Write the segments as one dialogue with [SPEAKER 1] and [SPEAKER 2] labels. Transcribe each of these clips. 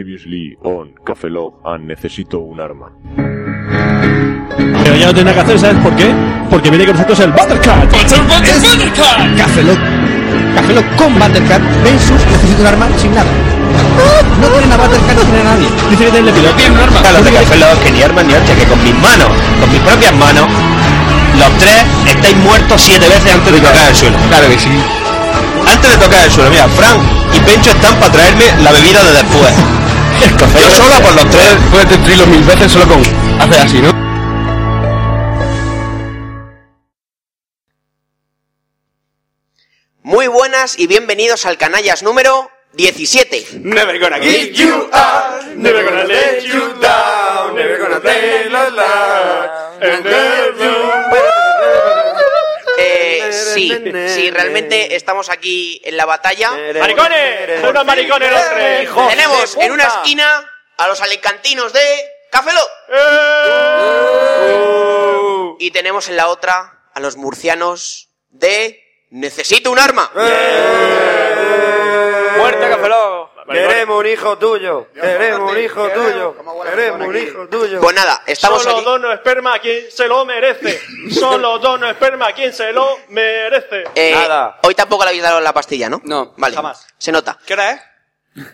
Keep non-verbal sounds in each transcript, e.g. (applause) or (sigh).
[SPEAKER 1] Previously on Café Log and Necesito un arma.
[SPEAKER 2] Pero ya lo tendrá que hacer, ¿sabes por qué? Porque viene con nosotros el Buttercat.
[SPEAKER 3] Café Lock. Café Lock con Buttercat versus necesito un arma sin nada. No tienen a Buttercat, no tienen a nadie.
[SPEAKER 2] Dice que tiene el piloto.
[SPEAKER 4] A los de Café Lock, que ni armas ni hostias, que con mis manos, con mis propias manos, los tres estáis muertos siete veces antes de tocar el suelo. Claro que sí. Antes de tocar el suelo, mira, Frank y Pencho están para traerme la bebida de
[SPEAKER 3] (laughs)
[SPEAKER 4] después. Yo solo por los tres, puedes destruirlos mil veces solo con hacer así, ¿no?
[SPEAKER 5] Muy buenas y bienvenidos al Canallas número 17.
[SPEAKER 6] Never gonna give you up, never gonna let you down, never gonna play la la, and then
[SPEAKER 5] Eh, sí, sí, realmente estamos aquí en la batalla.
[SPEAKER 6] ¡Maricones! ¡Unos maricones los tres!
[SPEAKER 5] Tenemos en una esquina a los alicantinos de Cafeló. Y tenemos en la otra a los murcianos de Necesito un arma.
[SPEAKER 7] Muerte, Cafeló.
[SPEAKER 6] Vale,
[SPEAKER 7] Queremos un hijo tuyo. Queremos un hijo tuyo. Queremos un hijo tuyo.
[SPEAKER 5] Pues nada, estamos
[SPEAKER 6] Solo
[SPEAKER 5] aquí.
[SPEAKER 6] dono esperma a quien se lo merece.
[SPEAKER 7] (laughs)
[SPEAKER 6] Solo dono esperma a quien se lo merece.
[SPEAKER 5] Eh,
[SPEAKER 7] Nada.
[SPEAKER 5] Hoy tampoco le habéis dado la pastilla, ¿no?
[SPEAKER 8] No,
[SPEAKER 5] vale.
[SPEAKER 6] jamás.
[SPEAKER 5] Se nota.
[SPEAKER 8] ¿Qué hora es?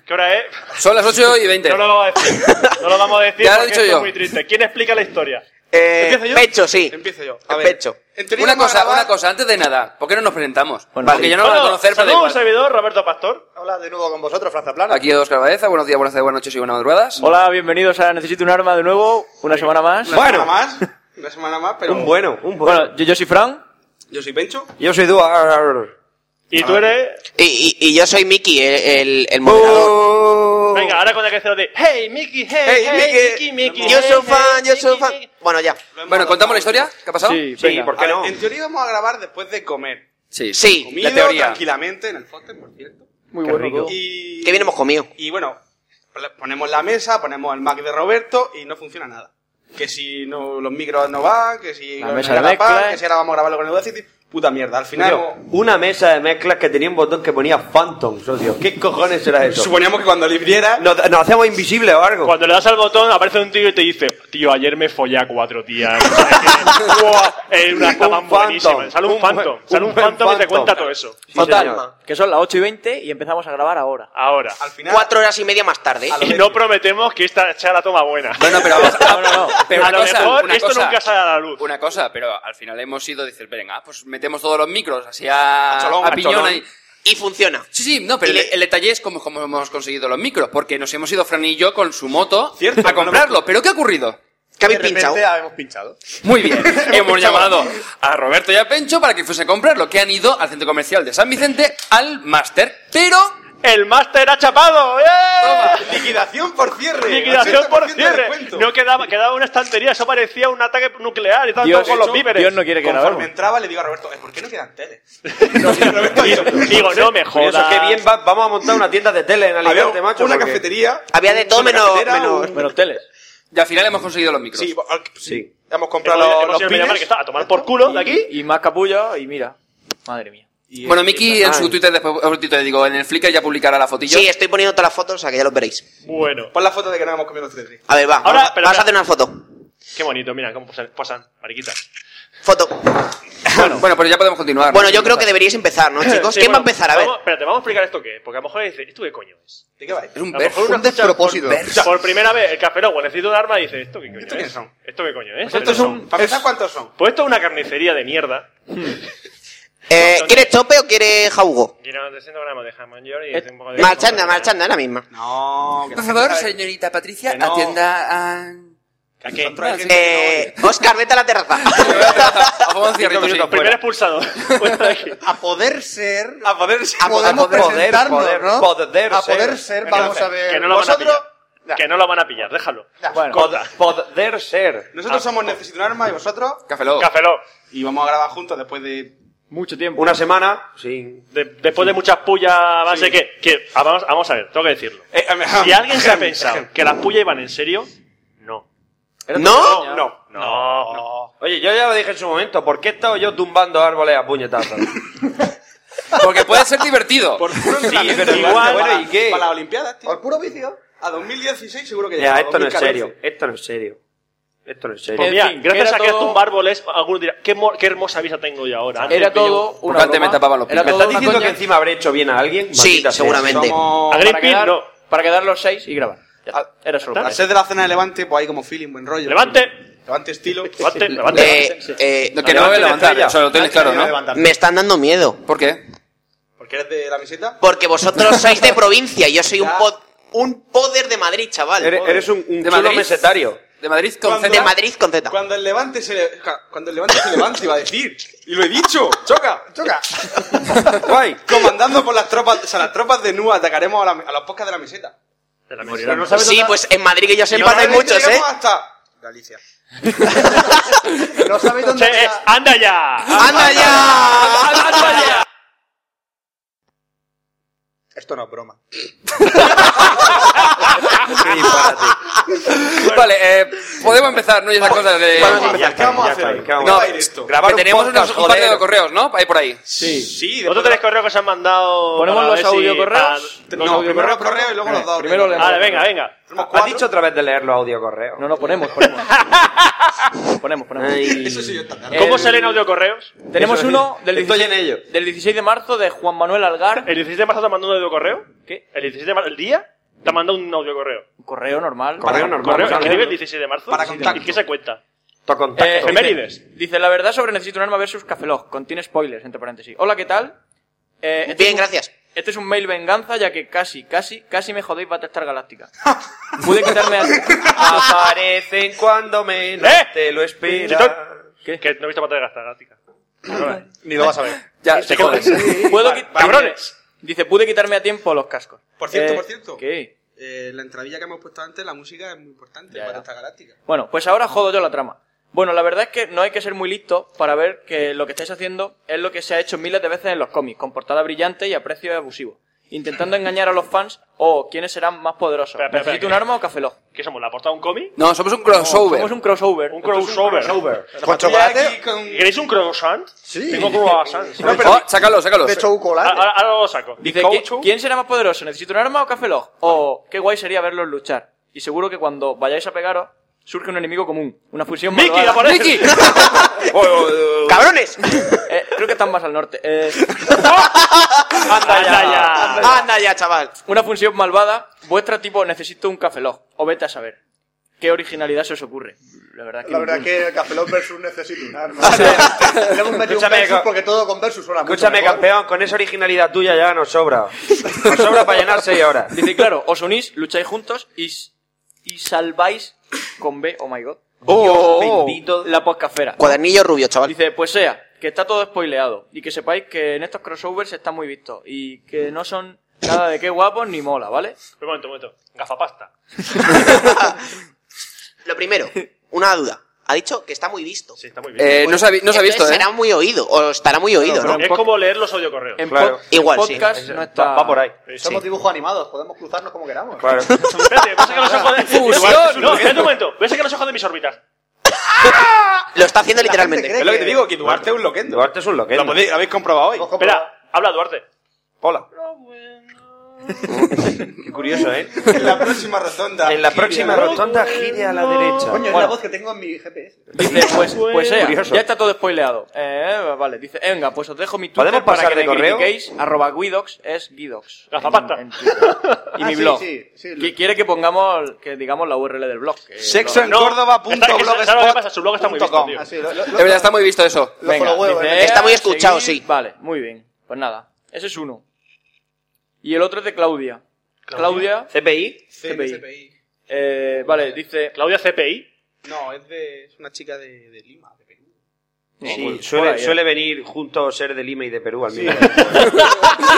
[SPEAKER 6] ¿Qué hora es?
[SPEAKER 8] Son las 8 y 20.
[SPEAKER 6] No lo vamos a decir. No lo vamos a decir
[SPEAKER 8] Ya lo he
[SPEAKER 6] porque
[SPEAKER 8] dicho
[SPEAKER 6] esto
[SPEAKER 8] yo.
[SPEAKER 6] es muy triste. ¿Quién explica la historia?
[SPEAKER 5] Eh,
[SPEAKER 8] ¿Empiezo yo?
[SPEAKER 5] Pecho, sí.
[SPEAKER 8] Empiezo yo.
[SPEAKER 5] El pecho.
[SPEAKER 8] En teoría Una cosa, una cosa, antes de nada, ¿por qué no nos presentamos? Porque ya no nos van
[SPEAKER 6] Bueno,
[SPEAKER 8] a conocer, pero da
[SPEAKER 6] saludos a un
[SPEAKER 8] igual.
[SPEAKER 6] servidor, Roberto Pastor.
[SPEAKER 7] Hola de nuevo con vosotros, Franza Plana.
[SPEAKER 8] Aquí Oscar Baeza, buenos días, buenas tardes, buenas noches y buenas madrugadas.
[SPEAKER 2] Hola, bienvenidos a Necesito un arma de nuevo, una semana más.
[SPEAKER 7] Bueno,
[SPEAKER 8] más, una semana más, pero...
[SPEAKER 7] un bueno, un bueno.
[SPEAKER 2] Bueno, yo, yo soy Fran.
[SPEAKER 8] Yo soy Pencho.
[SPEAKER 7] Yo soy Duar.
[SPEAKER 8] Ah,
[SPEAKER 6] Y tú eres...
[SPEAKER 5] Y, y- y yo soy Mickey, el, el- el moderador.
[SPEAKER 6] Venga, ahora con el que se lo de... ¡Hey, Mickey! ¡Hey, hey, Mickey, Mickey!
[SPEAKER 5] yo
[SPEAKER 6] hey,
[SPEAKER 5] soy
[SPEAKER 6] hey,
[SPEAKER 5] fan, yo
[SPEAKER 6] Mickey,
[SPEAKER 5] soy fan.
[SPEAKER 6] Mickey.
[SPEAKER 5] Bueno, ya.
[SPEAKER 8] Bueno, ¿contamos la historia? ¿Qué ha pasado?
[SPEAKER 2] Sí, venga.
[SPEAKER 7] ¿Por qué no?
[SPEAKER 9] En teoría íbamos a grabar después de comer.
[SPEAKER 8] Sí.
[SPEAKER 5] Sí.
[SPEAKER 9] Comido
[SPEAKER 8] La teoría.
[SPEAKER 9] tranquilamente en el foster, por cierto.
[SPEAKER 2] Muy bueno.
[SPEAKER 9] Y,
[SPEAKER 5] ¿Qué bien hemos comido?
[SPEAKER 9] y bueno, pl- ponemos la mesa, ponemos el Mac de Roberto y no funciona nada. Que si no, los micros no van, que si
[SPEAKER 2] La
[SPEAKER 9] no
[SPEAKER 2] mesa
[SPEAKER 9] era
[SPEAKER 2] de
[SPEAKER 9] capaz,
[SPEAKER 2] mezclas.
[SPEAKER 9] que si ahora vamos a grabarlo con el Audacity. Puta mierda, al final
[SPEAKER 7] Tío, Una mesa de mezclas que tenía un botón que ponía Phantom, socio. ¿Qué cojones era eso?
[SPEAKER 9] suponíamos que cuando lo abriera
[SPEAKER 7] Nos, nos hacemos invisibles o algo.
[SPEAKER 6] Cuando le das al botón, aparece un tío y te dice: Tío, ayer me follé a cuatro tías.
[SPEAKER 8] (laughs)
[SPEAKER 6] no sé qué". Buah, Es una estaban
[SPEAKER 7] Un
[SPEAKER 6] buenísima.
[SPEAKER 7] phantom.
[SPEAKER 6] Sale un
[SPEAKER 7] Un buen-
[SPEAKER 6] phantom. Sale
[SPEAKER 7] un
[SPEAKER 6] un
[SPEAKER 7] buen
[SPEAKER 6] phantom y te
[SPEAKER 7] phantom.
[SPEAKER 6] cuenta todo eso.
[SPEAKER 7] Sí,
[SPEAKER 2] Total,
[SPEAKER 7] señor.
[SPEAKER 2] que son las 8 y 20 y empezamos a grabar ahora.
[SPEAKER 6] Ahora.
[SPEAKER 9] al final
[SPEAKER 5] Cuatro horas y media más tarde. ¿eh?
[SPEAKER 6] Y no prometemos que esta sea la toma buena.
[SPEAKER 8] No, no, pero vamos
[SPEAKER 2] No, no, no.
[SPEAKER 8] Pero
[SPEAKER 6] a
[SPEAKER 8] una
[SPEAKER 6] lo
[SPEAKER 8] cosa,
[SPEAKER 6] mejor
[SPEAKER 8] una
[SPEAKER 6] esto
[SPEAKER 8] cosa.
[SPEAKER 6] nunca sale a la luz.
[SPEAKER 8] Una cosa, pero al final hemos ido a decir, venga, pues metemos todos los micros así a,
[SPEAKER 9] A cholón,
[SPEAKER 8] a
[SPEAKER 9] a
[SPEAKER 8] piñón
[SPEAKER 9] cholón.
[SPEAKER 8] ahí.
[SPEAKER 5] Y funciona.
[SPEAKER 8] Sí, sí, no, pero
[SPEAKER 5] Y
[SPEAKER 8] el,
[SPEAKER 5] le-
[SPEAKER 8] el detalle es cómo, cómo hemos conseguido los micros, porque nos hemos ido Fran y yo con su moto
[SPEAKER 9] Cierto,
[SPEAKER 8] a comprarlo. ¿Pero qué ha ocurrido?
[SPEAKER 5] ¿Qué
[SPEAKER 9] de
[SPEAKER 5] habéis
[SPEAKER 9] repente
[SPEAKER 5] pinchado?
[SPEAKER 9] habíamos pinchado.
[SPEAKER 8] Muy bien, hemos llamado a Roberto y a Pencho para que fuese a comprarlo, que han ido al centro comercial de San Vicente al Master, pero...
[SPEAKER 6] ¡El máster ha chapado! ¡Eh!
[SPEAKER 9] Liquidación por cierre.
[SPEAKER 6] Liquidación por
[SPEAKER 9] 80% de
[SPEAKER 6] cierre.
[SPEAKER 9] descuento.
[SPEAKER 6] No quedaba, quedaba una estantería, eso parecía un ataque nuclear y tanto
[SPEAKER 2] Dios,
[SPEAKER 6] con los
[SPEAKER 2] hecho,
[SPEAKER 6] víveres.
[SPEAKER 2] Dios no quiere que
[SPEAKER 9] Conforme
[SPEAKER 2] grabemos.
[SPEAKER 9] entraba le digo a Roberto, "Eh, ¿por qué no quedan teles? Y Roberto ha dicho,
[SPEAKER 6] Digo, no me
[SPEAKER 7] Por eso
[SPEAKER 6] jodas.
[SPEAKER 7] que bien va- vamos a montar una tienda de tele en
[SPEAKER 9] Había
[SPEAKER 7] Alicante, macho.
[SPEAKER 9] una
[SPEAKER 7] porque-
[SPEAKER 9] cafetería.
[SPEAKER 5] Había de todo
[SPEAKER 9] una
[SPEAKER 5] menos-
[SPEAKER 9] cafetera,
[SPEAKER 5] menos-
[SPEAKER 9] un-
[SPEAKER 2] Menos teles.
[SPEAKER 8] Y al final hemos conseguido los micros.
[SPEAKER 9] Sí, al-
[SPEAKER 7] Sí.
[SPEAKER 9] hemos comprado
[SPEAKER 6] Hemos-
[SPEAKER 9] los-
[SPEAKER 6] hemos
[SPEAKER 9] los
[SPEAKER 6] ido a Mediamar, que
[SPEAKER 9] pines.
[SPEAKER 6] está a tomar por culo de aquí.
[SPEAKER 2] Y más capullo y mira. Madre mía.
[SPEAKER 8] bueno, Miki en su Twitter, después os le digo, en el Flickr ya publicará la fotillo.
[SPEAKER 5] Sí, estoy poniendo todas las fotos, o sea que ya los veréis.
[SPEAKER 6] Bueno,
[SPEAKER 9] Pon la foto de que no hemos comido los tres. días.
[SPEAKER 5] A ver, va.
[SPEAKER 6] Ahora,
[SPEAKER 5] vamos, a-
[SPEAKER 6] pero,
[SPEAKER 5] vamos a
[SPEAKER 6] espera.
[SPEAKER 5] hacer una foto.
[SPEAKER 6] qué bonito, mira cómo posan, posan mariquitas.
[SPEAKER 5] Foto.
[SPEAKER 8] bueno. pues ya podemos continuar.
[SPEAKER 5] Bueno,
[SPEAKER 8] ¿no?
[SPEAKER 5] yo creo que deberíais empezar, ¿no, chicos?
[SPEAKER 6] Sí,
[SPEAKER 5] ¿Quién va a
[SPEAKER 6] bueno,
[SPEAKER 5] empezar? A ver.
[SPEAKER 6] vamos- espérate, vamos a explicar esto qué es, porque a lo mejor dice, ¿esto qué coño es?
[SPEAKER 9] ¿De qué vais?
[SPEAKER 8] Es un
[SPEAKER 6] A lo mejor
[SPEAKER 8] verso.
[SPEAKER 6] una
[SPEAKER 9] Un
[SPEAKER 6] ficha
[SPEAKER 9] despropósito.
[SPEAKER 8] por-
[SPEAKER 9] O sea,
[SPEAKER 6] Por primera vez, el café Lock necesita un arma y dice, ¿esto qué coño
[SPEAKER 9] ¿Esto
[SPEAKER 6] es?
[SPEAKER 9] quiénes son?
[SPEAKER 6] Pues ¿Esto qué coño es?
[SPEAKER 9] Pues
[SPEAKER 2] esto
[SPEAKER 6] Pero
[SPEAKER 2] es un-
[SPEAKER 9] ¿Para empezar cuántos son?
[SPEAKER 6] Pues esto es una carnicería de mierda.
[SPEAKER 5] Eh, ¿Quieres chope o quieres jaugo?
[SPEAKER 6] Tiene 300 gramos de jamón york y hace un poco de...
[SPEAKER 5] Marchanda, marchanda, es la misma.
[SPEAKER 9] No,
[SPEAKER 8] Por favor, señorita Patricia,
[SPEAKER 9] Que no.
[SPEAKER 8] atienda a...
[SPEAKER 6] ¿A qué?
[SPEAKER 9] Nosotros hay gente que
[SPEAKER 5] Eh, Oscar, vete a la terraza.
[SPEAKER 8] a fumar un cigarrito, sí.
[SPEAKER 6] Primer expulsado. (laughs) Fuera de aquí.
[SPEAKER 10] a poder ser
[SPEAKER 9] no- A poder
[SPEAKER 5] Ah.
[SPEAKER 9] ser.
[SPEAKER 10] podemos
[SPEAKER 7] poder,
[SPEAKER 10] presentarnos,
[SPEAKER 7] poder,
[SPEAKER 10] ¿no?
[SPEAKER 7] poder
[SPEAKER 11] Ah,
[SPEAKER 10] a
[SPEAKER 7] ser.
[SPEAKER 10] poder ser, vamos a ver.
[SPEAKER 6] Que no lo van a
[SPEAKER 10] Vosotros,
[SPEAKER 6] pillar. Que no lo van a pillar, déjalo.
[SPEAKER 2] Bueno,
[SPEAKER 7] Pod- Poder ser.
[SPEAKER 9] Nosotros somos Necesito un arma y vosotros.
[SPEAKER 8] Café Lock.
[SPEAKER 6] Café Lock.
[SPEAKER 9] Y vamos a grabar juntos después de.
[SPEAKER 2] mucho tiempo.
[SPEAKER 7] Una semana sin.
[SPEAKER 6] De- después de muchas pullas, a base que, que- ah, vamos, vamos a ver, tengo que decirlo.
[SPEAKER 9] Eh, eh,
[SPEAKER 10] Ah,
[SPEAKER 6] Si alguien se ha pensado que las pullas iban en serio, no.
[SPEAKER 5] ¿No?
[SPEAKER 9] No.
[SPEAKER 6] No,
[SPEAKER 7] Oye, yo ya lo dije en su momento, ¿por qué he estado yo tumbando árboles
[SPEAKER 11] (laughs)
[SPEAKER 7] a puñetazos?
[SPEAKER 8] Porque puede ser divertido.
[SPEAKER 9] Por puro
[SPEAKER 6] pero
[SPEAKER 9] entrenamiento,
[SPEAKER 6] igual-
[SPEAKER 9] Para,
[SPEAKER 7] bueno, ¿y qué?
[SPEAKER 9] para las Olimpiadas, tío.
[SPEAKER 10] Por puro vicio.
[SPEAKER 9] A 2016 seguro que
[SPEAKER 11] Ya,
[SPEAKER 9] llegaba,
[SPEAKER 11] esto no es
[SPEAKER 9] 2014.
[SPEAKER 11] serio. Esto no es serio. Esto no es serio.
[SPEAKER 6] Pues mira, gracias a que has
[SPEAKER 11] todo-
[SPEAKER 6] tumbado árboles, alguno dirá, qué, mo- qué hermosa visa tengo yo ahora. antes
[SPEAKER 11] Era
[SPEAKER 6] de yo-
[SPEAKER 11] todo una Porque antes broma. me tapaban los Era picos. todo
[SPEAKER 6] estás
[SPEAKER 11] una
[SPEAKER 6] diciendo
[SPEAKER 11] coña.
[SPEAKER 6] que encima habré hecho bien a alguien?
[SPEAKER 11] Sí, seguramente.
[SPEAKER 5] Eh,
[SPEAKER 6] A
[SPEAKER 11] Para
[SPEAKER 6] Greenpeace
[SPEAKER 11] quedar-
[SPEAKER 6] no.
[SPEAKER 11] Para quedar los seis y
[SPEAKER 7] (laughs)
[SPEAKER 11] grabar. Ya está. Era solo.
[SPEAKER 9] Al ser de la cena de Levante, pues hay como feeling, buen rollo.
[SPEAKER 6] ¡Levante!
[SPEAKER 9] Levante estilo.
[SPEAKER 6] Levante,
[SPEAKER 5] Eh, eh,
[SPEAKER 9] No, que no me levantar ya, o sea, lo tenéis claro, ¿no?
[SPEAKER 5] Me están dando miedo.
[SPEAKER 8] ¿Por qué?
[SPEAKER 9] (laughs) ¿Porque eres de la meseta?
[SPEAKER 5] Porque vosotros sois de provincia y yo soy un pod, un poder de Madrid, chaval.
[SPEAKER 11] Eres- eres un- un De chulo Madrid. mesetario.
[SPEAKER 8] De Madrid
[SPEAKER 5] con
[SPEAKER 9] Cuando-
[SPEAKER 5] Z. De Madrid con Z.
[SPEAKER 9] Cuando el Levante se le- ja, cuando el Levante se levante iba a decir y lo he dicho, choca, choca. (laughs) Guay, comandando por las tropas, o sea, las tropas de NUA atacaremos a, la- a los poscas de la meseta.
[SPEAKER 6] De la
[SPEAKER 9] Pero no sabes
[SPEAKER 5] sí,
[SPEAKER 9] dónde-
[SPEAKER 5] pues en Madrid que yo
[SPEAKER 9] Y
[SPEAKER 5] sepa no hay
[SPEAKER 9] probablemente
[SPEAKER 5] muchos, ¿eh?
[SPEAKER 9] lleguemos hasta (laughs) Galicia.
[SPEAKER 6] No sabéis dónde
[SPEAKER 11] eh.
[SPEAKER 6] ¡Anda ya!
[SPEAKER 5] ¡Anda ya! ¡Anda ya!
[SPEAKER 9] Esto no es broma.
[SPEAKER 8] Vale, eh, podemos empezar, ¿no? Y esas cosas de...
[SPEAKER 9] ¿Qué vamos a hacer? ¿Qué
[SPEAKER 8] No,
[SPEAKER 9] vamos a hacer esto?
[SPEAKER 8] que tenemos unos, un par de correos, ¿no? Ahí por ahí.
[SPEAKER 6] Sí.
[SPEAKER 9] Sí,
[SPEAKER 6] Vosotros tenéis correos que se han mandado.
[SPEAKER 11] ¿Ponemos
[SPEAKER 6] para
[SPEAKER 11] los
[SPEAKER 6] ver si-
[SPEAKER 11] audiocorreos?
[SPEAKER 6] para-
[SPEAKER 11] No, primero eh,
[SPEAKER 6] los audiocorreos.
[SPEAKER 9] Correo y luego los dados.
[SPEAKER 11] (laughs) Primero leemos.
[SPEAKER 6] Vale, venga, venga.
[SPEAKER 11] Has dicho otra vez de leer los audiocorreos. No, no, ponemos,
[SPEAKER 7] (laughs)
[SPEAKER 11] ponemos. ponemos, ponemos.
[SPEAKER 9] Eso sí, yo está tarde.
[SPEAKER 6] ¿Cómo
[SPEAKER 11] El-
[SPEAKER 6] se leen audiocorreos?
[SPEAKER 7] Tenemos
[SPEAKER 11] Eso es.
[SPEAKER 7] uno del
[SPEAKER 11] Estoy
[SPEAKER 7] 16,
[SPEAKER 11] en ello. Eh.
[SPEAKER 7] del 16 de marzo de Juan Manuel Algar.
[SPEAKER 6] ¿El 16 de marzo te mandó un audiocorreo?
[SPEAKER 7] ¿Qué?
[SPEAKER 6] ¿El 16 de marzo? ¿El día? Te ha mandado un audiocorreo.
[SPEAKER 7] Correo normal.
[SPEAKER 11] Correo normal.
[SPEAKER 6] ¿Correo?
[SPEAKER 11] Para
[SPEAKER 6] ¿Escribe el
[SPEAKER 11] contacto.
[SPEAKER 6] 16 de marzo?
[SPEAKER 9] Para
[SPEAKER 6] ¿Y
[SPEAKER 9] contacto.
[SPEAKER 6] qué se cuenta?
[SPEAKER 11] Tu
[SPEAKER 7] Eh,
[SPEAKER 11] contacto.
[SPEAKER 6] Efemérides.
[SPEAKER 7] Dice, dice, la verdad sobre Necesito un arma versus Cafelog. Contiene spoilers, entre paréntesis. Hola, ¿qué tal? Eh, este
[SPEAKER 5] (laughs)
[SPEAKER 7] es
[SPEAKER 5] Bien,
[SPEAKER 7] un-
[SPEAKER 5] gracias.
[SPEAKER 7] Este es un mail venganza, ya que casi, casi, casi me jodéis Battlestar Galáctica.
[SPEAKER 11] (laughs)
[SPEAKER 7] Pude quitarme a... a-
[SPEAKER 11] Aparecen cuando menos
[SPEAKER 6] ¡Eh!
[SPEAKER 11] te lo esperas.
[SPEAKER 6] Chito. Que no he visto pantalla gastática.
[SPEAKER 9] Ni lo vas a ver.
[SPEAKER 8] Ya, te jodes.
[SPEAKER 7] Puedo qui-
[SPEAKER 6] ¡Cabrones!
[SPEAKER 7] Dice, pude quitarme a tiempo los cascos.
[SPEAKER 9] Por cierto,
[SPEAKER 7] Eh,
[SPEAKER 9] por cierto.
[SPEAKER 7] ¿Qué?
[SPEAKER 9] eh, la entradilla que hemos puesto antes, la música es muy importante
[SPEAKER 7] Ya,
[SPEAKER 9] para
[SPEAKER 7] ya.
[SPEAKER 9] esta galáctica.
[SPEAKER 7] Bueno, pues ahora jodo yo la trama. Bueno, la verdad es que no hay que ser muy listo para ver que lo que estáis haciendo es lo que se ha hecho miles de veces en los cómics, con portada brillante y a precio abusivo. Intentando engañar a los fans o quiénes serán más poderosos.
[SPEAKER 6] Espera, espera, espera,
[SPEAKER 7] ¿Necesito un
[SPEAKER 6] que-
[SPEAKER 7] arma o cafeló?
[SPEAKER 6] ¿Qué somos? ¿La portada de un cómic?
[SPEAKER 8] No, somos un crossover.
[SPEAKER 7] Somos un crossover.
[SPEAKER 6] Un crossover.
[SPEAKER 12] ¿Con chocolate?
[SPEAKER 6] ¿Queréis un croissant? Sí. Tengo
[SPEAKER 9] (laughs)
[SPEAKER 6] croissants.
[SPEAKER 12] No, pero-
[SPEAKER 8] Oh, sácalo, sácalo.
[SPEAKER 12] De chocolate.
[SPEAKER 6] Ahora, ahora lo saco.
[SPEAKER 7] Dice, "¿Qui- ¿quién será más poderoso? ¿Necesito un arma o cafeló? O, qué guay sería verlos luchar. Y seguro que cuando vayáis a pegaros, surge un enemigo común. Una fusión
[SPEAKER 6] ¡Miki,
[SPEAKER 7] malvada.
[SPEAKER 6] aparece!
[SPEAKER 5] ¡Cabrones!
[SPEAKER 7] Eh, creo que están más al norte. Eh,
[SPEAKER 6] (laughs) ¡Anda ya!
[SPEAKER 5] ¡Anda ya, chaval!
[SPEAKER 7] Una función malvada, vuestra tipo necesito un cafelog. O vete a saber. ¿Qué originalidad se os ocurre? La verdad que.
[SPEAKER 12] La verdad
[SPEAKER 7] ninguna.
[SPEAKER 12] que el Café Lock versus necesita un arma. (laughs) Le hemos metido un
[SPEAKER 11] Escúchame,
[SPEAKER 12] versus
[SPEAKER 11] co-
[SPEAKER 12] porque todo con versus suena mucho
[SPEAKER 11] Escúchame,
[SPEAKER 12] mejor.
[SPEAKER 11] campeón, con esa originalidad tuya ya nos sobra. Nos sobra para llenar seis
[SPEAKER 7] (laughs)
[SPEAKER 11] horas.
[SPEAKER 7] Dice, claro, os unís, lucháis juntos y, s- y salváis con B, oh my god. Dios bendito la poscafera.
[SPEAKER 5] Cuadernillo rubio, chaval.
[SPEAKER 7] Dice, pues sea, que está todo spoileado. Y que sepáis que en este estos crossovers está muy visto. Y que no son nada de qué guapos ni mola, ¿vale?
[SPEAKER 6] Un momento, un momento. Gafapasta.
[SPEAKER 5] (laughs) Lo primero, una duda. Ha dicho que está muy visto.
[SPEAKER 6] Sí, está muy bien.
[SPEAKER 8] Eh, no se ha, vi- no se ha
[SPEAKER 5] Entonces
[SPEAKER 8] visto, ¿eh?
[SPEAKER 5] Será muy oído, o estará muy oído, ¿no?
[SPEAKER 6] es como leer los audiocorreos.
[SPEAKER 7] En,
[SPEAKER 11] Claro.
[SPEAKER 7] en
[SPEAKER 5] Igual, sí.
[SPEAKER 7] podcast no está.
[SPEAKER 11] Va, va por ahí.
[SPEAKER 12] Somos dibujos animados, podemos cruzarnos como queramos.
[SPEAKER 7] Pues, (laughs)
[SPEAKER 11] Claro.
[SPEAKER 6] Espérate, voy a sacar los ojos de...
[SPEAKER 8] Fusión,
[SPEAKER 6] No, espérate un momento. Voy a sacar los ojos de mis órbitas.
[SPEAKER 5] Lo está haciendo
[SPEAKER 12] La gente cree
[SPEAKER 5] literalmente.
[SPEAKER 9] Es lo que te digo, que Duarte es un loquendo.
[SPEAKER 11] Duarte es un loquendo.
[SPEAKER 9] Lo, podéis- lo habéis comprobado hoy.
[SPEAKER 6] Espera, habla Duarte.
[SPEAKER 11] Hola. Qué curioso, ¿eh?
[SPEAKER 12] (laughs)
[SPEAKER 9] En la próxima rotonda.
[SPEAKER 11] En la próxima rotonda gire a la derecha.
[SPEAKER 12] Coño, es
[SPEAKER 7] Bueno.
[SPEAKER 12] la voz que tengo en mi GPS.
[SPEAKER 7] Dice, pues, pues sea,
[SPEAKER 11] Curioso.
[SPEAKER 7] ya está todo spoileado. Eh, vale, dice, venga, pues os dejo mi Twitter
[SPEAKER 11] ¿Podemos
[SPEAKER 7] para
[SPEAKER 11] pasar
[SPEAKER 7] que
[SPEAKER 11] de
[SPEAKER 7] me
[SPEAKER 11] correo?
[SPEAKER 7] critiquéis, arroba guidox, es guidox.
[SPEAKER 6] La zapata.
[SPEAKER 7] En- en Twitter. y
[SPEAKER 12] Ah,
[SPEAKER 7] mi
[SPEAKER 12] sí,
[SPEAKER 7] blog.
[SPEAKER 12] sí, sí, lo-
[SPEAKER 7] Qui- Quiere que pongamos, que digamos la URL del blog. que
[SPEAKER 9] Sexo en
[SPEAKER 6] No,
[SPEAKER 9] Córdoba
[SPEAKER 6] está- está- (laughs) ¿sabes lo que pasa? Su blog está muy visto,
[SPEAKER 9] com.
[SPEAKER 6] tío.
[SPEAKER 12] Así, Ah, lo, lo,
[SPEAKER 8] De verdad, está muy visto eso.
[SPEAKER 7] lo- venga,
[SPEAKER 12] los huevos,
[SPEAKER 7] dice,
[SPEAKER 12] ¿eh?
[SPEAKER 5] Está muy escuchado,
[SPEAKER 7] seguid.
[SPEAKER 5] sí.
[SPEAKER 7] Vale, muy bien. Pues nada, ese es uno. Y el otro es de Claudia. Claudia,
[SPEAKER 11] CPI.
[SPEAKER 9] CPI.
[SPEAKER 7] eh, vale, dice...
[SPEAKER 6] Claudia (laughs) CPI.
[SPEAKER 9] No, es de es una chica de, de Lima, de Perú.
[SPEAKER 11] Sí,
[SPEAKER 12] pues,
[SPEAKER 7] Joder,
[SPEAKER 11] suele,
[SPEAKER 7] joder, ya.
[SPEAKER 11] suele venir juntos ser de Lima y de Perú al mismo tiempo.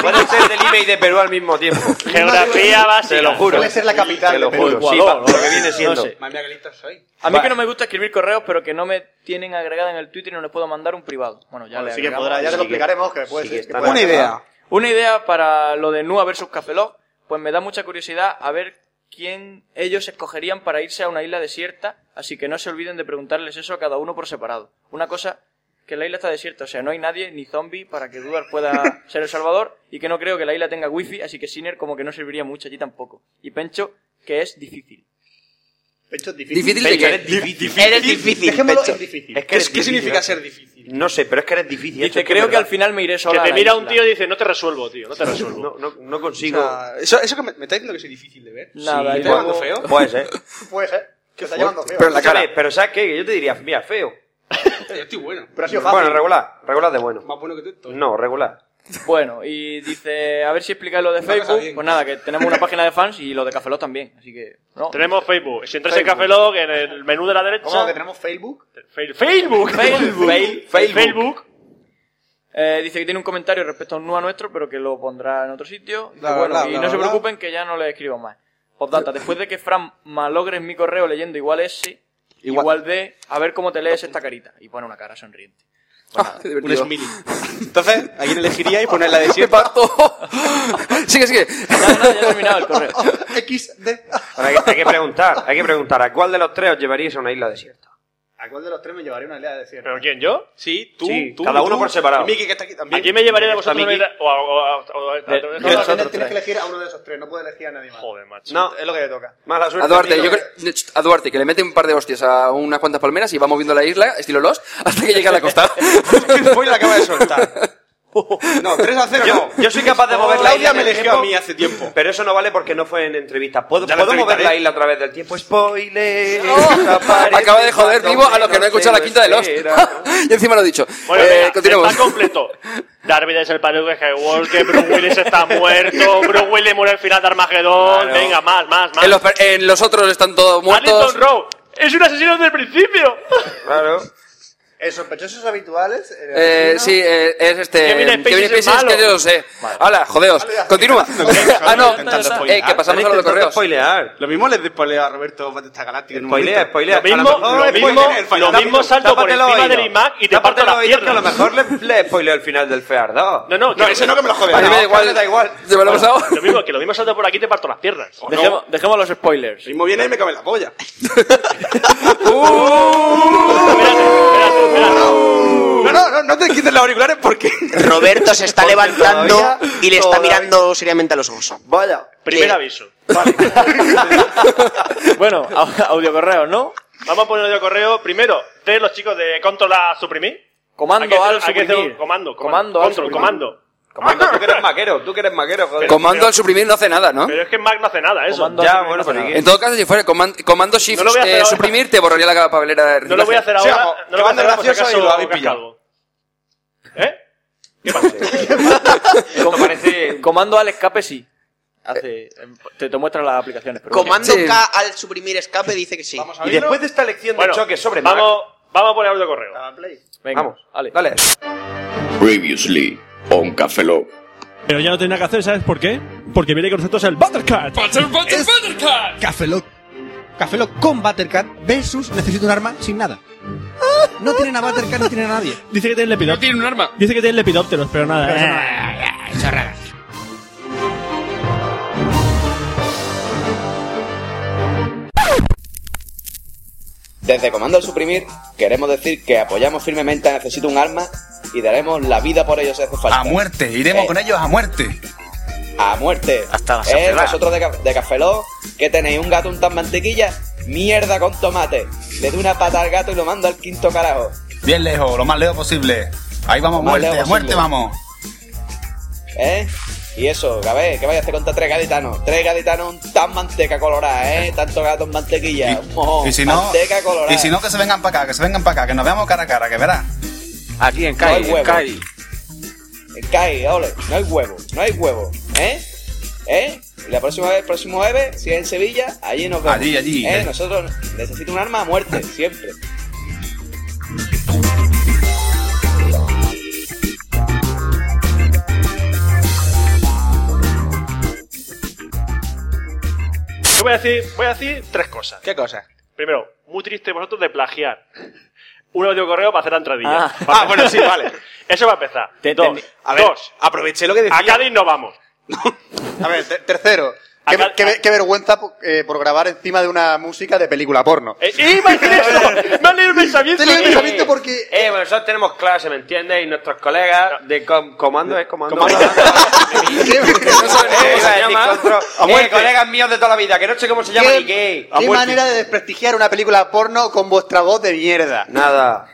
[SPEAKER 11] Pueden ser de Lima y de Perú al mismo tiempo.
[SPEAKER 6] Geografía básica.
[SPEAKER 11] Te lo juro.
[SPEAKER 12] Puede ser la capital
[SPEAKER 11] Te lo
[SPEAKER 12] de Perú.
[SPEAKER 11] juro. Sí,
[SPEAKER 7] Ecuador,
[SPEAKER 11] pa-
[SPEAKER 7] ¿no?
[SPEAKER 11] lo que viene siendo.
[SPEAKER 7] No sé.
[SPEAKER 9] Más mía que listo soy.
[SPEAKER 7] A mí que no me gusta escribir correos, pero que no me tienen agregada en el Twitter y no les puedo mandar un privado. Bueno, ya le
[SPEAKER 12] Sí que
[SPEAKER 7] agregamos.
[SPEAKER 12] podrá, ya te lo
[SPEAKER 11] Sí que-
[SPEAKER 12] explicaremos que puede
[SPEAKER 11] sí
[SPEAKER 12] ser.
[SPEAKER 11] que
[SPEAKER 12] que
[SPEAKER 11] está
[SPEAKER 12] puede
[SPEAKER 11] mal.
[SPEAKER 12] ser.
[SPEAKER 11] idea.
[SPEAKER 7] Una idea para lo de Nua versus Cafelog, pues me da mucha curiosidad a ver quién ellos escogerían para irse a una isla desierta, así que no se olviden de preguntarles eso a cada uno por separado. Una cosa que la isla está desierta, o sea, no hay nadie ni zombie para que Duar pueda (laughs) ser el salvador y que no creo que la isla tenga wifi, así que Sinner como que no serviría mucho allí tampoco. Y Pencho
[SPEAKER 13] que es difícil.
[SPEAKER 14] Pecho es
[SPEAKER 7] Difícil de Pecho, qué? eres difícil. Eres difícil,
[SPEAKER 14] Dejémoslo
[SPEAKER 7] Pecho.
[SPEAKER 14] en difícil.
[SPEAKER 7] Es que eres ¿Qué difícil, significa ¿eh? ser
[SPEAKER 14] difícil?
[SPEAKER 7] No sé, pero es que eres difícil.
[SPEAKER 13] Dice, creo que al final me iré sola
[SPEAKER 6] Que
[SPEAKER 13] a
[SPEAKER 6] te
[SPEAKER 13] la
[SPEAKER 6] mira un
[SPEAKER 13] isla.
[SPEAKER 6] tío y dice, no te resuelvo, tío, no te (laughs) resuelvo.
[SPEAKER 7] No, no, no
[SPEAKER 9] O
[SPEAKER 7] consigo.
[SPEAKER 9] sea, eso, eso que me, me está diciendo que soy difícil de ver.
[SPEAKER 7] Nada,
[SPEAKER 9] ¿Me
[SPEAKER 7] y
[SPEAKER 9] está llamando
[SPEAKER 7] luego-
[SPEAKER 9] feo?
[SPEAKER 7] Puede (laughs) ser.
[SPEAKER 14] Puede ser. Que está llevando feo.
[SPEAKER 7] Pero la cara. Pues, eh, Pero ¿sabes qué? Que Yo te diría, mira, feo.
[SPEAKER 9] Yo estoy bueno.
[SPEAKER 14] Pero ha sido fácil.
[SPEAKER 7] Bueno, regular. Regular de bueno.
[SPEAKER 9] Más bueno que tú. estoy.
[SPEAKER 7] No, regular.
[SPEAKER 13] Bueno, y
[SPEAKER 6] Eh,
[SPEAKER 13] dice, a ver si explicáis lo de Facebook. Pues nada, que tenemos una página de fans y lo de Cafelot también, así que... No.
[SPEAKER 6] Tenemos Facebook. Si entras en
[SPEAKER 13] Facebook.
[SPEAKER 6] Café Log, en el menú de la derecha.
[SPEAKER 13] ¿Cómo que
[SPEAKER 14] tenemos Facebook?
[SPEAKER 6] Facebook.
[SPEAKER 13] Facebook.
[SPEAKER 6] Fail-
[SPEAKER 13] Facebook.
[SPEAKER 6] Facebook.
[SPEAKER 13] Eh, dice que tiene un comentario respecto a un NUA nuestro, pero que lo pondrá en otro sitio. Dice,
[SPEAKER 9] Bla, bla,
[SPEAKER 13] bueno,
[SPEAKER 9] bla,
[SPEAKER 13] y
[SPEAKER 9] bla,
[SPEAKER 13] no se
[SPEAKER 9] bla.
[SPEAKER 13] preocupen que ya no le escribo más. Postdata, después de que Fran malogres mi correo leyendo igual S, igual, D, a ver cómo te lees esta carita. Y pone una cara sonriente.
[SPEAKER 8] (laughs)
[SPEAKER 9] Un smiley. Entonces, ¿a quién elegiría y ponerla de
[SPEAKER 13] Me
[SPEAKER 9] (laughs) siempre?
[SPEAKER 13] sigue, sigue. Nada, nada, ya he terminado el correo.
[SPEAKER 7] Ahora hay, que- hay que preguntar, hay que preguntar, ¿a cuál de los tres os llevaríais a una isla desierta?
[SPEAKER 14] ¿A cuál de los tres me llevaría una idea de cierre?
[SPEAKER 6] ¿Pero quién, yo?
[SPEAKER 9] Sí,
[SPEAKER 6] tú,
[SPEAKER 7] Sí,
[SPEAKER 6] tú,
[SPEAKER 7] cada uno
[SPEAKER 6] tú.
[SPEAKER 7] por separado.
[SPEAKER 6] Y Miki, que está aquí también. ¿A quién me llevaría de vosotros?
[SPEAKER 7] Miki.
[SPEAKER 6] una idea- O a- o a- o a-
[SPEAKER 7] De-
[SPEAKER 6] no,
[SPEAKER 7] de
[SPEAKER 6] no,
[SPEAKER 7] los
[SPEAKER 6] no,
[SPEAKER 7] otros
[SPEAKER 6] no,
[SPEAKER 14] Tienes que elegir a uno de esos tres, no puedes elegir a nadie más.
[SPEAKER 6] Joder, macho.
[SPEAKER 7] No.
[SPEAKER 14] Es lo que te toca.
[SPEAKER 7] Mala suerte.
[SPEAKER 8] A Duarte,
[SPEAKER 7] tío.
[SPEAKER 8] yo creo- Ch, a Duarte, que le mete un par de hostias a unas cuantas palmeras y va moviendo la isla, estilo Lost, hasta que llega a la costa.
[SPEAKER 9] Hoy la acaba de soltar. (laughs) No, 3 a 0
[SPEAKER 7] Yo, yo soy capaz de mover la
[SPEAKER 9] Claudia
[SPEAKER 7] isla.
[SPEAKER 9] me
[SPEAKER 7] en el
[SPEAKER 9] eligió a
[SPEAKER 7] tiempo,
[SPEAKER 9] mí hace tiempo.
[SPEAKER 7] Pero eso no vale porque no fue en entrevista. ¿Puedo,
[SPEAKER 9] Ya la
[SPEAKER 7] puedo mover la
[SPEAKER 9] entrevistaré.
[SPEAKER 7] isla a través del tiempo? ¡Spoiler!
[SPEAKER 8] (laughs) Acaba de joder vivo a los que no han escuchado la quinta de Lost. (laughs) y encima lo he dicho.
[SPEAKER 6] Bueno,
[SPEAKER 8] Eh,
[SPEAKER 6] mira,
[SPEAKER 8] continuemos.
[SPEAKER 6] está completo. Darth Vader es el padre de Skywalker, Bruce Willis está muerto, Bruce Willis muere al final de Armagedón,
[SPEAKER 8] Claro.
[SPEAKER 6] venga, más, más, más.
[SPEAKER 8] En los, per- en los otros están todos muertos.
[SPEAKER 6] Alison Rowe es un asesino desde el principio.
[SPEAKER 7] Claro.
[SPEAKER 14] Eh, sospechosos habituales. eh,
[SPEAKER 8] Eh,
[SPEAKER 14] asesino.
[SPEAKER 8] sí, eh, es este.
[SPEAKER 14] Kevin Spacey
[SPEAKER 8] Kevin
[SPEAKER 14] es el
[SPEAKER 8] Spacey es que
[SPEAKER 14] malo.
[SPEAKER 8] yo lo sé. Hala, jodeos. Continúa. ah, (laughs) no. Eh, que pasamos a los correos.
[SPEAKER 7] spoilear.
[SPEAKER 9] Lo mismo les de spoilear a Roberto Batista Galáctico. en un
[SPEAKER 7] Spoilea,
[SPEAKER 9] momento.
[SPEAKER 7] spoilea.
[SPEAKER 9] Lo mismo-
[SPEAKER 7] A lo mejor
[SPEAKER 9] lo
[SPEAKER 7] spoilea
[SPEAKER 9] mismo-
[SPEAKER 7] el final.
[SPEAKER 9] lo mismo salto por
[SPEAKER 7] Tápatelo
[SPEAKER 9] encima
[SPEAKER 7] oído.
[SPEAKER 9] del iMac y te parto
[SPEAKER 7] Tápatelo
[SPEAKER 9] las
[SPEAKER 7] oído, que A
[SPEAKER 9] piernas.
[SPEAKER 7] lo mejor le, le spoileo el final del Fear 2.
[SPEAKER 6] No, no, que-
[SPEAKER 7] ese no que me lo joder.
[SPEAKER 6] A mí me da
[SPEAKER 7] No,
[SPEAKER 6] igual.
[SPEAKER 7] que le da igual.
[SPEAKER 8] Se me lo he pasado.
[SPEAKER 6] (laughs) Lo mismo, que lo mismo salta por aquí y te parto las piernas.
[SPEAKER 13] Dejemos, dejemos los spoilers.
[SPEAKER 9] mismo viene y me cabe la polla.
[SPEAKER 7] Uh.
[SPEAKER 9] No, no, no, no te quites los auriculares
[SPEAKER 7] (laughs)
[SPEAKER 9] porque.
[SPEAKER 5] Roberto se está
[SPEAKER 9] Porque
[SPEAKER 5] levantando
[SPEAKER 9] todavía-
[SPEAKER 5] y le está
[SPEAKER 9] todavía-
[SPEAKER 5] mirando seriamente a los ojos.
[SPEAKER 9] Vaya.
[SPEAKER 6] Primer
[SPEAKER 5] Eh,
[SPEAKER 6] aviso.
[SPEAKER 13] Bueno, au- audio correo, ¿no?
[SPEAKER 6] Vamos a poner el correo primero de los chicos de Control a suprimir.
[SPEAKER 13] Comando
[SPEAKER 6] Hay que hacer-
[SPEAKER 13] al
[SPEAKER 6] hay que hacer un
[SPEAKER 13] suprimir. Comando
[SPEAKER 6] Comando, comando.
[SPEAKER 13] al
[SPEAKER 6] Control,
[SPEAKER 13] suprimir.
[SPEAKER 6] comando.
[SPEAKER 7] Comando, tú que eres maquero, tú que eres maquero, joder.
[SPEAKER 8] Comando al suprimir no hace nada, ¿no?
[SPEAKER 6] Pero es que Mac no hace nada, eso. pues
[SPEAKER 7] Ya, bueno, pero ¿y qué?
[SPEAKER 8] En todo caso, si fuera coman- comando shift
[SPEAKER 6] No lo voy a hacer
[SPEAKER 8] eh,
[SPEAKER 6] ahora.
[SPEAKER 8] suprimir, te borraría la papelera.
[SPEAKER 6] No lo voy a hacer
[SPEAKER 9] Sí,
[SPEAKER 6] ahora.
[SPEAKER 9] vamos,
[SPEAKER 6] no lo voy a
[SPEAKER 9] que
[SPEAKER 6] hacer ahora por si
[SPEAKER 9] gracioso y
[SPEAKER 6] acaso
[SPEAKER 9] lo habéis
[SPEAKER 6] casca
[SPEAKER 9] pillado.
[SPEAKER 6] algo. ¿Eh? ¿Qué pasa?
[SPEAKER 13] Com- Comando al escape sí.
[SPEAKER 7] Eh,
[SPEAKER 13] Hace, te, te muestra las aplicaciones. pero-
[SPEAKER 5] Comando
[SPEAKER 13] Sí.
[SPEAKER 5] K al suprimir escape dice que sí.
[SPEAKER 7] Y después de esta lección
[SPEAKER 6] Bueno,
[SPEAKER 7] de choque sobre Mac,
[SPEAKER 6] vamos, vamos a poner audio correo.
[SPEAKER 13] Venga,
[SPEAKER 7] Vamos.
[SPEAKER 13] vale.
[SPEAKER 7] dale.
[SPEAKER 15] Previously on Café Lock.
[SPEAKER 2] Pero ya no tiene nada que hacer, ¿sabes por qué? Porque viene con nosotros el Buttercat.
[SPEAKER 16] Es Cafelot. Cafelot con Buttercat versus necesito un arma sin nada. Ah, No tienen a Buttercat, no tienen a nadie.
[SPEAKER 2] Dice que tiene lepidópteros.
[SPEAKER 17] tiene un arma.
[SPEAKER 2] Dice que tiene lepidópteros, pero nada. ¿eh? eso no.
[SPEAKER 16] Chorradas.
[SPEAKER 18] Desde Comando al Suprimir queremos decir que apoyamos firmemente a Necesito un Arma y daremos la vida por ellos si hace falta.
[SPEAKER 4] A muerte, iremos
[SPEAKER 18] Eh,
[SPEAKER 4] con ellos a muerte.
[SPEAKER 18] A muerte.
[SPEAKER 4] Hasta la
[SPEAKER 18] Eh,
[SPEAKER 4] saciedad.
[SPEAKER 18] vosotros de, Ca- de Café Lock, que tenéis un gato un tan mantequilla, mierda con tomate. Le doy una pata al gato y lo mando al quinto carajo.
[SPEAKER 4] Bien lejos, lo más lejos posible. Ahí vamos,
[SPEAKER 18] Lo más
[SPEAKER 4] muerte,
[SPEAKER 18] lejos
[SPEAKER 4] a muerte
[SPEAKER 18] posible.
[SPEAKER 4] vamos.
[SPEAKER 18] ¿Eh? Y eso, a ver, ¿qué vais a hacer contra tres gaditanos? Tres gaditanos un tan manteca colorada, ¿eh? Tanto gato en mantequilla. un mojón,
[SPEAKER 4] Y si no,
[SPEAKER 18] manteca colorada.
[SPEAKER 4] y si no que se vengan para acá, que se vengan para acá, que nos veamos cara a cara, que verás.
[SPEAKER 18] Aquí en
[SPEAKER 4] Cádiz,
[SPEAKER 18] no hay
[SPEAKER 4] en
[SPEAKER 18] huevo.
[SPEAKER 4] Cádiz.
[SPEAKER 18] En Cádiz, ole, no hay huevo, no hay huevo, ¿eh? ¿Eh? Y La próxima vez, el próximo jueves, si es en Sevilla, allí nos vemos.
[SPEAKER 4] Allí, allí,
[SPEAKER 18] ¿Eh?
[SPEAKER 4] eh.
[SPEAKER 18] Nosotros necesito un arma a muerte, siempre.
[SPEAKER 6] Yo voy a decir, voy a decir tres cosas.
[SPEAKER 9] ¿Qué cosa?
[SPEAKER 6] Primero, muy triste vosotros de plagiar un audio correo para hacer la entradilla.
[SPEAKER 9] Ah.
[SPEAKER 6] Para-
[SPEAKER 9] Ah, bueno, sí, vale.
[SPEAKER 6] Eso va a empezar.
[SPEAKER 9] Te-
[SPEAKER 6] dos,
[SPEAKER 9] te- a ver,
[SPEAKER 6] dos.
[SPEAKER 9] (laughs) aproveché lo que decía.
[SPEAKER 6] A Cádiz no vamos.
[SPEAKER 9] A ver, te- tercero.
[SPEAKER 5] Qué, qué- qué vergüenza por, eh, por grabar encima de una música de película porno.
[SPEAKER 6] ¡Eh, iba a
[SPEAKER 5] (laughs)
[SPEAKER 6] decir eso! ¡Me han leído el pensamiento!
[SPEAKER 5] Te leo el
[SPEAKER 6] tío.
[SPEAKER 5] pensamiento porque... (laughs)
[SPEAKER 7] Eh, bueno, nosotros tenemos clase, ¿me entiendes? Y nuestros colegas de com- comando es comando. (laughs)
[SPEAKER 9] (laughs)
[SPEAKER 7] no saben cómo se llama. Eh, colegas míos de toda la vida, que no sé cómo se llama ni qué.
[SPEAKER 5] ¿Qué manera de desprestigiar una película porno con vuestra voz de mierda?
[SPEAKER 7] Nada.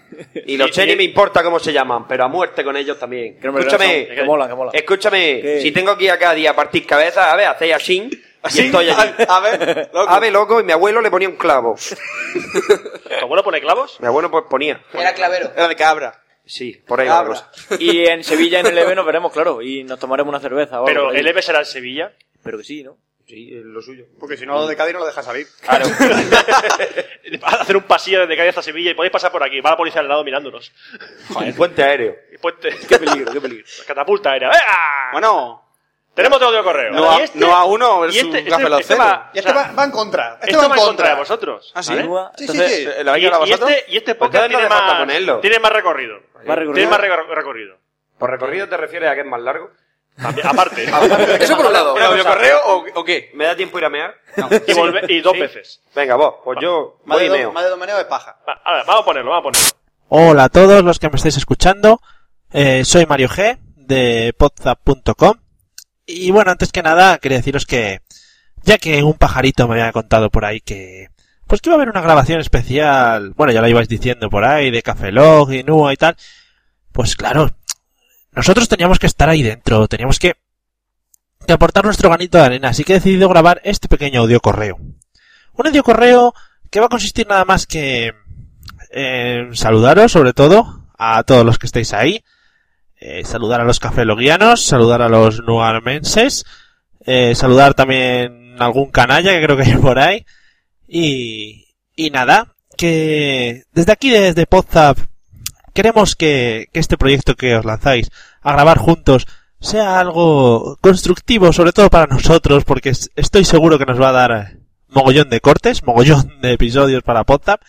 [SPEAKER 7] Y los chenis me importa cómo se llaman, pero a muerte con ellos también.
[SPEAKER 5] hombre,
[SPEAKER 7] Escúchame.
[SPEAKER 5] que mola, que mola.
[SPEAKER 7] Escúchame.
[SPEAKER 5] ¿Qué?
[SPEAKER 7] Si tengo que ir a cada día a partir cabeza, a ver, hacéis así. Y estoy allí. A ver, loco. A ver, loco, y mi abuelo le ponía un clavo.
[SPEAKER 6] ¿Tu abuelo pone clavos?
[SPEAKER 7] Mi abuelo pues ponía.
[SPEAKER 19] Era clavero.
[SPEAKER 7] Era de cabra. Sí, por ahí va la
[SPEAKER 20] Cabra.
[SPEAKER 7] cosa.
[SPEAKER 20] Y en Sevilla, en el EVE, nos veremos, claro. Y nos tomaremos una cerveza.
[SPEAKER 6] Pero el EVE será en Sevilla.
[SPEAKER 20] Pero que sí, ¿no?
[SPEAKER 7] Sí, es lo suyo.
[SPEAKER 5] Porque si no, de Cádiz no lo deja salir. (laughs)
[SPEAKER 6] Hacer un pasillo desde Cádiz hasta Sevilla y podéis pasar por aquí. Va la policía al lado mirándonos.
[SPEAKER 7] Joder, puente aéreo.
[SPEAKER 6] Y puente. Qué peligro, qué peligro. (laughs) Catapulta era. Bueno. Tenemos otro audio correo.
[SPEAKER 9] No a-
[SPEAKER 6] Y este-
[SPEAKER 9] no a uno
[SPEAKER 6] y
[SPEAKER 9] versus
[SPEAKER 6] este, este-
[SPEAKER 9] Café Lock
[SPEAKER 6] este
[SPEAKER 9] Cero.
[SPEAKER 6] va,
[SPEAKER 5] Y este
[SPEAKER 6] o sea,
[SPEAKER 5] va, va en contra. Este,
[SPEAKER 6] Esto
[SPEAKER 5] va
[SPEAKER 6] va en contra de vosotros.
[SPEAKER 5] ¿Ah, sí?
[SPEAKER 6] ¿vale?
[SPEAKER 5] Sí, sí, sí.
[SPEAKER 6] Y, y este, y este
[SPEAKER 7] Ustedes
[SPEAKER 6] podcast
[SPEAKER 7] Pues no
[SPEAKER 6] tiene,
[SPEAKER 7] hace falta
[SPEAKER 6] más,
[SPEAKER 7] ponerlo.
[SPEAKER 6] tiene más recorrido.
[SPEAKER 7] recorrido?
[SPEAKER 6] Tiene más recor- recorrido.
[SPEAKER 7] ¿Por recorrido te refieres a que es más largo? (laughs)
[SPEAKER 6] También- aparte.
[SPEAKER 7] Eso por un lado.
[SPEAKER 6] Una cosa.
[SPEAKER 7] correo o, o qué? ¿Me da tiempo ir a mear?
[SPEAKER 6] Y, volve- y dos
[SPEAKER 7] Sí.
[SPEAKER 6] veces.
[SPEAKER 7] Venga, vos, pues yo
[SPEAKER 5] Más de,
[SPEAKER 7] voy y
[SPEAKER 5] dos,
[SPEAKER 7] meo.
[SPEAKER 5] más de dos maneras de paja.
[SPEAKER 6] Va, a ver, vamos a ponerlo, vamos a ponerlo.
[SPEAKER 2] Hola a todos los que me estáis escuchando. Eh, soy Mario G de podzap.com. Y bueno, antes que nada, quería deciros que, ya que un pajarito me había contado por ahí que, pues que iba a haber una grabación especial, bueno, ya la ibais diciendo por ahí, de Café Log y Nua y tal, pues claro, nosotros teníamos que estar ahí dentro, teníamos que, que aportar nuestro granito de arena, así que he decidido grabar este pequeño audio correo. Un audio correo que va a consistir nada más que, eh, saludaros sobre todo a todos los que estéis ahí. Eh, saludar a los cafeloguianos, saludar a los nuarmenses, eh, saludar también a algún canalla que creo que hay por ahí. Y, y nada, que desde aquí, desde Podzap, queremos que, que este proyecto que os lanzáis a grabar juntos sea algo constructivo, sobre todo para nosotros, porque es- estoy seguro que nos va a dar mogollón de cortes, mogollón de episodios para Podzap.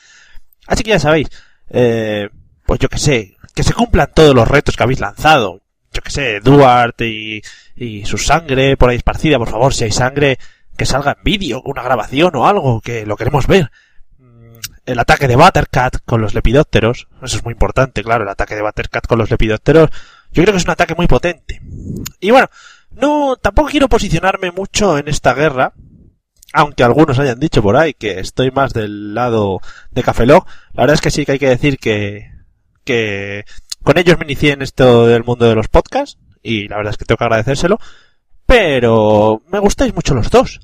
[SPEAKER 2] Así que ya sabéis, eh, pues yo que sé, que se cumplan todos los retos que habéis lanzado. Yo que sé, Duarte y, y su sangre por ahí esparcida, por favor, si hay sangre, que salga en vídeo, una grabación o algo, que lo queremos ver. Mm, El ataque de Buttercat con los lepidópteros, eso es muy importante, claro, el ataque de Buttercat con los lepidópteros, yo creo que es un ataque muy potente. Y bueno, no, tampoco quiero posicionarme mucho en esta guerra, aunque algunos hayan dicho por ahí que estoy más del lado de Cafelog, la verdad es que sí que hay que decir que, que con ellos me inicié en esto del mundo de los podcasts y la verdad es que tengo que agradecérselo, pero me gustáis mucho los dos,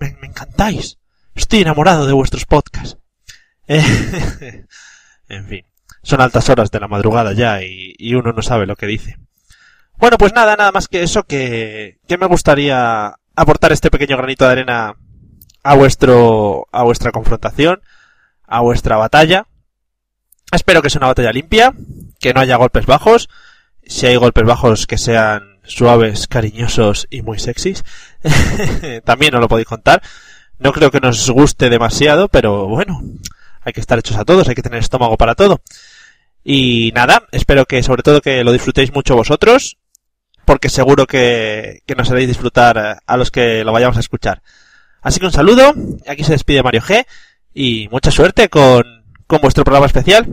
[SPEAKER 2] me, me encantáis, estoy enamorado de vuestros podcasts. (laughs) Eh, en fin, son altas horas de la madrugada ya y- y uno no sabe lo que dice. Bueno, pues nada, nada más que eso que, que me gustaría aportar este pequeño granito de arena a vuestro a vuestra confrontación, a vuestra batalla. Espero que sea una batalla limpia, que no haya golpes bajos, si hay golpes bajos que sean suaves, cariñosos y muy sexys. (laughs) También os lo podéis contar. No creo que nos guste demasiado, pero bueno, hay que estar hechos a todos, hay que tener estómago para todo. Y nada, espero que sobre todo que lo disfrutéis mucho vosotros, porque seguro que, que nos haréis disfrutar eh, a los que lo vayamos a escuchar. Así que un saludo, aquí se despide Mario G y mucha suerte con, con vuestro programa especial.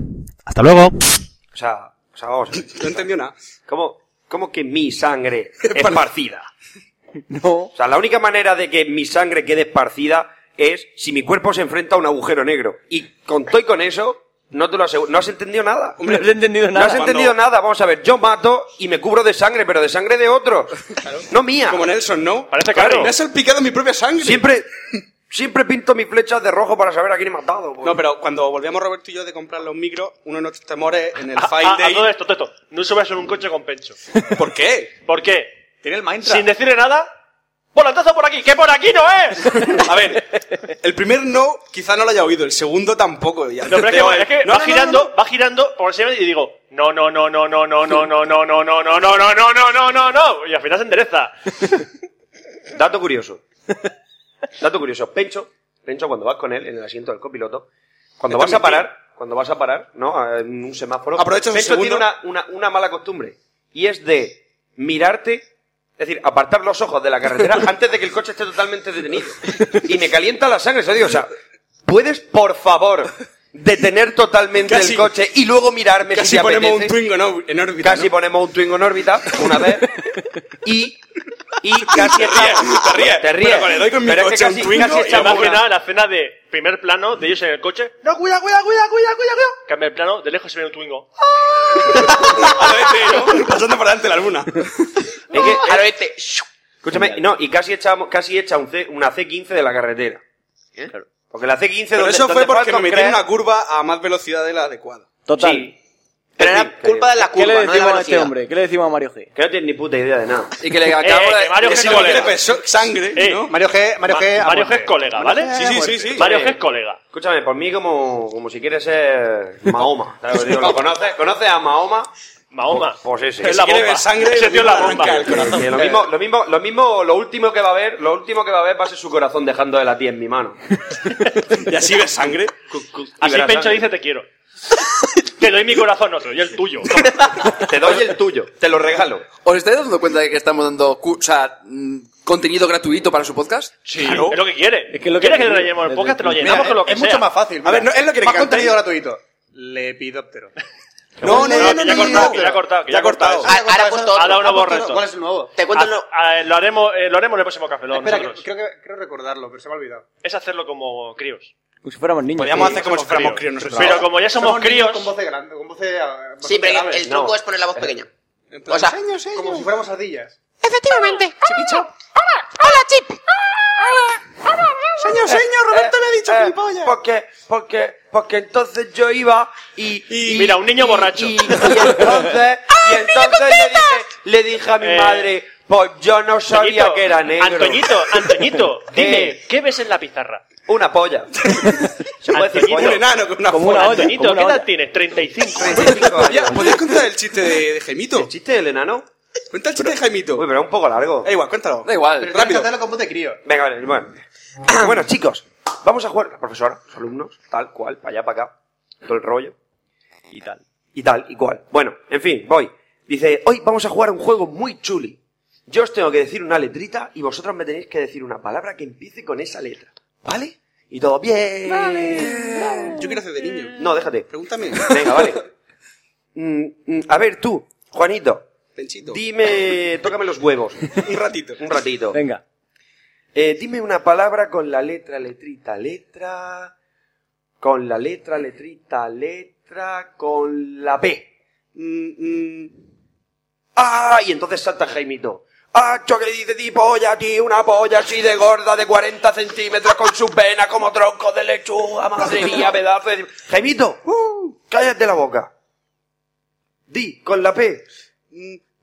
[SPEAKER 2] Hasta luego.
[SPEAKER 7] O sea, o sea, vamos. No entendió nada. ¿Cómo, cómo que mi sangre esparcida? No. O sea, la única manera de que mi sangre quede esparcida es si mi cuerpo se enfrenta a un agujero negro. Y con todo y con eso, no te lo aseguro. No has entendido nada.
[SPEAKER 20] Hombre, no he entendido
[SPEAKER 7] No has entendido nada. Vamos a ver, yo mato y me cubro de sangre, pero de sangre de otro. No
[SPEAKER 9] (laughs)
[SPEAKER 7] mía. Como
[SPEAKER 9] Nelson, ¿no?
[SPEAKER 6] Parece
[SPEAKER 9] caro. Me has salpicado mi propia sangre.
[SPEAKER 7] Siempre, siempre pinto mis flechas de rojo para saber a quién he matado. pues.
[SPEAKER 9] No, pero cuando volvíamos Roberto y yo de comprar los micros, uno de nuestros temores en el
[SPEAKER 6] Ah,
[SPEAKER 9] File
[SPEAKER 6] ah, ah,
[SPEAKER 9] Day.
[SPEAKER 6] todo esto, todo esto. No eh. subas en un coche con pencho.
[SPEAKER 9] ¿Por qué?
[SPEAKER 6] ¿Por qué?
[SPEAKER 9] Tiene el Minecraft.
[SPEAKER 6] Sin decirle nada. ¡Volantazo por aquí! ¡Que por aquí no es!
[SPEAKER 9] A ver, el primer no quizá no lo haya oído, el segundo tampoco. Y al
[SPEAKER 6] No, pero es
[SPEAKER 9] tercero,
[SPEAKER 6] que, es que
[SPEAKER 9] no,
[SPEAKER 6] va
[SPEAKER 9] no, no,
[SPEAKER 6] girando, va girando por encima y digo, no, no, no, no, no, no, no, no, no, no, no, no, no, no, no, no, no, no, no. Y al final se endereza.
[SPEAKER 7] Dato (laughs) curioso. Dato curioso. Pencho, Pencho, cuando vas con él en el asiento del copiloto, cuando
[SPEAKER 9] Está
[SPEAKER 7] vas a
[SPEAKER 9] metido.
[SPEAKER 7] parar, cuando vas a parar, ¿no? A- En un semáforo.
[SPEAKER 9] Aprovechas un
[SPEAKER 7] Pencho
[SPEAKER 9] segundo.
[SPEAKER 7] tiene una, una, una mala costumbre. Y es de mirarte Es decir, apartar los ojos de la (laughs) carretera antes de que el coche esté totalmente detenido. Y me calienta la sangre, eso digo, o sea, ¿puedes, por favor, detener totalmente
[SPEAKER 9] Casi-
[SPEAKER 7] el coche y luego mirarme
[SPEAKER 9] casi
[SPEAKER 7] si te
[SPEAKER 9] ponemos un
[SPEAKER 7] apetece?
[SPEAKER 9] Twingo en- en órbita.
[SPEAKER 7] Casi
[SPEAKER 9] (laughs)
[SPEAKER 7] ponemos un Twingo en órbita, una
[SPEAKER 6] (laughs)
[SPEAKER 7] vez, y, y casi
[SPEAKER 6] Te
[SPEAKER 7] estamos-
[SPEAKER 6] ríes, te ríes.
[SPEAKER 7] te ríes.
[SPEAKER 6] Pero cuando le doy con mi
[SPEAKER 7] Pero es que
[SPEAKER 6] coche a un
[SPEAKER 7] casi,
[SPEAKER 6] Twingo,
[SPEAKER 7] casi estamos
[SPEAKER 6] imagina
[SPEAKER 7] una-
[SPEAKER 6] Ah, la escena de primer plano de ellos en el coche.
[SPEAKER 9] No, cuida, cuida, cuida, cuida, cuida, cuida.
[SPEAKER 6] Cambia el plano, de lejos se ve un Twingo.
[SPEAKER 9] Pasando por delante la luna.
[SPEAKER 7] Es
[SPEAKER 6] Oh.
[SPEAKER 7] que, este, Escúchame, no, y casi echamos, casi echa un C- una C15 de la carretera. Claro. Porque la C15
[SPEAKER 9] Pero
[SPEAKER 7] donde-
[SPEAKER 9] eso fue
[SPEAKER 7] donde
[SPEAKER 9] porque
[SPEAKER 7] Falcon
[SPEAKER 9] me metí en
[SPEAKER 7] Crest-
[SPEAKER 9] una curva a más velocidad de la adecuada.
[SPEAKER 7] Total. Pero era culpa de la
[SPEAKER 21] ¿Qué le decimos a este hombre? ¿Qué le decimos a Mario G?
[SPEAKER 7] Que no tiene ni puta idea de nada.
[SPEAKER 8] Y que
[SPEAKER 6] (laughs)
[SPEAKER 8] le
[SPEAKER 6] acabo de- Eh, que si lo quiere
[SPEAKER 9] sangre, ¿no?
[SPEAKER 6] Eh, Mario G,
[SPEAKER 9] Mario G, a
[SPEAKER 6] Ah, Mario G es
[SPEAKER 9] muerte.
[SPEAKER 6] colega,
[SPEAKER 9] Mario
[SPEAKER 6] ¿vale?
[SPEAKER 9] G, Sí, sí, a sí, muerte. sí. Eh,
[SPEAKER 6] Mario G
[SPEAKER 9] Sí.
[SPEAKER 6] es colega.
[SPEAKER 7] Eh, Escúchame, por mí como, como si quieres ser
[SPEAKER 6] (laughs)
[SPEAKER 7] Mahoma. ¿sabes lo que digo? ¿Lo conoces? ¿Conoces a Mahoma?
[SPEAKER 6] Mahoma.
[SPEAKER 7] Pues ese.
[SPEAKER 6] Es la Si quiere bomba. ver sangre, Ese tío es la bomba.
[SPEAKER 7] Que Lo mismo, lo mismo, lo mismo, lo último que va a ver, lo último que va a ver va a ser su corazón dejando de latir en mi (laughs) mano.
[SPEAKER 9] y así ves sangre.
[SPEAKER 6] Así
[SPEAKER 7] verás
[SPEAKER 6] Pencho
[SPEAKER 7] sangre.
[SPEAKER 6] dice te quiero. (laughs) Te doy mi corazón otro y el tuyo.
[SPEAKER 7] Te doy el tuyo, te lo regalo.
[SPEAKER 8] ¿Os estáis dando cuenta de que estamos dando cu- o sea, mm, contenido gratuito para su podcast?
[SPEAKER 6] Sí, es lo que quiere.
[SPEAKER 8] Es que lo que
[SPEAKER 6] ¿Quieres que,
[SPEAKER 8] quiere.
[SPEAKER 6] le rellenemos el podcast? Te lo
[SPEAKER 8] Mira,
[SPEAKER 6] llenamos con lo que
[SPEAKER 5] es mucho
[SPEAKER 6] sea.
[SPEAKER 5] más fácil.
[SPEAKER 6] A ver, no, él lo quiere
[SPEAKER 5] Más
[SPEAKER 6] que
[SPEAKER 5] contenido
[SPEAKER 6] cantéis.
[SPEAKER 5] gratuito. Lepidóptero.
[SPEAKER 6] No, no, no, no, no, no, que ya ha cortado, que ya ha cortado.
[SPEAKER 5] eso.
[SPEAKER 6] Ha- ahora ha puesto otro.
[SPEAKER 5] Ha puesto
[SPEAKER 6] otro.
[SPEAKER 5] otro. ¿Cuál es el nuevo?
[SPEAKER 6] Te cuento lo... lo haremos, eh, lo haremos en el próximo café. Lo
[SPEAKER 5] Espera,
[SPEAKER 6] nosotros.
[SPEAKER 5] creo, que, creo recordarlo, pero se me ha olvidado.
[SPEAKER 6] Es hacerlo como críos.
[SPEAKER 21] Como si fuéramos niños.
[SPEAKER 6] Podríamos hacer como si fuéramos críos nosotros. Pero como ya somos
[SPEAKER 5] niños
[SPEAKER 6] críos-
[SPEAKER 5] Con voces grandes, con ah, voces.
[SPEAKER 22] Sí, pero el truco es poner la
[SPEAKER 5] Eh.
[SPEAKER 22] voz pequeña. O sea,
[SPEAKER 5] Como si fuéramos ardillas.
[SPEAKER 22] Efectivamente.
[SPEAKER 5] ¡Hola! ¡Hola, Chip! ¡Hola! ¡Hola! Eh,
[SPEAKER 7] Señor, señor, Roberto me ha dicho gilipollas. Eh, Porque, porque, porque entonces yo iba y.
[SPEAKER 6] Mira, un niño borracho.
[SPEAKER 7] Y, (laughs) entonces, y entonces le dije, le dije a mi
[SPEAKER 6] Eh,
[SPEAKER 7] madre, pues yo no sabía
[SPEAKER 6] Antoñito,
[SPEAKER 7] que era negro.
[SPEAKER 6] Antoñito, Antoñito, dime, ¿qué ves en la pizarra?
[SPEAKER 7] Una (laughs) polla. Se puede decir
[SPEAKER 6] Antoñito,
[SPEAKER 7] polla.
[SPEAKER 6] Como una olla, Antoñito, ¿qué edad tienes? 35.
[SPEAKER 9] Ya, (laughs) ¿Podrías contar el chiste de, de Jaimito? ¿El
[SPEAKER 7] chiste del enano?
[SPEAKER 9] Cuenta el chiste de Jaimito. Uy,
[SPEAKER 7] pero es un poco largo.
[SPEAKER 9] Da igual, cuéntalo.
[SPEAKER 8] Da igual.
[SPEAKER 5] Pero tienes que
[SPEAKER 9] Rápido.
[SPEAKER 5] hacerlo con voz de crío.
[SPEAKER 7] Venga, vale, bueno. bueno, chicos, vamos a jugar. La profesora, los alumnos, tal cual, para allá, para acá. Todo el rollo. Y tal. Y tal, y cual. Bueno, en fin, voy. Dice, hoy vamos a jugar un juego muy chuli. Yo os tengo que decir una letrita y vosotros me tenéis que decir una palabra que empiece con esa letra. ¿Vale? Y todo bien.
[SPEAKER 9] Yo quiero hacer de niño.
[SPEAKER 7] No, déjate.
[SPEAKER 9] Pregúntame.
[SPEAKER 7] Venga, vale. Mm, mm, a ver, tú, Juanito.
[SPEAKER 9] Penchito.
[SPEAKER 7] Dime, tócame los huevos.
[SPEAKER 9] Un ratito.
[SPEAKER 7] Un ratito.
[SPEAKER 21] Venga.
[SPEAKER 7] Eh, dime una palabra con la letra, letrita, letra. Con la letra, letrita, letra. Con la P. Mm, mm. ¡Ah! Y entonces salta Jaimito. ¡Ah, que dice ti polla, ti una polla así de gorda de 40 centímetros con sus venas como troncos de lechuga, madre mía, pedazo de... Jaimito, ¡uh! cállate la boca. Di, con la P.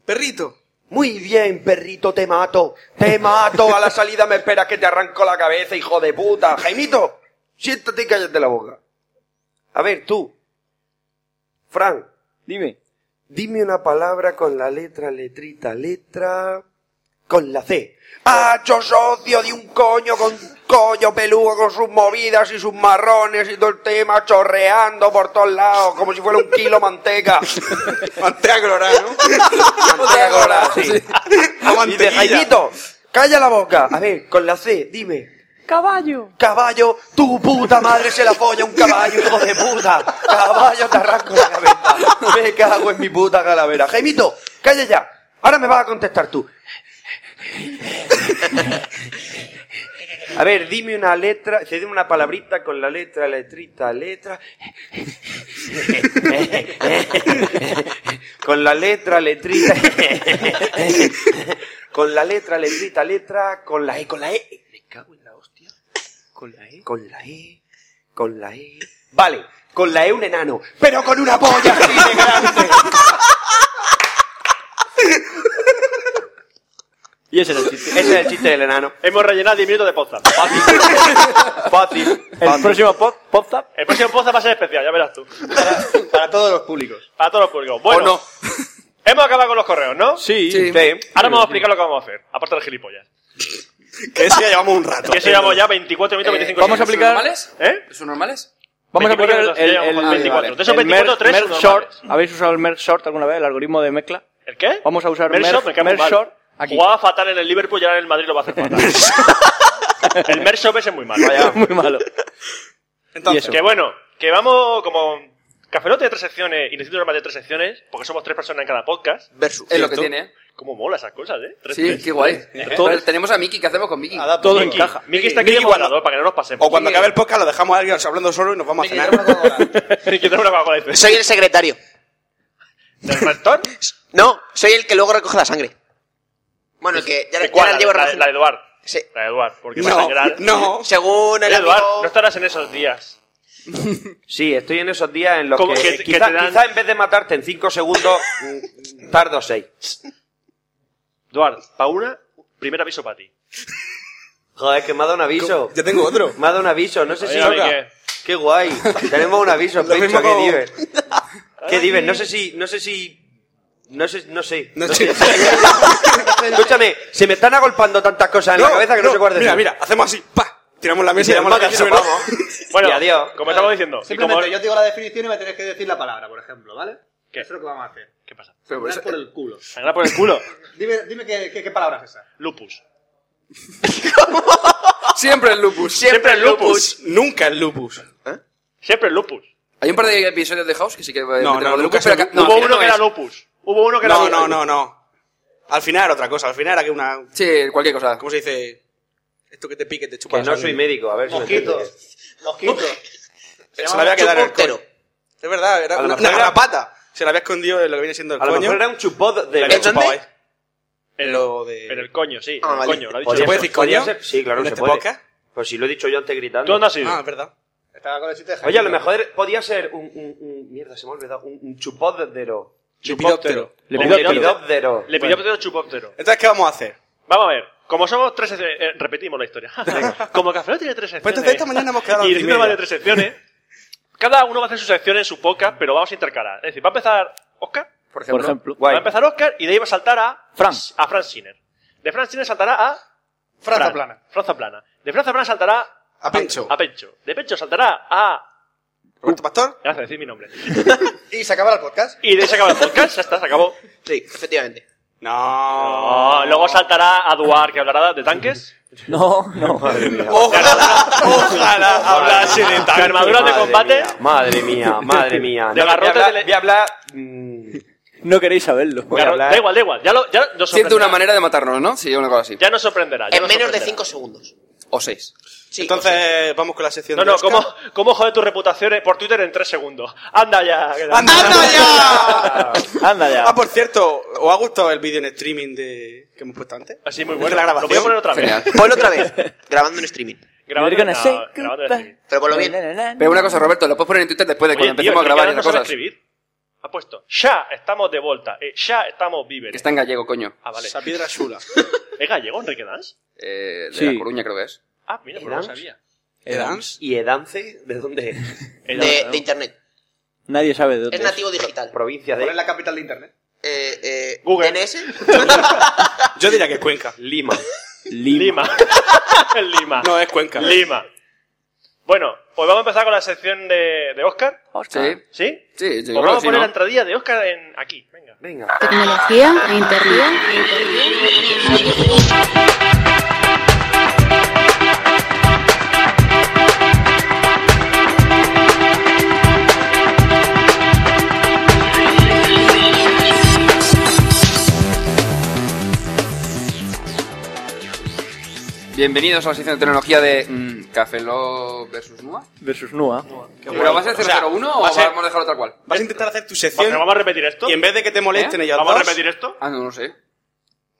[SPEAKER 9] Perrito.
[SPEAKER 7] Muy bien, perrito, te mato. Te mato. A la salida me esperas que te arranco la cabeza, hijo de puta. Jaimito, siéntate y cállate la boca. A ver, tú. Fran.
[SPEAKER 21] Dime.
[SPEAKER 7] Dime una palabra con la letra, letrita, letra. Con la C. ¡Ah, yo socio de un coño con coño peludo con sus movidas y sus marrones y todo el tema chorreando por todos lados como si fuera un kilo manteca.
[SPEAKER 9] manteca colorada, ¿no?
[SPEAKER 7] manteca colorada, sí. Y de Jaimito, calla la boca. A ver, con la C, dime.
[SPEAKER 23] Caballo.
[SPEAKER 7] Caballo, tu puta madre se la folla un caballo, hijo de puta. Caballo, te arranco la cabeza. Me cago en mi puta calavera. Jaimito, calla ya. Ahora me vas a contestar tú. A ver, dime una letra, se dime una palabrita con la letra, letrita, letra. con la letra, letrita. (laughs) con la letra, letrita, letra, con la E, con la E. Me cago en la hostia. Con la E. Con la E. Con la E. Vale, con la E un enano, pero con una polla así de grande. Y ese es el chiste. Ese es el chiste del enano.
[SPEAKER 6] Hemos rellenado 10 minutos de podcast.
[SPEAKER 7] (laughs) Fácil.
[SPEAKER 21] El próximo pod, podzap.
[SPEAKER 6] El próximo podcast va a ser especial, ya verás tú.
[SPEAKER 5] Para todos los públicos.
[SPEAKER 6] Para todos los públicos. Bueno, (laughs) hemos acabado con los correos, ¿no? Sí.
[SPEAKER 5] Sí.
[SPEAKER 6] Ahora vamos a explicar lo que vamos a hacer, aparte del gilipollas.
[SPEAKER 9] Que eso ya llevamos un rato.
[SPEAKER 6] Que eso llevamos ya 24
[SPEAKER 8] Eh,
[SPEAKER 6] minutos, 25
[SPEAKER 21] vamos a aplicar-
[SPEAKER 6] ¿Normales? ¿Eh?
[SPEAKER 8] ¿Son normales?
[SPEAKER 21] Vamos a aplicar el, el,
[SPEAKER 6] 24 minutos,
[SPEAKER 21] el-
[SPEAKER 6] ya llevamos 24. De
[SPEAKER 21] el
[SPEAKER 6] esos 24,
[SPEAKER 21] merge-
[SPEAKER 6] tres
[SPEAKER 21] merge
[SPEAKER 6] son normales.
[SPEAKER 21] short. ¿Habéis usado el merge short alguna vez, el algoritmo de mezcla?
[SPEAKER 6] ¿El qué?
[SPEAKER 21] Vamos a usar
[SPEAKER 6] Merge
[SPEAKER 21] merge,
[SPEAKER 6] short, me cae muy
[SPEAKER 21] merge
[SPEAKER 6] mal.
[SPEAKER 21] short
[SPEAKER 6] Jugaba fatal en el Liverpool y ahora en el Madrid lo va a hacer fatal. el Mershop ese es muy malo.
[SPEAKER 21] (laughs)
[SPEAKER 24] Muy malo.
[SPEAKER 6] Entonces, que bueno, que vamos como... Cafelot tiene tres secciones y necesito más de tres secciones porque somos tres personas en cada podcast.
[SPEAKER 5] Versus.
[SPEAKER 8] Es lo que tiene, ¿eh?
[SPEAKER 6] Cómo mola esas cosas, ¿eh? Tres,
[SPEAKER 8] Sí,
[SPEAKER 6] tres.
[SPEAKER 8] qué guay.
[SPEAKER 6] Eh,
[SPEAKER 8] Todo- Tenemos a Miki, ¿qué hacemos con Miki?
[SPEAKER 9] pues,
[SPEAKER 6] Todo Miki. encaja. Miki está aquí de moderador, para que no nos pasemos.
[SPEAKER 9] O cuando acabe el podcast lo dejamos a alguien hablando solo y nos vamos a
[SPEAKER 8] (laughs)
[SPEAKER 9] cenar.
[SPEAKER 6] (laughs)
[SPEAKER 5] Soy el secretario.
[SPEAKER 6] ¿Del mentón?
[SPEAKER 5] No, soy el que luego recoge la sangre. Bueno, el que ya,
[SPEAKER 6] ¿De
[SPEAKER 5] ya
[SPEAKER 6] cuál?
[SPEAKER 5] la llevo
[SPEAKER 6] La, de- la de Eduard.
[SPEAKER 5] Sí.
[SPEAKER 6] La de Eduard, porque va a
[SPEAKER 7] No,
[SPEAKER 9] (laughs)
[SPEAKER 6] sangrar.
[SPEAKER 7] no.
[SPEAKER 5] Según el
[SPEAKER 6] Eduard,
[SPEAKER 5] amigo-
[SPEAKER 6] no estarás en esos días.
[SPEAKER 7] Sí, estoy en esos días en los
[SPEAKER 6] Como
[SPEAKER 7] que,
[SPEAKER 6] que- que
[SPEAKER 7] quizá,
[SPEAKER 6] te dan-
[SPEAKER 7] quizá en vez de matarte en 5 segundos, mm, tardo 6.
[SPEAKER 6] Eduard, pa' una, primer aviso para ti.
[SPEAKER 7] Joder, que me ha dado un aviso.
[SPEAKER 9] Ya tengo otro.
[SPEAKER 7] Me ha dado un aviso, no sé si
[SPEAKER 6] Oye,
[SPEAKER 7] toca.
[SPEAKER 6] ¿qué?
[SPEAKER 7] Qué guay. Tenemos
[SPEAKER 21] (laughs)
[SPEAKER 7] un aviso,
[SPEAKER 9] mismo
[SPEAKER 7] Pencho, qué
[SPEAKER 9] como-
[SPEAKER 7] dives. Qué dives, no sé si, no sé si. No sé, no sé. No sé.
[SPEAKER 21] (laughs)
[SPEAKER 7] Escúchame, se me están agolpando tantas cosas en la cabeza que no, se guarde.
[SPEAKER 9] Mira, mira, hacemos así. ¡Pa! Tiramos la mesa y
[SPEAKER 7] Tiramos
[SPEAKER 9] damos la
[SPEAKER 7] la
[SPEAKER 9] cabeza.
[SPEAKER 7] mesa,
[SPEAKER 9] ¿no?
[SPEAKER 6] Bueno,
[SPEAKER 7] Y adiós.
[SPEAKER 6] como estamos diciendo. y
[SPEAKER 4] Simplemente
[SPEAKER 6] como-
[SPEAKER 4] yo digo la definición y me tenéis que decir la palabra, por ejemplo, ¿vale?
[SPEAKER 6] ¿Qué?
[SPEAKER 4] Eso es lo que vamos a hacer.
[SPEAKER 6] ¿Qué pasa?
[SPEAKER 4] Sangrar por el culo.
[SPEAKER 6] Sangrar por el culo.
[SPEAKER 4] Dime, dime qué, qué, qué palabra es esa.
[SPEAKER 6] Lupus.
[SPEAKER 8] Siempre el lupus.
[SPEAKER 6] Siempre el lupus.
[SPEAKER 9] Nunca el lupus.
[SPEAKER 6] Siempre el lupus.
[SPEAKER 8] Hay un par de episodios de House que sí que no,
[SPEAKER 9] no, nunca
[SPEAKER 8] pero
[SPEAKER 9] se-
[SPEAKER 8] acá- no,
[SPEAKER 9] hubo
[SPEAKER 8] al
[SPEAKER 9] uno
[SPEAKER 8] final no
[SPEAKER 9] que era
[SPEAKER 8] es.
[SPEAKER 6] Lupus. Hubo uno que era
[SPEAKER 9] No,
[SPEAKER 6] Lupus.
[SPEAKER 9] no, no, no. Al final era otra cosa. Al final era que una.
[SPEAKER 8] Sí, cualquier cosa.
[SPEAKER 9] ¿Cómo se dice? Esto que te pique, te chupa.
[SPEAKER 7] Que
[SPEAKER 9] la
[SPEAKER 7] no
[SPEAKER 9] sangre.
[SPEAKER 7] soy médico, a ver si lo entiendo.
[SPEAKER 9] Se la había quedado en el coño. Es verdad,
[SPEAKER 7] A
[SPEAKER 9] era
[SPEAKER 7] lo
[SPEAKER 9] una,
[SPEAKER 7] mejor
[SPEAKER 9] una
[SPEAKER 7] era-
[SPEAKER 9] garrapata. Se la había escondido en lo que viene siendo el
[SPEAKER 7] A lo
[SPEAKER 9] coño.
[SPEAKER 7] mejor era un chupod de.
[SPEAKER 9] La había chupado ahí.
[SPEAKER 6] En,
[SPEAKER 9] lo de...
[SPEAKER 6] en el coño, sí.
[SPEAKER 9] Ah,
[SPEAKER 6] en el
[SPEAKER 9] vale.
[SPEAKER 6] coño. Lo ha dicho
[SPEAKER 9] ¿Se puede
[SPEAKER 6] yo.
[SPEAKER 9] decir coño?
[SPEAKER 7] Sí, claro
[SPEAKER 9] ¿En
[SPEAKER 7] que se
[SPEAKER 9] este
[SPEAKER 7] puede.
[SPEAKER 9] podcast?
[SPEAKER 7] Pues si lo he dicho yo antes gritando.
[SPEAKER 6] ¿Tú dónde has ido?
[SPEAKER 9] Ah, es verdad.
[SPEAKER 4] Estaba con el chiste de Jaime.
[SPEAKER 7] Oye, a lo mejor er- podía ser un, un, un- mierda, se me ha olvidado, un, un chupódero.
[SPEAKER 9] Lepidóptero.
[SPEAKER 7] Lepidóptero.
[SPEAKER 6] Lepidóptero.
[SPEAKER 7] Lepidóptero.
[SPEAKER 6] Lepidóptero chupóptero.
[SPEAKER 9] Entonces, ¿qué vamos a hacer?
[SPEAKER 6] Vamos a ver. Como somos tres secciones, eh, repetimos la historia. (laughs) Venga. Como Café Lock tiene tres secciones.
[SPEAKER 9] Pues entonces esta mañana hemos quedado a
[SPEAKER 6] Y
[SPEAKER 9] las
[SPEAKER 6] necesito más de tres
[SPEAKER 9] diez
[SPEAKER 6] secciones. Cada uno va a hacer su sección en su poca, pero vamos a intercalar. Es decir, va a empezar Oscar. Por
[SPEAKER 24] ejemplo. Por ejemplo.
[SPEAKER 6] Va a empezar Oscar y de ahí va a saltar a. Fran. A Fran Sinner. De Fran Sinner saltará a.
[SPEAKER 4] Franza
[SPEAKER 6] Fran.
[SPEAKER 4] Plana.
[SPEAKER 6] Franza Plana. De Franza Plana saltará.
[SPEAKER 9] A Pencho.
[SPEAKER 6] A Pencho. De Pencho saltará a.
[SPEAKER 9] Roberto Pastor.
[SPEAKER 6] Gracias, decir mi nombre.
[SPEAKER 4] Y se acaba el podcast.
[SPEAKER 6] Y de ahí se acaba el podcast, ya está, se acabó. Ah,
[SPEAKER 5] Sí, efectivamente.
[SPEAKER 9] No.
[SPEAKER 6] Luego saltará a Duar, que hablará de tanques.
[SPEAKER 24] No, Oh, no.
[SPEAKER 9] Ojalá, ojalá hablase de tanques.
[SPEAKER 6] De armaduras de
[SPEAKER 7] Madre
[SPEAKER 6] combate.
[SPEAKER 7] mía, Madre mía, madre mía.
[SPEAKER 6] De
[SPEAKER 7] No, voy a
[SPEAKER 6] garrotes
[SPEAKER 7] hablar-
[SPEAKER 6] de le-
[SPEAKER 7] Voy a hablar. mm,
[SPEAKER 24] No queréis saberlo.
[SPEAKER 7] Voy a hablar-
[SPEAKER 6] Da igual, da igual. Ya, lo, ya nos
[SPEAKER 8] Siempre
[SPEAKER 6] sorprenderá.
[SPEAKER 8] una manera de matarnos, ¿no? Sí, una cosa así.
[SPEAKER 6] Ya nos sorprenderá. ya
[SPEAKER 5] En
[SPEAKER 6] nos
[SPEAKER 5] menos de
[SPEAKER 6] sorprenderá.
[SPEAKER 5] 5 segundos.
[SPEAKER 8] O seis.
[SPEAKER 5] Sí,
[SPEAKER 9] Entonces, vamos con la sección
[SPEAKER 6] No,
[SPEAKER 9] de
[SPEAKER 6] no,
[SPEAKER 9] Oscar.
[SPEAKER 6] ¿cómo, ¿cómo joder tus reputaciones por Twitter en tres segundos? Anda ya. que-
[SPEAKER 9] ¡Anda,
[SPEAKER 7] (laughs)
[SPEAKER 9] ya!
[SPEAKER 24] Anda ya.
[SPEAKER 9] Ah, por cierto, ¿os ha gustado el vídeo en streaming de... que hemos puesto antes?
[SPEAKER 6] Así muy
[SPEAKER 9] ¿De
[SPEAKER 6] bueno.
[SPEAKER 9] la
[SPEAKER 6] Lo
[SPEAKER 9] grabación?
[SPEAKER 6] voy a poner otra (laughs) vez.
[SPEAKER 5] (laughs) Ponlo otra vez. Grabando en streaming.
[SPEAKER 6] Grabando,
[SPEAKER 24] We're gonna
[SPEAKER 6] no,
[SPEAKER 24] say
[SPEAKER 6] grabando en streaming.
[SPEAKER 5] Pero ponlo bien. ¿eh?
[SPEAKER 8] Pero una cosa, Roberto, lo puedes poner en Twitter después de
[SPEAKER 6] Oye,
[SPEAKER 8] cuando
[SPEAKER 6] tío,
[SPEAKER 8] empecemos a
[SPEAKER 6] el
[SPEAKER 8] grabar y
[SPEAKER 6] que no
[SPEAKER 8] esas
[SPEAKER 6] sabe
[SPEAKER 8] cosas. Que
[SPEAKER 6] escribir. Ha puesto. Ya estamos de vuelta. eh, ya estamos víveres.
[SPEAKER 8] está en gallego, coño.
[SPEAKER 6] Ah, vale.
[SPEAKER 9] Esa piedra chula.
[SPEAKER 6] ¿Es gallego, Enrique Dans?
[SPEAKER 8] Eh, de
[SPEAKER 24] Sí.
[SPEAKER 8] La Coruña creo que es.
[SPEAKER 6] Ah, mira, pero no lo
[SPEAKER 7] ¿Dans?
[SPEAKER 6] sabía.
[SPEAKER 9] ¿Edams?
[SPEAKER 7] ¿Y Edance? ¿De dónde es?
[SPEAKER 5] De, de internet.
[SPEAKER 24] Nadie sabe de dónde.
[SPEAKER 5] Es
[SPEAKER 24] es.
[SPEAKER 5] nativo digital.
[SPEAKER 7] Provincia
[SPEAKER 4] ¿Cuál es
[SPEAKER 7] de.
[SPEAKER 4] la capital de Internet?
[SPEAKER 5] Eh, eh,
[SPEAKER 6] Google.
[SPEAKER 5] ¿DNS?
[SPEAKER 9] Yo diría que es Cuenca.
[SPEAKER 7] Lima.
[SPEAKER 6] (laughs) Lima. Lima.
[SPEAKER 9] No, es Cuenca.
[SPEAKER 6] Lima. Bueno, pues vamos a empezar con la sección de, de Oscar.
[SPEAKER 8] Sí,
[SPEAKER 6] ¿Sí?
[SPEAKER 8] sí, sí.
[SPEAKER 6] Pues vamos a poner la
[SPEAKER 8] ¿no?
[SPEAKER 6] entradilla de Oscar en aquí. Venga.
[SPEAKER 7] Venga.
[SPEAKER 25] Tecnología e internet.
[SPEAKER 8] Bienvenidos a la sección de tecnología de mm, Café Lock versus Nua.
[SPEAKER 24] Versus Nua.
[SPEAKER 8] ¿Pero vas a hacer
[SPEAKER 9] O sea,
[SPEAKER 8] 001 o
[SPEAKER 9] va a ser-
[SPEAKER 8] vamos a dejarlo tal cual?
[SPEAKER 9] Vas a intentar hacer tu
[SPEAKER 6] Vale,
[SPEAKER 9] sección
[SPEAKER 6] ¿Vamos a repetir esto?
[SPEAKER 9] y en vez de que te molesten
[SPEAKER 8] ¿Eh?
[SPEAKER 9] ellos
[SPEAKER 6] ¿Vamos a
[SPEAKER 9] dos,
[SPEAKER 6] repetir esto?
[SPEAKER 8] Ah, no, no sé.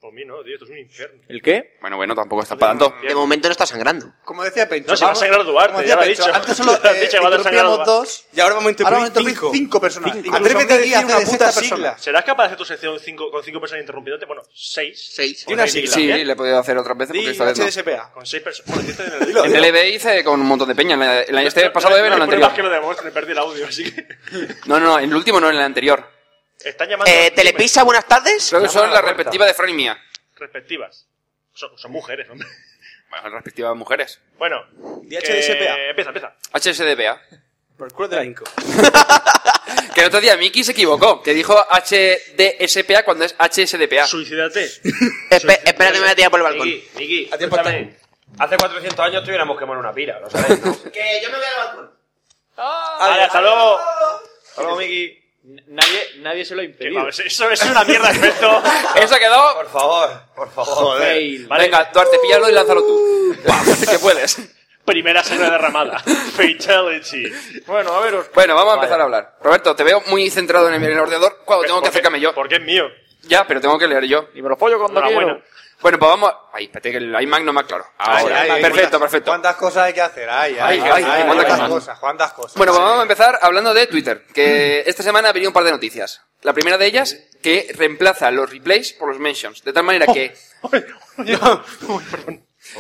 [SPEAKER 6] Por mí no, tío, esto es un infierno.
[SPEAKER 24] ¿El qué?
[SPEAKER 8] Bueno, bueno, tampoco está para tanto.
[SPEAKER 5] (laughs) De momento no está sangrando.
[SPEAKER 4] Como decía Pencho.
[SPEAKER 6] No, se va a
[SPEAKER 4] vamos-
[SPEAKER 6] sangrar
[SPEAKER 4] como
[SPEAKER 6] Duarte,
[SPEAKER 4] decía
[SPEAKER 6] ya lo he
[SPEAKER 4] Pencho,
[SPEAKER 6] dicho.
[SPEAKER 4] Antes
[SPEAKER 6] (laughs)
[SPEAKER 4] solo
[SPEAKER 6] Lo has dicho, va a
[SPEAKER 4] eh,
[SPEAKER 6] sangrar
[SPEAKER 4] interrumpíamos
[SPEAKER 6] Duarte.
[SPEAKER 4] dos.
[SPEAKER 9] y ahora
[SPEAKER 4] Ahora
[SPEAKER 9] vamos a interrumpir
[SPEAKER 4] vamos a interrumpir
[SPEAKER 9] cinco.
[SPEAKER 4] cinco, personas.
[SPEAKER 9] Cinco.
[SPEAKER 4] Incluso
[SPEAKER 9] Atrévete a
[SPEAKER 4] Miki
[SPEAKER 9] decir
[SPEAKER 4] hace
[SPEAKER 9] una
[SPEAKER 4] de
[SPEAKER 9] puta
[SPEAKER 4] sexta persona.
[SPEAKER 9] sigla.
[SPEAKER 6] ¿Serás capaz de hacer tu sección cinco- con cinco personas interrumpiéndote? Bueno, seis.
[SPEAKER 5] Seis.
[SPEAKER 6] Con
[SPEAKER 9] Di una
[SPEAKER 6] seis
[SPEAKER 9] sigla.
[SPEAKER 8] Sí,
[SPEAKER 6] también.
[SPEAKER 8] le he podido hacer otras veces
[SPEAKER 9] Di
[SPEAKER 8] porque esta vez no.
[SPEAKER 9] HDSPA.
[SPEAKER 6] Con seis personas. Bueno, hiciste en el-
[SPEAKER 9] Dilo,
[SPEAKER 8] En
[SPEAKER 9] dilo.
[SPEAKER 8] el hice con un montón de peña. En la- en la- este
[SPEAKER 6] No,
[SPEAKER 8] pasado
[SPEAKER 6] no,
[SPEAKER 8] debe
[SPEAKER 6] (laughs)
[SPEAKER 8] en
[SPEAKER 6] no
[SPEAKER 8] la
[SPEAKER 6] hay pruebas que
[SPEAKER 8] anterior.
[SPEAKER 6] lo demuestren, perdí el audio, así que... (laughs)
[SPEAKER 8] No, no, no, en el último no, en el anterior.
[SPEAKER 6] Están llamando...
[SPEAKER 5] Eh, Telepisa, buenas tardes.
[SPEAKER 8] Creo que
[SPEAKER 7] Llama a
[SPEAKER 8] son
[SPEAKER 7] la
[SPEAKER 8] la
[SPEAKER 7] puerta.
[SPEAKER 8] respectiva de Fran y mía.
[SPEAKER 6] Respectivas. Son, son mujeres, hombre.
[SPEAKER 8] Bueno, las respectivas mujeres.
[SPEAKER 6] Bueno. eh,
[SPEAKER 7] Eh.
[SPEAKER 9] HDSPA.
[SPEAKER 6] Empieza, empieza.
[SPEAKER 8] HSDPA.
[SPEAKER 26] Por el culo de la Inco.
[SPEAKER 8] Que el otro día Miki se equivocó, que dijo HDSPA cuando es HSDPA.
[SPEAKER 6] Suicídate.
[SPEAKER 8] espera que me voy a tirar por el balcón.
[SPEAKER 27] Miki, Miki,
[SPEAKER 8] A tiempo está.
[SPEAKER 27] escúchame. Hace 400 años tuviéramos quemado una pira, lo sabéis, ¿no?
[SPEAKER 8] (laughs)
[SPEAKER 5] Que yo me voy al balcón.
[SPEAKER 6] Ah,
[SPEAKER 27] Vale, hasta luego. Hasta luego, Miki.
[SPEAKER 7] Nadie, nadie se lo ha impedido.
[SPEAKER 6] Eso es una
[SPEAKER 8] (laughs)
[SPEAKER 6] mierda, efecto.
[SPEAKER 8] Eso ha quedado. Por
[SPEAKER 27] favor, por favor.
[SPEAKER 8] Fail. Venga, Duarte, píllalo y lánzalo (laughs) tú. que puedes.
[SPEAKER 6] Primera sangre derramada. Fatality.
[SPEAKER 7] Bueno, a veros.
[SPEAKER 8] Bueno, vamos a empezar a hablar. Roberto, te veo muy centrado en el, en el ordenador cuando tengo que acercarme yo.
[SPEAKER 6] Porque
[SPEAKER 8] (laughs)
[SPEAKER 6] es mío.
[SPEAKER 8] Ya, pero tengo que leer yo. Y me lo pollo cuando
[SPEAKER 6] quiero.
[SPEAKER 8] Bueno, pues vamos. a- Ay, espérate que el iMac no más claro. Ahora.
[SPEAKER 9] Ay, ay,
[SPEAKER 8] perfecto,
[SPEAKER 9] cuántas-
[SPEAKER 8] perfecto.
[SPEAKER 9] ¿Cuántas cosas hay que hacer? Ay, ay,
[SPEAKER 8] Ay, ay,
[SPEAKER 9] ay, ay,
[SPEAKER 8] cuántas
[SPEAKER 9] cuántas
[SPEAKER 8] cosas.
[SPEAKER 9] cosas, cuántas cosas.
[SPEAKER 8] Bueno, pues vamos a empezar hablando de Twitter, que esta semana ha venido un par de noticias. La primera de ellas, que reemplaza los replays por los mentions, de tal manera que...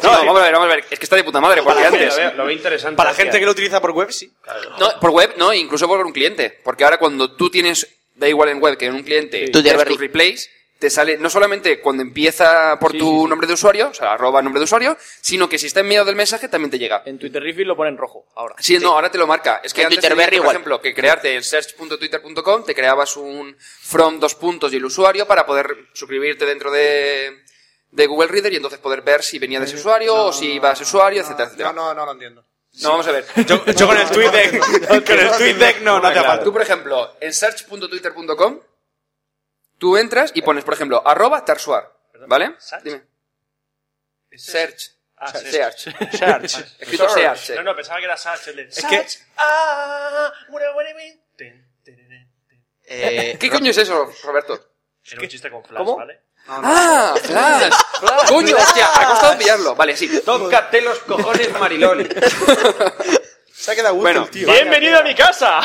[SPEAKER 8] No, vamos a ver, vamos a ver, es que está de puta madre, porque antes...
[SPEAKER 27] interesante.
[SPEAKER 26] Para la
[SPEAKER 8] hostia.
[SPEAKER 26] gente que lo utiliza por web, sí.
[SPEAKER 8] No, por web, no, incluso por un cliente, porque ahora cuando tú tienes, da igual en web que en un cliente,
[SPEAKER 28] Tú tienes
[SPEAKER 8] tienes tus replays, te sale no solamente cuando empieza por tu nombre de usuario, o sea, arroba nombre de usuario, sino que si está en medio del mensaje también te llega.
[SPEAKER 7] En Twitter Refill lo ponen rojo ahora.
[SPEAKER 8] Sí, no, ahora te lo marca. Es que
[SPEAKER 7] En
[SPEAKER 8] antes,
[SPEAKER 7] Twitter
[SPEAKER 8] tenías,
[SPEAKER 7] Berry
[SPEAKER 8] por
[SPEAKER 7] igual.
[SPEAKER 8] ejemplo, que crearte en search.twitter.com, te creabas un from dos puntos y el usuario para poder suscribirte dentro de, de Google Reader y entonces poder ver si venía de ese usuario o si iba a ese usuario, etcétera, etcétera.
[SPEAKER 9] No, no, no lo entiendo.
[SPEAKER 8] No, vamos a ver.
[SPEAKER 26] (laughs) Yo, yo con el tweet deck. con el tweet deck no, no hace falta.
[SPEAKER 8] Tú, por ejemplo, en search.twitter.com, tú entras y pones, por ejemplo, arroba tarsuar, ¿vale? Dime. Search. (laughs)
[SPEAKER 6] Ah,
[SPEAKER 8] Search.
[SPEAKER 6] search.
[SPEAKER 8] Escrito search. eh.
[SPEAKER 6] No, no, pensaba que era Search. el de-
[SPEAKER 8] Es que-
[SPEAKER 6] Search. Ah, una buena idea.
[SPEAKER 5] Eh, (laughs)
[SPEAKER 8] ¿Qué coño es eso, Roberto?
[SPEAKER 6] Era un chiste con Flash, ¿vale?
[SPEAKER 8] (laughs) ¡Ah! ¡Flash! ¡Coño! ¡Hostia! Ha costado pillarlo. Vale, sí.
[SPEAKER 27] Tócate los cojones, Mariloli.
[SPEAKER 8] Se ha quedado bueno,
[SPEAKER 6] ¡Bienvenido a mi casa!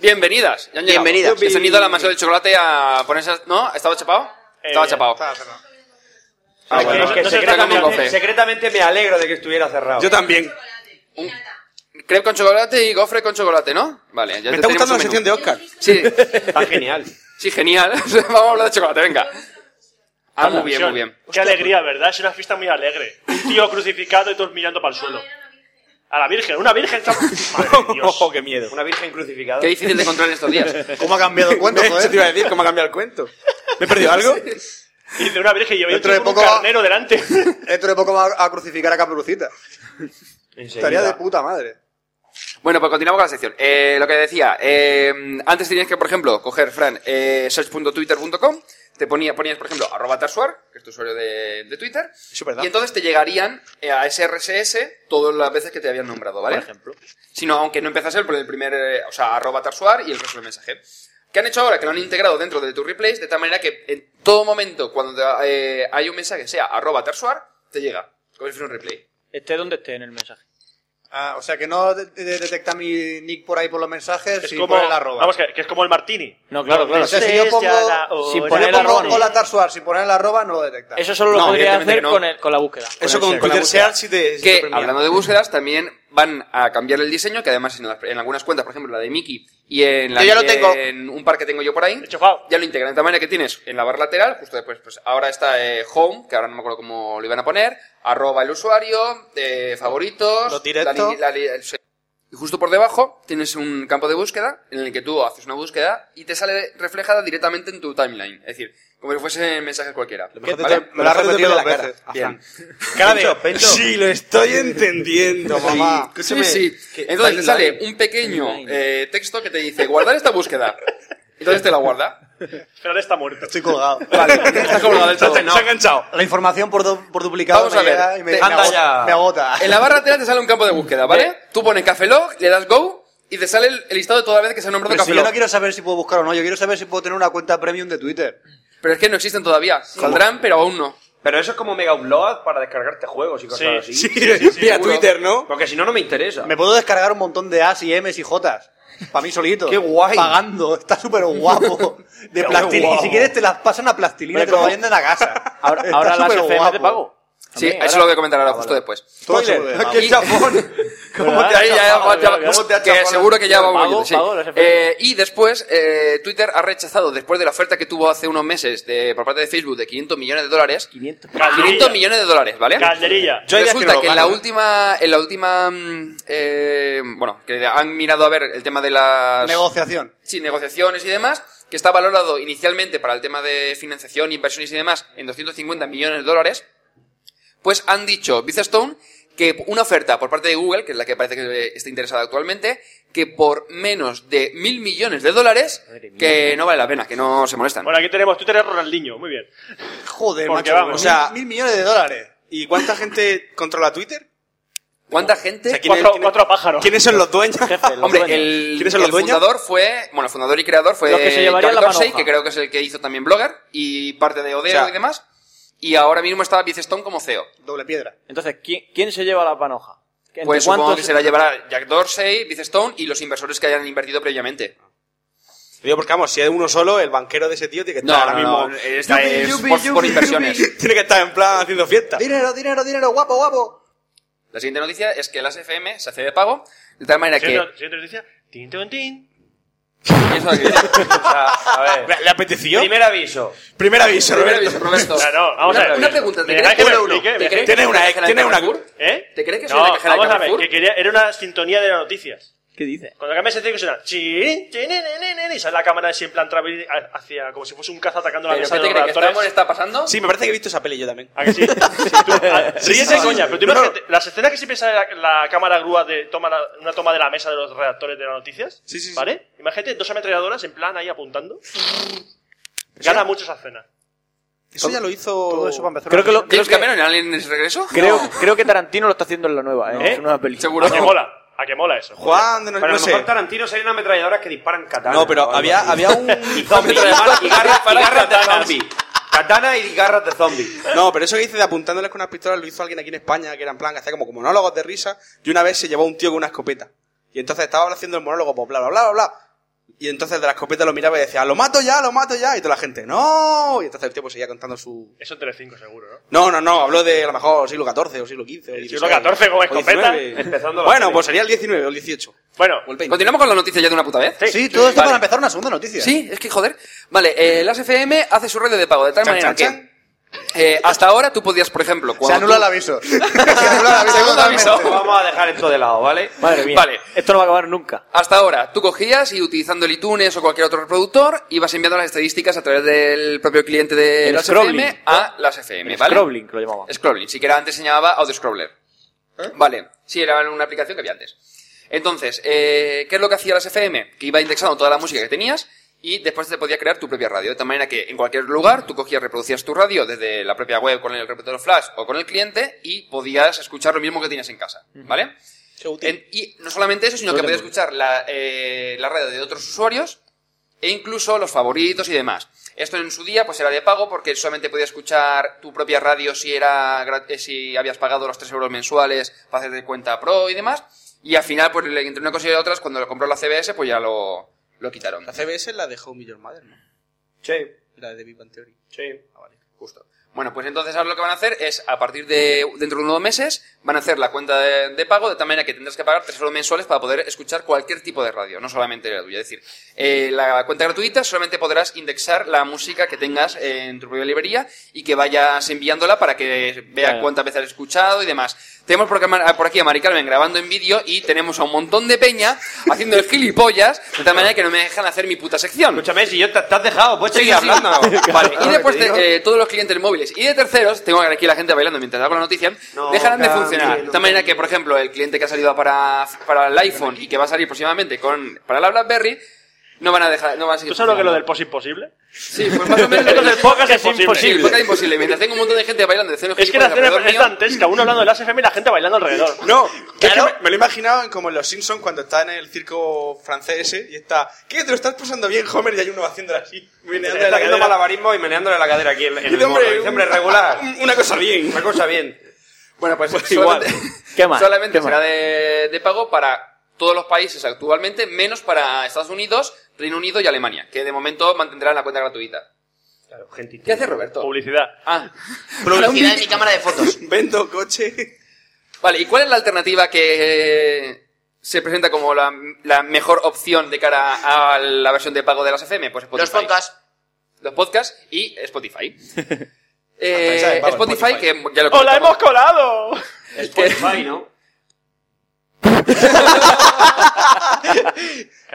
[SPEAKER 8] Bienvenidas. ya han llegado.
[SPEAKER 6] Bienvenidas.
[SPEAKER 8] Que Se han ido a la masa del chocolate a ponerse... a- ¿No? ¿Estaba chapado? Eh, Estaba
[SPEAKER 6] Eh,
[SPEAKER 8] chapado. Ah,
[SPEAKER 27] Es que-
[SPEAKER 8] bueno.
[SPEAKER 27] es que
[SPEAKER 8] No se está comiendo
[SPEAKER 27] secretamente,
[SPEAKER 8] café.
[SPEAKER 27] secretamente me alegro de que estuviera cerrado.
[SPEAKER 8] Yo
[SPEAKER 9] Este
[SPEAKER 8] también. Crepe con chocolate y gofre con chocolate, ¿no? Vale, ya
[SPEAKER 27] Me está gustando la sección
[SPEAKER 8] sección de Oscar. Sí. Está
[SPEAKER 27] genial.
[SPEAKER 8] Sí, genial. (laughs) Vamos a hablar de chocolate, venga. Ah, muy bien, muy bien. pues-
[SPEAKER 6] Qué alegría, ¿verdad? Es una fiesta muy alegre. Un tío crucificado y todos mirando para el suelo. A la Virgen, una Virgen.
[SPEAKER 8] (laughs)
[SPEAKER 6] Madre Dios.
[SPEAKER 8] Oh,
[SPEAKER 27] Ojo, qué miedo. Una virgen crucificada.
[SPEAKER 8] Qué difícil de encontrar en estos días.
[SPEAKER 26] ¿Cómo ha cambiado el cuento, joder? te iba a decir, ¿cómo ha cambiado el cuento? ¿Me he perdido
[SPEAKER 9] (laughs)
[SPEAKER 26] algo?
[SPEAKER 6] Dice una virgen y yo
[SPEAKER 26] Dentro de
[SPEAKER 6] un
[SPEAKER 26] poco va-
[SPEAKER 6] carnero delante.
[SPEAKER 9] Dentro de poco va a crucificar a Caperucita. Estaría de puta madre.
[SPEAKER 8] Bueno, pues continuamos con la sección. Eh, lo que decía, eh, antes tenías que, por ejemplo, coger, Fran, eh, search.twitter.com, te ponía, ponías, por ejemplo, arroba tarsuar, que es tu usuario de, de Twitter, y entonces te llegarían eh, a ese RSS todas las veces que te habían nombrado, ¿vale?
[SPEAKER 6] Por ejemplo.
[SPEAKER 8] Sino, aunque no empezase por el primer, eh, o sea, arroba tarsuar y el resto del mensaje. ¿Qué han hecho ahora? Que lo han integrado dentro de tu replays, de tal manera que en todo momento, cuando te- eh, hay un mensaje, sea arroba tarsuar, te llega, como si fuera un replay.
[SPEAKER 7] Esté donde esté en el mensaje.
[SPEAKER 9] Ah, o sea que no de- de- detecta mi nick por ahí por los
[SPEAKER 6] (laughs)
[SPEAKER 9] mensajes
[SPEAKER 6] Es
[SPEAKER 9] sin
[SPEAKER 6] como,
[SPEAKER 9] poner el arroba.
[SPEAKER 6] vamos, que, que es como el martini.
[SPEAKER 7] No, claro, claro.
[SPEAKER 9] o sea, si yo pongo, si yo pongo
[SPEAKER 7] arroba, no.
[SPEAKER 9] hola Tarsuar, si poner el arroba no lo detecta.
[SPEAKER 7] Eso solo lo podría hacer con, el- con la búsqueda.
[SPEAKER 8] Eso con Twitter Search que, hablando de búsquedas, también van a cambiar el diseño, que además en, las- en algunas cuentas, por ejemplo, la de Mickey y en, la,
[SPEAKER 28] Yo ya lo tengo.
[SPEAKER 8] en un par que tengo yo por ahí, ya lo integran. De tal manera que tienes en la barra lateral, justo después, pues ahora está eh, Home, que ahora no me acuerdo cómo lo iban a poner, arroba el usuario, eh, favoritos,
[SPEAKER 26] Los directos.
[SPEAKER 8] la li- la li- el- y justo por debajo tienes un campo de búsqueda en el que tú haces una búsqueda y te sale reflejada directamente en tu timeline. Es decir, como si fuese mensajes cualquiera. ¿Vale?
[SPEAKER 26] Me lo has repetido dos veces.
[SPEAKER 8] Bien.
[SPEAKER 26] Cara de-
[SPEAKER 8] Pencho, Pencho.
[SPEAKER 26] Sí, lo estoy entendiendo, mamá.
[SPEAKER 9] Ah,
[SPEAKER 8] Sí,
[SPEAKER 26] Escúchame.
[SPEAKER 8] sí.
[SPEAKER 26] Que-
[SPEAKER 8] Entonces te sale
[SPEAKER 26] timeline.
[SPEAKER 8] un pequeño eh, texto que te dice guardar esta búsqueda. Entonces te la guarda.
[SPEAKER 9] (laughs)
[SPEAKER 6] Fran está muerto.
[SPEAKER 26] Estoy colgado.
[SPEAKER 8] Vale, está colgado del todo.
[SPEAKER 26] Se ha- se ha enganchado.
[SPEAKER 9] La información por, du- por duplicado
[SPEAKER 8] Vamos
[SPEAKER 9] me
[SPEAKER 8] a ver.
[SPEAKER 9] llega y me,
[SPEAKER 8] Te-
[SPEAKER 9] me
[SPEAKER 8] Anda
[SPEAKER 9] agota-
[SPEAKER 8] ya.
[SPEAKER 9] me agota.
[SPEAKER 8] En la barra lateral te sale un campo de búsqueda, ¿vale? Tú pones Café Log, le das Go y te sale el el listado de todas las veces que se ha nombrado
[SPEAKER 9] Pero si
[SPEAKER 8] Café
[SPEAKER 9] yo
[SPEAKER 8] Log.
[SPEAKER 9] no quiero saber si puedo buscar o no, yo quiero saber si puedo tener una cuenta premium de Twitter.
[SPEAKER 8] Pero es que no existen todavía. Saldrán, pero aún no.
[SPEAKER 27] Pero eso es como mega upload para descargarte juegos y cosas así.
[SPEAKER 8] Sí, sí, sí, sí, Vía seguro. Twitter,
[SPEAKER 27] ¿no? Porque si no, no me interesa.
[SPEAKER 9] Me puedo descargar un montón de A's y M's y J's. Para mí solito.
[SPEAKER 27] Qué guay.
[SPEAKER 9] Pagando. Está súper guapo. De
[SPEAKER 27] Qué
[SPEAKER 9] plastilina.
[SPEAKER 27] guapo.
[SPEAKER 9] Y si quieres te las pasan a plastilina y te
[SPEAKER 8] Pero
[SPEAKER 9] lo
[SPEAKER 8] como-
[SPEAKER 9] venden a casa.
[SPEAKER 7] Ahora,
[SPEAKER 9] Está
[SPEAKER 7] ahora las
[SPEAKER 9] superguapo.
[SPEAKER 7] FM te pago.
[SPEAKER 8] Sí, eso
[SPEAKER 7] También,
[SPEAKER 8] (laughs)
[SPEAKER 7] ahora-
[SPEAKER 8] lo voy a comentar ahora justo después.
[SPEAKER 9] Spoiler,
[SPEAKER 8] Y- (laughs)
[SPEAKER 9] aquí el Japón.
[SPEAKER 8] ¿Cómo te ha
[SPEAKER 29] Ahí ya,
[SPEAKER 8] chafado,
[SPEAKER 29] ya, ya,
[SPEAKER 8] verdad? ¿Cómo te ha
[SPEAKER 29] que
[SPEAKER 8] chafado?
[SPEAKER 29] seguro que ya va
[SPEAKER 8] Pago,
[SPEAKER 29] huyendo, sí.
[SPEAKER 8] pago, los
[SPEAKER 29] Eh,
[SPEAKER 8] efectos. y después, eh, Twitter ha rechazado, después de la oferta que tuvo hace unos meses de, por parte de Facebook de 500 millones de dólares.
[SPEAKER 9] (laughs)
[SPEAKER 8] 500,
[SPEAKER 6] Calderilla.
[SPEAKER 8] millones de dólares, ¿vale?
[SPEAKER 6] Calderilla. Yo hay días que
[SPEAKER 8] Resulta
[SPEAKER 6] no
[SPEAKER 8] que
[SPEAKER 6] lo
[SPEAKER 8] en la
[SPEAKER 6] pago.
[SPEAKER 8] última. En la última. mm, eh, bueno, que han mirado a ver el tema de las.
[SPEAKER 4] Negociación.
[SPEAKER 8] Sí, negociaciones y demás, que está valorado inicialmente para el tema de financiación, inversiones y demás en 250 millones de dólares, pues han dicho Bizstone que una oferta por parte de Google, que es la que parece que está interesada actualmente, que por menos de mil millones de dólares, que no vale la pena, que no se molestan.
[SPEAKER 6] Bueno, aquí tenemos Twitter de Ronaldinho, muy bien.
[SPEAKER 9] Joder,
[SPEAKER 6] Porque
[SPEAKER 9] macho,
[SPEAKER 6] vamos,
[SPEAKER 9] o sea,
[SPEAKER 6] mil-
[SPEAKER 9] mil millones de dólares. ¿Y cuánta gente controla Twitter?
[SPEAKER 8] ¿Cuánta gente?
[SPEAKER 6] Cuatro- cuatro pájaros.
[SPEAKER 9] ¿Quiénes son los dueños?
[SPEAKER 8] Hombre, el,
[SPEAKER 9] ¿Quiénes son los
[SPEAKER 8] el
[SPEAKER 9] dueños?
[SPEAKER 8] fundador fue, bueno, el fundador y creador fue
[SPEAKER 9] Los que se llevarían
[SPEAKER 8] Jack
[SPEAKER 9] la
[SPEAKER 8] Dorsey,
[SPEAKER 9] panoja.
[SPEAKER 8] que creo que es el que hizo también Blogger y parte de Odeo
[SPEAKER 7] O sea-
[SPEAKER 8] y demás. Y ahora mismo está Bizstone como E CEO.
[SPEAKER 9] (laughs) Doble piedra.
[SPEAKER 7] Entonces, ¿quién, quién se lleva la panoja? ¿Entre
[SPEAKER 8] Pues supongo
[SPEAKER 7] cuántos-
[SPEAKER 8] que se la llevará Jack Dorsey, Bizstone y los inversores que hayan invertido previamente.
[SPEAKER 9] Digo, porque vamos, si es uno solo, el banquero de ese tío tiene que estar
[SPEAKER 8] No,
[SPEAKER 9] ahora
[SPEAKER 8] no, no,
[SPEAKER 9] mismo.
[SPEAKER 8] esta es por- por inversiones.
[SPEAKER 9] tiene que estar en plan haciendo fiesta.
[SPEAKER 4] Dinero, dinero, dinero, guapo, guapo.
[SPEAKER 8] La siguiente noticia es que el ASFM se hace de pago, de tal manera que...
[SPEAKER 6] Siguiente siguiente noticia. Tin, tin, tin.
[SPEAKER 8] Eso es lo que dice.
[SPEAKER 27] A ver.
[SPEAKER 9] ¿Le apeteció?
[SPEAKER 27] Primer aviso.
[SPEAKER 9] Primer aviso,
[SPEAKER 8] Primer
[SPEAKER 9] Roberto.
[SPEAKER 8] aviso, Roberto.
[SPEAKER 6] Claro, vamos
[SPEAKER 8] una,
[SPEAKER 6] a ver.
[SPEAKER 8] Una pregunta,
[SPEAKER 6] ¿Me
[SPEAKER 8] ¿te
[SPEAKER 6] dejáis
[SPEAKER 8] crees
[SPEAKER 6] que
[SPEAKER 8] que
[SPEAKER 6] me
[SPEAKER 8] era uno?
[SPEAKER 6] explique?
[SPEAKER 8] ¿Te
[SPEAKER 6] ¿Me
[SPEAKER 8] crees
[SPEAKER 6] dejáis
[SPEAKER 8] que
[SPEAKER 6] que me
[SPEAKER 8] era
[SPEAKER 6] explique?
[SPEAKER 8] de
[SPEAKER 6] ¿Tiene una
[SPEAKER 8] Carrefour?
[SPEAKER 6] ¿Eh?
[SPEAKER 8] ¿Te crees que soy
[SPEAKER 6] no,
[SPEAKER 8] la cajera de
[SPEAKER 6] vamos a ver,
[SPEAKER 8] Carrefour?
[SPEAKER 6] que quería, era una sintonía de las noticias.
[SPEAKER 7] ¿Qué dice?
[SPEAKER 6] Cuando cambias el ciclo suena chin, chin, nin, nin, nin, y sale la cámara así en plan travel a- hacia como si fuese un caza atacando la
[SPEAKER 8] ¿Pero qué
[SPEAKER 6] mesa de
[SPEAKER 8] te
[SPEAKER 6] los
[SPEAKER 8] crees que Stammer
[SPEAKER 6] redactores.
[SPEAKER 8] está pasando?
[SPEAKER 9] Sí, me parece que he visto esa peli yo también.
[SPEAKER 6] ¿A que
[SPEAKER 8] (laughs)
[SPEAKER 6] sí?
[SPEAKER 9] Sí,
[SPEAKER 6] Ríete,
[SPEAKER 9] sí, sí.
[SPEAKER 6] coña, pero tú
[SPEAKER 9] No, no.
[SPEAKER 6] imagínate, las escenas que siempre sale la, la cámara grúa de toma la- una toma de la mesa de los redactores de las noticias, ¿vale? Imagínate dos ametralladoras en plan ahí apuntando. Gana mucho esa escena.
[SPEAKER 9] Eso ya lo hizo.
[SPEAKER 7] Creo que lo- creo
[SPEAKER 8] ¿James
[SPEAKER 7] que-
[SPEAKER 8] Cameron en Aliens Regreso?
[SPEAKER 7] Creo,
[SPEAKER 8] No.
[SPEAKER 7] creo que Tarantino lo está haciendo en la nueva, ¿eh?
[SPEAKER 8] ¿Eh?
[SPEAKER 7] En su nueva película.
[SPEAKER 8] Seguro.
[SPEAKER 7] ¿A qué
[SPEAKER 6] mola? ¿A qué mola eso?
[SPEAKER 9] Juan, no,
[SPEAKER 27] Pero a
[SPEAKER 9] no
[SPEAKER 27] lo
[SPEAKER 9] sé.
[SPEAKER 27] mejor Tarantino serían ametralladoras que disparan katana.
[SPEAKER 9] No, pero había- había un-
[SPEAKER 27] y zombies.
[SPEAKER 9] Ametralladoras
[SPEAKER 27] y garras, y garras de
[SPEAKER 9] katanas.
[SPEAKER 27] zombie. Katana y garras de zombie.
[SPEAKER 9] No, pero eso que dice de apuntándoles con unas pistolas lo hizo alguien aquí en España, que era en plan que hacía como monólogos de risa, y una vez se llevó un tío con una escopeta. Y entonces estaba haciendo el monólogo, pues bla, bla, bla, bla, bla. Y entonces el de la escopeta lo miraba y decía, lo mato ya, lo mato ya. Y toda la gente, no. Y entonces el tío pues seguía contando su...
[SPEAKER 6] Eso en Telecinco seguro, ¿no?
[SPEAKER 9] No, no, no, habló de a lo mejor siglo XIV o siglo XV. El
[SPEAKER 6] siglo XIV con escopeta. Empezando la
[SPEAKER 9] Bueno,
[SPEAKER 6] serie.
[SPEAKER 9] pues sería el XIX o el XVIII.
[SPEAKER 6] Bueno,
[SPEAKER 8] ¿Continuamos con la noticia ya de una puta vez?
[SPEAKER 4] Sí, todo esto
[SPEAKER 8] Vale.
[SPEAKER 4] para empezar una segunda noticia.
[SPEAKER 8] Sí, es que joder. Vale, eh, la SFM hace su red de pago de tal
[SPEAKER 4] Chan,
[SPEAKER 8] manera
[SPEAKER 4] chan,
[SPEAKER 8] que eh, hasta ahora tú podías, por ejemplo,
[SPEAKER 4] Se
[SPEAKER 8] cuando
[SPEAKER 4] anula
[SPEAKER 8] tú-
[SPEAKER 4] el
[SPEAKER 8] (laughs)
[SPEAKER 4] aviso. Se anula el aviso.
[SPEAKER 8] Segundo
[SPEAKER 4] totalmente.
[SPEAKER 8] aviso.
[SPEAKER 27] Vamos a dejar esto de lado, ¿vale?
[SPEAKER 7] Madre mía.
[SPEAKER 8] Vale.
[SPEAKER 7] Esto no va a acabar nunca.
[SPEAKER 8] Hasta ahora, tú cogías y utilizando el iTunes o cualquier otro reproductor, ibas enviando las estadísticas a través del propio cliente de
[SPEAKER 7] El
[SPEAKER 8] las
[SPEAKER 7] scrolling.
[SPEAKER 8] FM a las FM,
[SPEAKER 7] El
[SPEAKER 8] ¿vale?
[SPEAKER 7] Scrolling lo llamaba.
[SPEAKER 8] Scrolling, si que era antes se llamaba Audio-Scroller. Vale, sí, era una aplicación que había antes. Entonces, eh, ¿qué es lo que hacía las FM? Que iba indexando toda la música que tenías y después te podía crear tu propia radio. De tal manera que en cualquier lugar tú cogías, reproducías tu radio desde la propia web con el reproductor flash o con el cliente y podías escuchar lo mismo que tenías en casa, ¿vale? En- y no solamente eso, sino que podías escuchar la, eh, la radio de otros usuarios e incluso los favoritos y demás. Esto en su día pues era de pago porque solamente podías escuchar tu propia radio si era gra- eh, si habías pagado los 3 euros mensuales para hacerte cuenta pro y demás. Y al final, pues le- entre una cosa y la otra, cuando lo compró la CBS, pues ya lo, lo quitaron.
[SPEAKER 9] La CBS la dejó Millor Mother, ¿no?
[SPEAKER 27] Sí.
[SPEAKER 9] La de Big Bang Theory.
[SPEAKER 27] Sí.
[SPEAKER 9] Ah, vale.
[SPEAKER 8] Justo. Bueno, pues entonces ahora lo que van a hacer es, a partir de dentro de unos meses, van a hacer la cuenta de, de pago de tal manera que tendrás que pagar 3 euros mensuales para poder escuchar cualquier tipo de radio, no solamente la tuya. Es decir, eh, la cuenta gratuita solamente podrás indexar la música que tengas en tu propia librería y que vayas enviándola para que vea
[SPEAKER 7] Ya.
[SPEAKER 8] cuántas veces has escuchado y demás. Tenemos por, acá a- por aquí a Mari Carmen grabando en vídeo y tenemos a un montón de peña haciendo el gilipollas de tal manera que no me dejan hacer mi puta sección.
[SPEAKER 27] Escúchame, si yo te, te has dejado, puedes
[SPEAKER 8] Sí,
[SPEAKER 27] seguir
[SPEAKER 8] sí, sí. (laughs)
[SPEAKER 7] (laughs)
[SPEAKER 27] hablando.
[SPEAKER 8] Vale, y después de eh, todos los clientes móviles y de terceros, tengo aquí la gente bailando mientras hago la noticia, dejarán de
[SPEAKER 27] cambie,
[SPEAKER 8] funcionar.
[SPEAKER 27] no
[SPEAKER 8] de tal manera que, por ejemplo, el cliente que ha salido para, para el iPhone y que va a salir próximamente con, para la BlackBerry, no van a dejar, no van a seguir.
[SPEAKER 6] ¿Tú sabes lo que es lo del
[SPEAKER 8] funcionando.
[SPEAKER 6] post imposible?
[SPEAKER 8] Sí, pues más o
[SPEAKER 6] (laughs)
[SPEAKER 8] menos.
[SPEAKER 6] Esto del podcast es
[SPEAKER 8] Sí, el
[SPEAKER 6] imposible.
[SPEAKER 8] podcast es imposible. Mientras tengo un montón de gente bailando de cero
[SPEAKER 6] Es que la escena es dantesca, uno hablando de las FM y la gente bailando alrededor.
[SPEAKER 9] No, claro. me, me lo he imaginado en como en Los Simpsons cuando está en el circo francés ese y está, ¿qué? ¿Te lo estás pasando bien, Homer? Y hay uno haciéndole así, meneándole
[SPEAKER 27] Está
[SPEAKER 9] la
[SPEAKER 27] haciendo
[SPEAKER 9] cadera.
[SPEAKER 27] malabarismo y meneándole la cadera aquí en, en
[SPEAKER 9] Y
[SPEAKER 27] el
[SPEAKER 9] dice, hombre,
[SPEAKER 27] morro. Dice, hombre,
[SPEAKER 9] un-
[SPEAKER 27] regular.
[SPEAKER 9] (laughs) un- una cosa bien.
[SPEAKER 27] Una cosa bien.
[SPEAKER 8] Bueno, pues,
[SPEAKER 6] (laughs)
[SPEAKER 27] igual.
[SPEAKER 7] ¿Qué más?
[SPEAKER 8] Solamente
[SPEAKER 7] ¿Qué
[SPEAKER 8] será
[SPEAKER 7] más?
[SPEAKER 8] de, de pago para todos los países actualmente, menos para Estados Unidos, Reino Unido y Alemania, que de momento mantendrán la cuenta gratuita. ¿Qué hace Roberto?
[SPEAKER 6] Publicidad.
[SPEAKER 8] Ah.
[SPEAKER 5] Publicidad en mi cámara de fotos.
[SPEAKER 9] Vendo coche.
[SPEAKER 8] Vale, ¿y cuál es la alternativa que eh, se presenta como la, la mejor opción de cara a la versión de pago de las FM? Pues Spotify. Los podcasts. Los podcasts y
[SPEAKER 6] (laughs)
[SPEAKER 8] Spotify. Eh,
[SPEAKER 6] Hasta esa de pago,
[SPEAKER 8] Spotify,
[SPEAKER 6] Spotify.
[SPEAKER 8] que ya lo
[SPEAKER 6] ¡Os la
[SPEAKER 8] comentamos.
[SPEAKER 6] hemos colado!
[SPEAKER 27] Spotify, (laughs) ¿no? ¿Qué?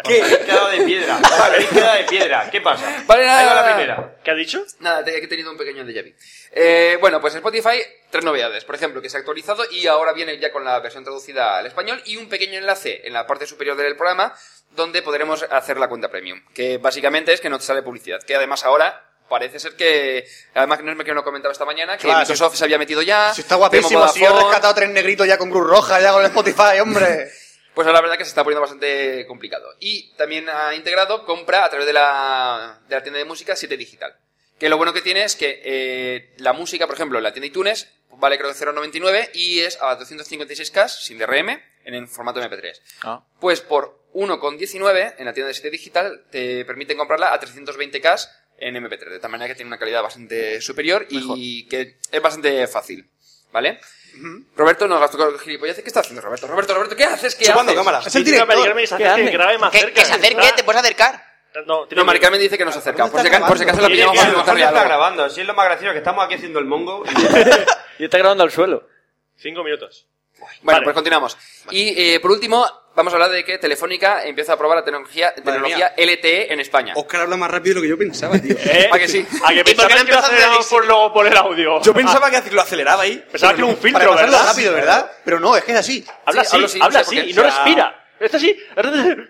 [SPEAKER 27] Habéis quedado de piedra. Habéis quedado de piedra. ¿Qué pasa?
[SPEAKER 8] Vale, nada,
[SPEAKER 27] Ahí va la
[SPEAKER 8] nada.
[SPEAKER 27] primera.
[SPEAKER 6] ¿Qué ha dicho?
[SPEAKER 8] Nada, te- que he tenido un pequeño déjà vu. Eh, bueno, pues Spotify, tres novedades. Por ejemplo, que se ha actualizado y ahora viene ya con la versión traducida al español y un pequeño enlace en la parte superior del programa donde podremos hacer la cuenta premium. Que básicamente es que no te sale publicidad. Que además ahora parece ser que... Además, que no es que no comentaba esta mañana, que
[SPEAKER 4] Claro,
[SPEAKER 8] Microsoft se había metido ya.
[SPEAKER 4] Está guapísimo.
[SPEAKER 8] tenemos
[SPEAKER 4] Si yo he
[SPEAKER 8] Vodafone.
[SPEAKER 4] rescatado tres negritos ya con Cruz Roja, ya con el Spotify, hombre.
[SPEAKER 9] (laughs)
[SPEAKER 8] Pues la verdad que se está poniendo bastante complicado. Y también ha integrado compra a través de la, de la tienda de música 7 Digital. Que lo bueno que tiene es que eh, la música, por ejemplo, en la tienda iTunes vale creo que 0,99 y es a 256K sin DRM en el formato MP3.
[SPEAKER 6] Ah.
[SPEAKER 8] Pues por 1,19 en la tienda de 7 Digital te permiten comprarla a 320K en MP3. De tal manera que tiene una calidad bastante superior y que es bastante fácil. ¿Vale? Roberto nos gastó con gilipollas. ¿Qué está haciendo Roberto? Roberto, Roberto, ¿qué haces? ¿Qué
[SPEAKER 6] Chupando
[SPEAKER 8] haces?
[SPEAKER 6] cámara. Es el director. Mari Carmen se acerca, que grabe más cerca.
[SPEAKER 8] se acerque? ¿Te puedes acercar?
[SPEAKER 6] No,
[SPEAKER 8] no Mari Carmen dice que no se acerca. Por si acaso, por si acaso la
[SPEAKER 27] Y- y
[SPEAKER 8] pillamos
[SPEAKER 27] a lo
[SPEAKER 8] en
[SPEAKER 27] mejor ya
[SPEAKER 8] contraria.
[SPEAKER 27] está
[SPEAKER 8] luego.
[SPEAKER 27] grabando. Si es lo más gracioso que estamos aquí haciendo el mongo.
[SPEAKER 7] (laughs) Y está grabando al suelo.
[SPEAKER 6] Cinco minutos.
[SPEAKER 8] Bueno, pues continuamos. Y eh, por último, vamos a hablar de que Telefónica empieza a probar la tecnología, tecnología LTE en España.
[SPEAKER 9] Oscar habla más rápido de lo que yo pensaba,
[SPEAKER 6] (laughs)
[SPEAKER 9] tío.
[SPEAKER 8] ¿A que sí?
[SPEAKER 6] ¿A que pensabas que lo aceleramos por, luego por el audio?
[SPEAKER 9] Yo pensaba que lo aceleraba ahí.
[SPEAKER 6] Pensaba que era un filtro,
[SPEAKER 9] Para pasarlo
[SPEAKER 6] ¿verdad?
[SPEAKER 9] rápido, ¿verdad? Pero no, es que es así.
[SPEAKER 6] Habla
[SPEAKER 9] Sí,
[SPEAKER 6] así,
[SPEAKER 9] hablo así,
[SPEAKER 6] habla
[SPEAKER 9] no sé
[SPEAKER 6] así
[SPEAKER 9] por qué.
[SPEAKER 6] y no
[SPEAKER 9] O sea,
[SPEAKER 6] respira. Está así.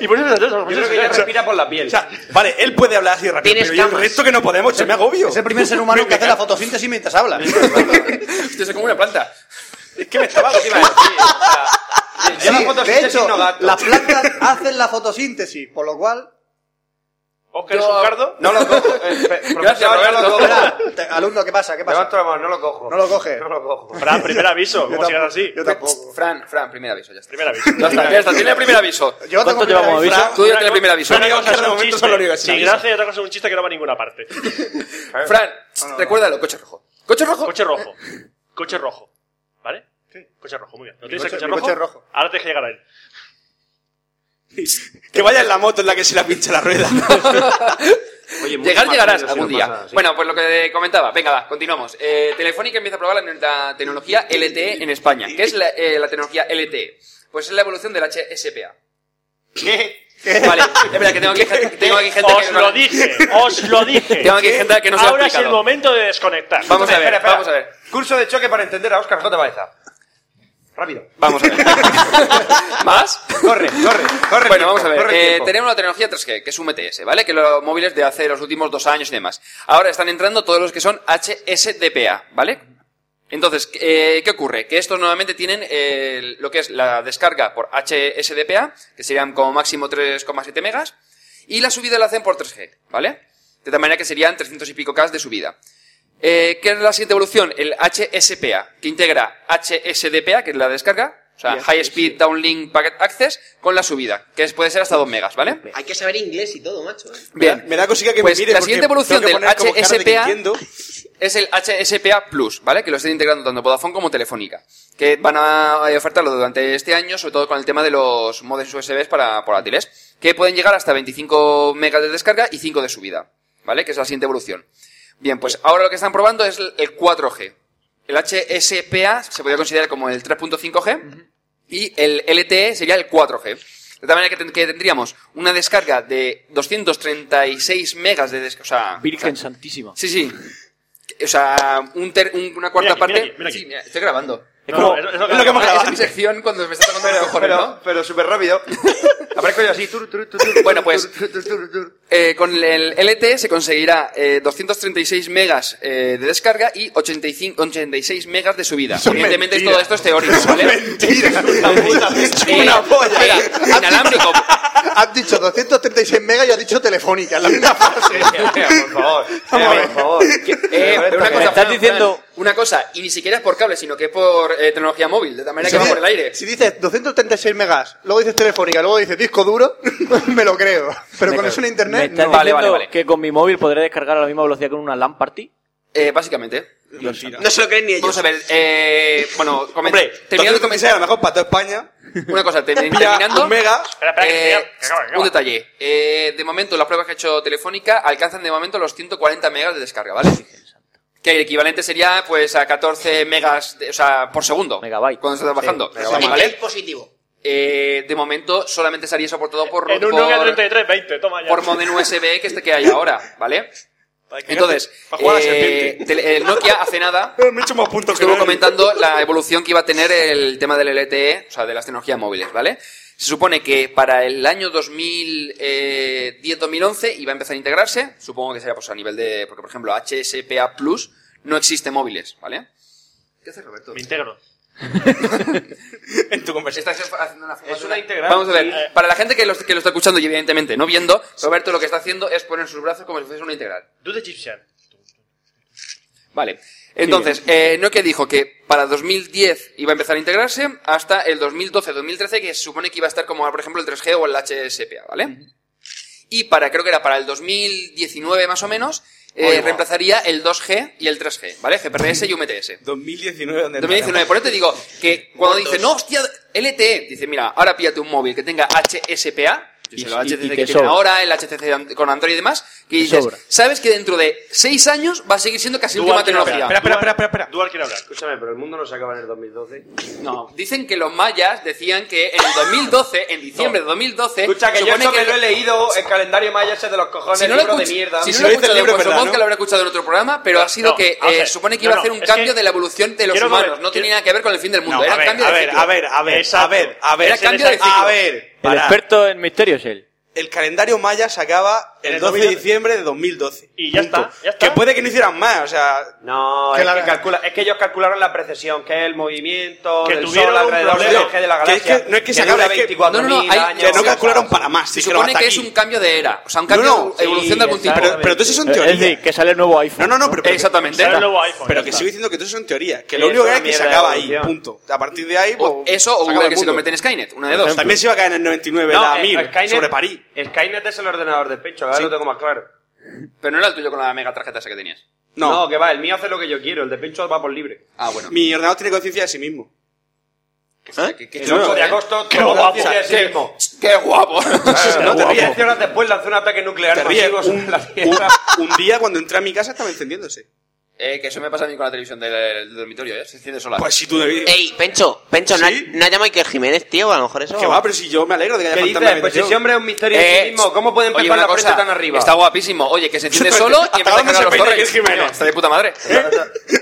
[SPEAKER 6] Y por eso se atrasa.
[SPEAKER 9] creo que
[SPEAKER 27] ya respira por la piel.
[SPEAKER 9] O sea, vale, él puede hablar así rápido,
[SPEAKER 27] Tienes
[SPEAKER 9] pero yo el
[SPEAKER 27] camas.
[SPEAKER 9] resto que no podemos, se me agobio.
[SPEAKER 4] Es el primer ser humano que hace la fotosíntesis mientras habla.
[SPEAKER 8] Usted se como una planta.
[SPEAKER 9] Es que me estaba...
[SPEAKER 4] Sí,
[SPEAKER 27] la
[SPEAKER 4] de
[SPEAKER 27] fotosíntesis
[SPEAKER 4] hecho,
[SPEAKER 27] no gasto.
[SPEAKER 4] las plantas hacen la fotosíntesis, por lo cual...
[SPEAKER 6] ¿Oscar es un cardo?
[SPEAKER 27] No lo cojo. Eh, pe- profesor, no lo cojo.
[SPEAKER 4] Espera, te- alumno, ¿qué pasa? ¿Qué pasa?
[SPEAKER 27] Levanto la mano, no lo cojo.
[SPEAKER 4] No lo coge.
[SPEAKER 27] No lo cojo.
[SPEAKER 6] Fran, primer aviso.
[SPEAKER 4] Yo
[SPEAKER 6] ¿Cómo sigas
[SPEAKER 4] tampoco,
[SPEAKER 6] así?
[SPEAKER 4] Yo tampoco.
[SPEAKER 8] Fran, Fran, primer aviso, ya está.
[SPEAKER 6] Primer aviso.
[SPEAKER 8] Ya está, ya está, tiene el primer
[SPEAKER 6] (laughs)
[SPEAKER 8] aviso.
[SPEAKER 4] Yo tengo primer aviso.
[SPEAKER 8] Tú ya tienes el primer aviso.
[SPEAKER 6] Una cosa es
[SPEAKER 8] Fran,
[SPEAKER 6] un chiste sin gracia y otra cosa es un chiste que no va a
[SPEAKER 8] (laughs)
[SPEAKER 6] ninguna parte.
[SPEAKER 8] Fran, recuérdalo, coche rojo. ¿Coche rojo?
[SPEAKER 6] Coche rojo. Coche rojo. ¿Vale? Sí. Coche rojo, muy bien. ¿No tienes el
[SPEAKER 9] coche-
[SPEAKER 6] coche
[SPEAKER 9] mi
[SPEAKER 6] rojo?
[SPEAKER 9] coche rojo.
[SPEAKER 6] Ahora tienes que llegar a él.
[SPEAKER 9] Que vaya en la moto en la que se la pinche la rueda.
[SPEAKER 8] Llegar
[SPEAKER 9] más
[SPEAKER 8] llegarás
[SPEAKER 9] rápido
[SPEAKER 8] algún
[SPEAKER 9] si no
[SPEAKER 8] día.
[SPEAKER 9] pasa, sí.
[SPEAKER 8] Bueno, pues lo que comentaba. Venga, va, continuamos. Eh, Telefónica empieza a probar la, ne- la tecnología LTE en España. ¿Qué es la, eh, la tecnología LTE? Pues es la evolución del HSPA.
[SPEAKER 27] ¿Qué?
[SPEAKER 8] Vale, espera, que tengo aquí, gente- tengo aquí gente
[SPEAKER 6] Os
[SPEAKER 8] que... (laughs)
[SPEAKER 6] lo dije, os lo dije.
[SPEAKER 8] Tengo aquí gente que no se lo ha
[SPEAKER 6] Ahora es el
[SPEAKER 8] explicado.
[SPEAKER 6] momento de desconectar.
[SPEAKER 8] Vamos a ver,
[SPEAKER 27] Espera, espera.
[SPEAKER 8] vamos a ver.
[SPEAKER 27] Curso de choque para entender a Oscar J. Baeza. Rápido.
[SPEAKER 8] Vamos a ver. ¿Más?
[SPEAKER 27] Corre, corre, corre.
[SPEAKER 8] Bueno, vamos a ver.
[SPEAKER 27] corre
[SPEAKER 8] Eh,
[SPEAKER 27] tiempo.
[SPEAKER 8] tenemos la tecnología 3G, que es un MTS, ¿vale? Que los móviles de hace los últimos dos años y demás. Ahora están entrando todos los que son HSDPA, ¿vale? Entonces, eh, ¿qué ocurre? Que estos nuevamente tienen eh, lo que es la descarga por HSDPA, que serían como máximo 3,7 megas, y la subida la hacen por 3G, ¿vale? De tal manera que serían 300 y pico K de subida. Eh, ¿Qué es la siguiente evolución? El HSPA, que integra HSDPA, que es la descarga, o sea,
[SPEAKER 5] Y
[SPEAKER 8] High Speed Downlink Packet Access, con la subida, que es- puede ser hasta 2 megas, ¿vale?
[SPEAKER 5] Hay que saber inglés y todo, macho. ¿eh?
[SPEAKER 8] Bien.
[SPEAKER 9] Me da cosica que
[SPEAKER 8] Pues
[SPEAKER 9] me mire
[SPEAKER 8] la
[SPEAKER 9] porque
[SPEAKER 8] siguiente evolución
[SPEAKER 9] tengo que
[SPEAKER 8] del
[SPEAKER 9] poner como cara de que
[SPEAKER 8] HSPA
[SPEAKER 9] entiendo.
[SPEAKER 8] es el HSPA Plus, ¿vale? Que lo están integrando tanto Vodafone como Telefónica. Que van a eh, ofertarlo durante este año, sobre todo con el tema de los modems USB para portátiles, que pueden llegar hasta 25 megas de descarga y 5 de subida, ¿vale? Que es la siguiente evolución. Bien, pues ahora lo que están probando es el- el 4G. El HSPA se podría considerar como el 3.5G y el LTE sería el 4G. De tal manera que, ten- que tendríamos una descarga de 236 megas de descarga. O sea,
[SPEAKER 7] Virgen Santísima.
[SPEAKER 8] Sí, sí. O sea, un ter- un- una cuarta
[SPEAKER 7] Mira aquí,
[SPEAKER 8] parte.
[SPEAKER 7] mira aquí, mira aquí.
[SPEAKER 8] Sí, mira, estoy grabando.
[SPEAKER 27] Es como- No, es- es lo que- es lo que hemos
[SPEAKER 8] Ah,
[SPEAKER 27] grabado
[SPEAKER 8] Es mi sección cuando me está tocando los cojones,
[SPEAKER 27] pero,
[SPEAKER 8] ¿no?
[SPEAKER 27] pero súper
[SPEAKER 8] (laughs)
[SPEAKER 27] rápido. Aparezco yo así. tur, tur, tur, tur,
[SPEAKER 8] Bueno, pues,
[SPEAKER 27] tur, tur, tur, tur.
[SPEAKER 8] Eh, con el LTE se conseguirá eh, 236 megas eh, de descarga y 85, 86 megas de subida. Evidentemente
[SPEAKER 9] mentira.
[SPEAKER 8] todo esto es teórico, ¿vale? (laughs)
[SPEAKER 4] Mentira.
[SPEAKER 8] Eh, Espera, inalámbrico.
[SPEAKER 4] Has dicho 236 megas y has dicho telefónica en la misma frase.
[SPEAKER 27] Por favor, por favor.
[SPEAKER 8] Eh, pero una cosa,
[SPEAKER 4] Estás
[SPEAKER 8] Fran,
[SPEAKER 4] diciendo-
[SPEAKER 8] Fran, una cosa, y ni siquiera es por cable, sino que es por eh, tecnología móvil, de tal manera
[SPEAKER 4] Si
[SPEAKER 8] que va
[SPEAKER 4] dices-
[SPEAKER 8] por el aire.
[SPEAKER 4] Si dices 236 megas, luego dices telefónica, luego dices disco duro, (laughs) me lo creo. Pero
[SPEAKER 7] Me
[SPEAKER 4] con
[SPEAKER 7] cago.
[SPEAKER 4] eso en
[SPEAKER 7] ¿Me
[SPEAKER 4] internet,
[SPEAKER 7] estás
[SPEAKER 4] no.
[SPEAKER 7] diciendo que con mi móvil podré descargar a la misma velocidad que con una LAN party?
[SPEAKER 8] Eh, básicamente.
[SPEAKER 9] Mentira.
[SPEAKER 5] No se lo creen ni ellos.
[SPEAKER 8] Vamos a ver, eh, bueno, comen-
[SPEAKER 9] Hombre,
[SPEAKER 8] terminando
[SPEAKER 9] terminando a lo mejor para toda España.
[SPEAKER 8] (laughs) Una cosa, te-
[SPEAKER 9] Pilla
[SPEAKER 8] terminando.
[SPEAKER 9] un mega.
[SPEAKER 8] eh, un detalle. Eh, de momento, las pruebas que ha hecho Telefónica alcanzan de momento los 140 megas de descarga, ¿vale? Que el equivalente sería pues a 14 megas, de- o sea, por segundo. Megabyte. Cuando se está trabajando.
[SPEAKER 5] ¿Vale?
[SPEAKER 8] ¿Vale?
[SPEAKER 5] positivo.
[SPEAKER 8] Eh, de momento solamente sería soportado por,
[SPEAKER 6] En un
[SPEAKER 8] por,
[SPEAKER 6] Nokia 33, 20, toma ya.
[SPEAKER 8] por modem USB que este que hay ahora, ¿vale? Entonces,
[SPEAKER 6] Para jugar a la
[SPEAKER 8] eh,
[SPEAKER 6] serpiente.
[SPEAKER 8] tele- el Nokia hace nada
[SPEAKER 9] Me he hecho más puntos que
[SPEAKER 8] estuvo
[SPEAKER 9] nadie.
[SPEAKER 8] comentando la evolución que iba a tener el tema del LTE, o sea, de las tecnologías móviles, ¿vale? Se supone que para el año eh, 2010-2011 iba a empezar a integrarse, supongo que sería pues a nivel de, porque por ejemplo HSPA Plus no existe móviles, ¿vale? ¿Qué hace Roberto?
[SPEAKER 6] Me integro.
[SPEAKER 9] en tu conversación.
[SPEAKER 8] Pues haciendo una
[SPEAKER 6] Es una Eh, integral.
[SPEAKER 8] Vamos a ver,
[SPEAKER 6] Sí.
[SPEAKER 8] para la gente que lo, que lo está escuchando y evidentemente no viendo, Roberto lo que está haciendo es poner sus brazos como si fuese una integral.
[SPEAKER 6] Dude Egyptian.
[SPEAKER 8] Vale. Entonces, eh, Nokia dijo que para 2010 iba a empezar a integrarse hasta el 2012-2013, que se supone que iba a estar como, por ejemplo, el 3G o el HSPA, ¿vale? Y para, creo que era para el 2019 más o menos, eh,
[SPEAKER 9] Oigo.
[SPEAKER 8] reemplazaría el 2G y el 3G, ¿vale? GPRS y UMTS.
[SPEAKER 9] 2019, ¿dónde
[SPEAKER 8] 2019, por eso te digo
[SPEAKER 7] (laughs)
[SPEAKER 8] que cuando dice, no, hostia, LTE, dice, mira, ahora píllate un móvil que tenga HSPA, yo sé
[SPEAKER 7] Y-
[SPEAKER 8] lo
[SPEAKER 7] y- y
[SPEAKER 8] HTC
[SPEAKER 7] que
[SPEAKER 8] que tiene
[SPEAKER 7] sobra.
[SPEAKER 8] ahora, el HTC an- con Android y demás, que dices,
[SPEAKER 7] sobra.
[SPEAKER 8] sabes que dentro de 6 años va a seguir siendo casi última tecnología.
[SPEAKER 6] espera, espera, espera. Dual quiere hablar.
[SPEAKER 27] Escúchame, pero el mundo no se acaba en el 2012.
[SPEAKER 8] No, dicen que los mayas decían que en el 2012, en diciembre de 2012,
[SPEAKER 27] Escucha, que yo
[SPEAKER 8] supone
[SPEAKER 27] eso me
[SPEAKER 8] que-
[SPEAKER 27] lo he leído, el calendario maya ese de los cojones,
[SPEAKER 8] Si no lo
[SPEAKER 27] libro de
[SPEAKER 8] escuchas,
[SPEAKER 27] mierda.
[SPEAKER 8] si no lo he escuchado en vuestro podcast, lo habrá escuchado en otro programa, pero ha sido
[SPEAKER 27] No,
[SPEAKER 8] que
[SPEAKER 27] vamos a
[SPEAKER 8] eh,
[SPEAKER 27] ver.
[SPEAKER 8] supone que
[SPEAKER 27] No,
[SPEAKER 8] iba a
[SPEAKER 27] no,
[SPEAKER 8] hacer un
[SPEAKER 27] es
[SPEAKER 8] cambio
[SPEAKER 27] que
[SPEAKER 8] de la evolución de los
[SPEAKER 27] quiero
[SPEAKER 8] humanos.
[SPEAKER 27] ver-
[SPEAKER 8] no tenía nada que ver con el fin del mundo.
[SPEAKER 27] No,
[SPEAKER 8] era
[SPEAKER 27] a ver,
[SPEAKER 8] cambio
[SPEAKER 27] a
[SPEAKER 8] de
[SPEAKER 27] ver,
[SPEAKER 8] ciclo.
[SPEAKER 27] a ver, a ver,
[SPEAKER 9] A ver, a ver.
[SPEAKER 8] Era cambio de ciclo.
[SPEAKER 9] A ver.
[SPEAKER 7] El
[SPEAKER 9] parad.
[SPEAKER 7] experto en misterio es él.
[SPEAKER 9] El calendario maya se acaba el 12 de diciembre de 2012.
[SPEAKER 6] Y ya
[SPEAKER 9] Punto.
[SPEAKER 6] está, ya está.
[SPEAKER 9] Que puede que no hicieran más, o sea...
[SPEAKER 27] No,
[SPEAKER 9] Que
[SPEAKER 27] es,
[SPEAKER 9] la-
[SPEAKER 27] que calcula, es que ellos calcularon la precesión, que es el movimiento
[SPEAKER 9] Que
[SPEAKER 27] del Sol
[SPEAKER 9] tuvieron un
[SPEAKER 27] alrededor del
[SPEAKER 9] problema.
[SPEAKER 27] eje de la
[SPEAKER 9] Que es
[SPEAKER 27] galaxia.
[SPEAKER 9] que no es que se acabe,
[SPEAKER 27] dura
[SPEAKER 9] es que-
[SPEAKER 27] 24.000
[SPEAKER 9] No, no, no, hay-
[SPEAKER 27] años.
[SPEAKER 9] que no calcularon para más, sí,
[SPEAKER 8] Se
[SPEAKER 9] que lo
[SPEAKER 8] supone
[SPEAKER 9] hasta
[SPEAKER 8] que es
[SPEAKER 9] aquí.
[SPEAKER 8] un cambio de era, o sea, un cambio
[SPEAKER 9] No, no,
[SPEAKER 8] de evolución de algún tipo.
[SPEAKER 9] Pero, pero todo eso son teorías.
[SPEAKER 7] Eh, Es decir, que sale el nuevo iPhone.
[SPEAKER 9] Eh, No, no, no, pero, pero-
[SPEAKER 8] Exactamente. Sale el nuevo iPhone,
[SPEAKER 9] pero
[SPEAKER 8] ya
[SPEAKER 9] que
[SPEAKER 8] está.
[SPEAKER 9] sigo diciendo que todo eso son teorías. Que
[SPEAKER 8] Sí,
[SPEAKER 9] lo único
[SPEAKER 8] es
[SPEAKER 9] que
[SPEAKER 8] una
[SPEAKER 9] es que se
[SPEAKER 8] mierda de
[SPEAKER 9] acaba ahí,
[SPEAKER 8] evolución.
[SPEAKER 9] punto. A partir de ahí, pues,
[SPEAKER 8] Eso o
[SPEAKER 9] se acaba
[SPEAKER 8] Google
[SPEAKER 9] el
[SPEAKER 8] que se
[SPEAKER 9] mundo.
[SPEAKER 8] convierte en Skynet, una de dos.
[SPEAKER 9] También se iba a caer en el 99
[SPEAKER 27] No,
[SPEAKER 9] la
[SPEAKER 27] eh,
[SPEAKER 9] Mir
[SPEAKER 27] Skynet-
[SPEAKER 9] sobre París.
[SPEAKER 27] Skynet es el ordenador de pecho, ahora
[SPEAKER 8] Sí.
[SPEAKER 27] lo tengo más claro.
[SPEAKER 8] Pero no era el tuyo con la mega tarjeta esa que tenías.
[SPEAKER 27] No. que va, el mío hace lo que yo quiero, el de pecho va por libre.
[SPEAKER 8] Ah, bueno.
[SPEAKER 9] Mi ordenador tiene conciencia de sí mismo.
[SPEAKER 8] ¿Qué,
[SPEAKER 27] El 8 de
[SPEAKER 8] ¿eh?
[SPEAKER 27] agosto,
[SPEAKER 9] eh, Qué
[SPEAKER 27] tomó
[SPEAKER 9] guapo.
[SPEAKER 27] conciencia de sí
[SPEAKER 9] Qué-
[SPEAKER 27] mismo.
[SPEAKER 8] ¡Qué guapo!
[SPEAKER 27] No, te
[SPEAKER 9] guapo.
[SPEAKER 27] rías, 10 horas después lanzó un ataque nuclear
[SPEAKER 9] Te ríes,
[SPEAKER 27] masivo (laughs) sobre la Tierra.
[SPEAKER 9] Un día cuando entré a mi casa estaba encendiéndose.
[SPEAKER 8] (laughs) Eh, que eso me pasa a mí con la televisión del, del dormitorio, ¿eh? Se enciende sola.
[SPEAKER 9] Pues si tú debí-
[SPEAKER 5] Ey, Pencho, Pencho, ¿no, ha, no ha llamado Iker Jiménez, tío? A lo mejor eso.
[SPEAKER 9] Que va, pero si yo me alegro de que
[SPEAKER 27] ¿Qué
[SPEAKER 9] haya
[SPEAKER 27] dices?
[SPEAKER 9] fantasma de
[SPEAKER 27] Pues si
[SPEAKER 9] habitación.
[SPEAKER 27] ese hombre es un misterio en
[SPEAKER 9] Eh,
[SPEAKER 27] sí mismo, ¿cómo puede
[SPEAKER 8] Eh, oye,
[SPEAKER 27] empezar
[SPEAKER 8] una
[SPEAKER 27] la
[SPEAKER 8] cosa,
[SPEAKER 27] cosa tan arriba?
[SPEAKER 8] Está guapísimo. Oye, que
[SPEAKER 27] (laughs)
[SPEAKER 8] se enciende solo y empieza a
[SPEAKER 27] dónde
[SPEAKER 8] cargar
[SPEAKER 27] se
[SPEAKER 8] los
[SPEAKER 27] peina que
[SPEAKER 8] torres.
[SPEAKER 27] es Jimeno?
[SPEAKER 8] Está de puta madre.
[SPEAKER 9] (laughs)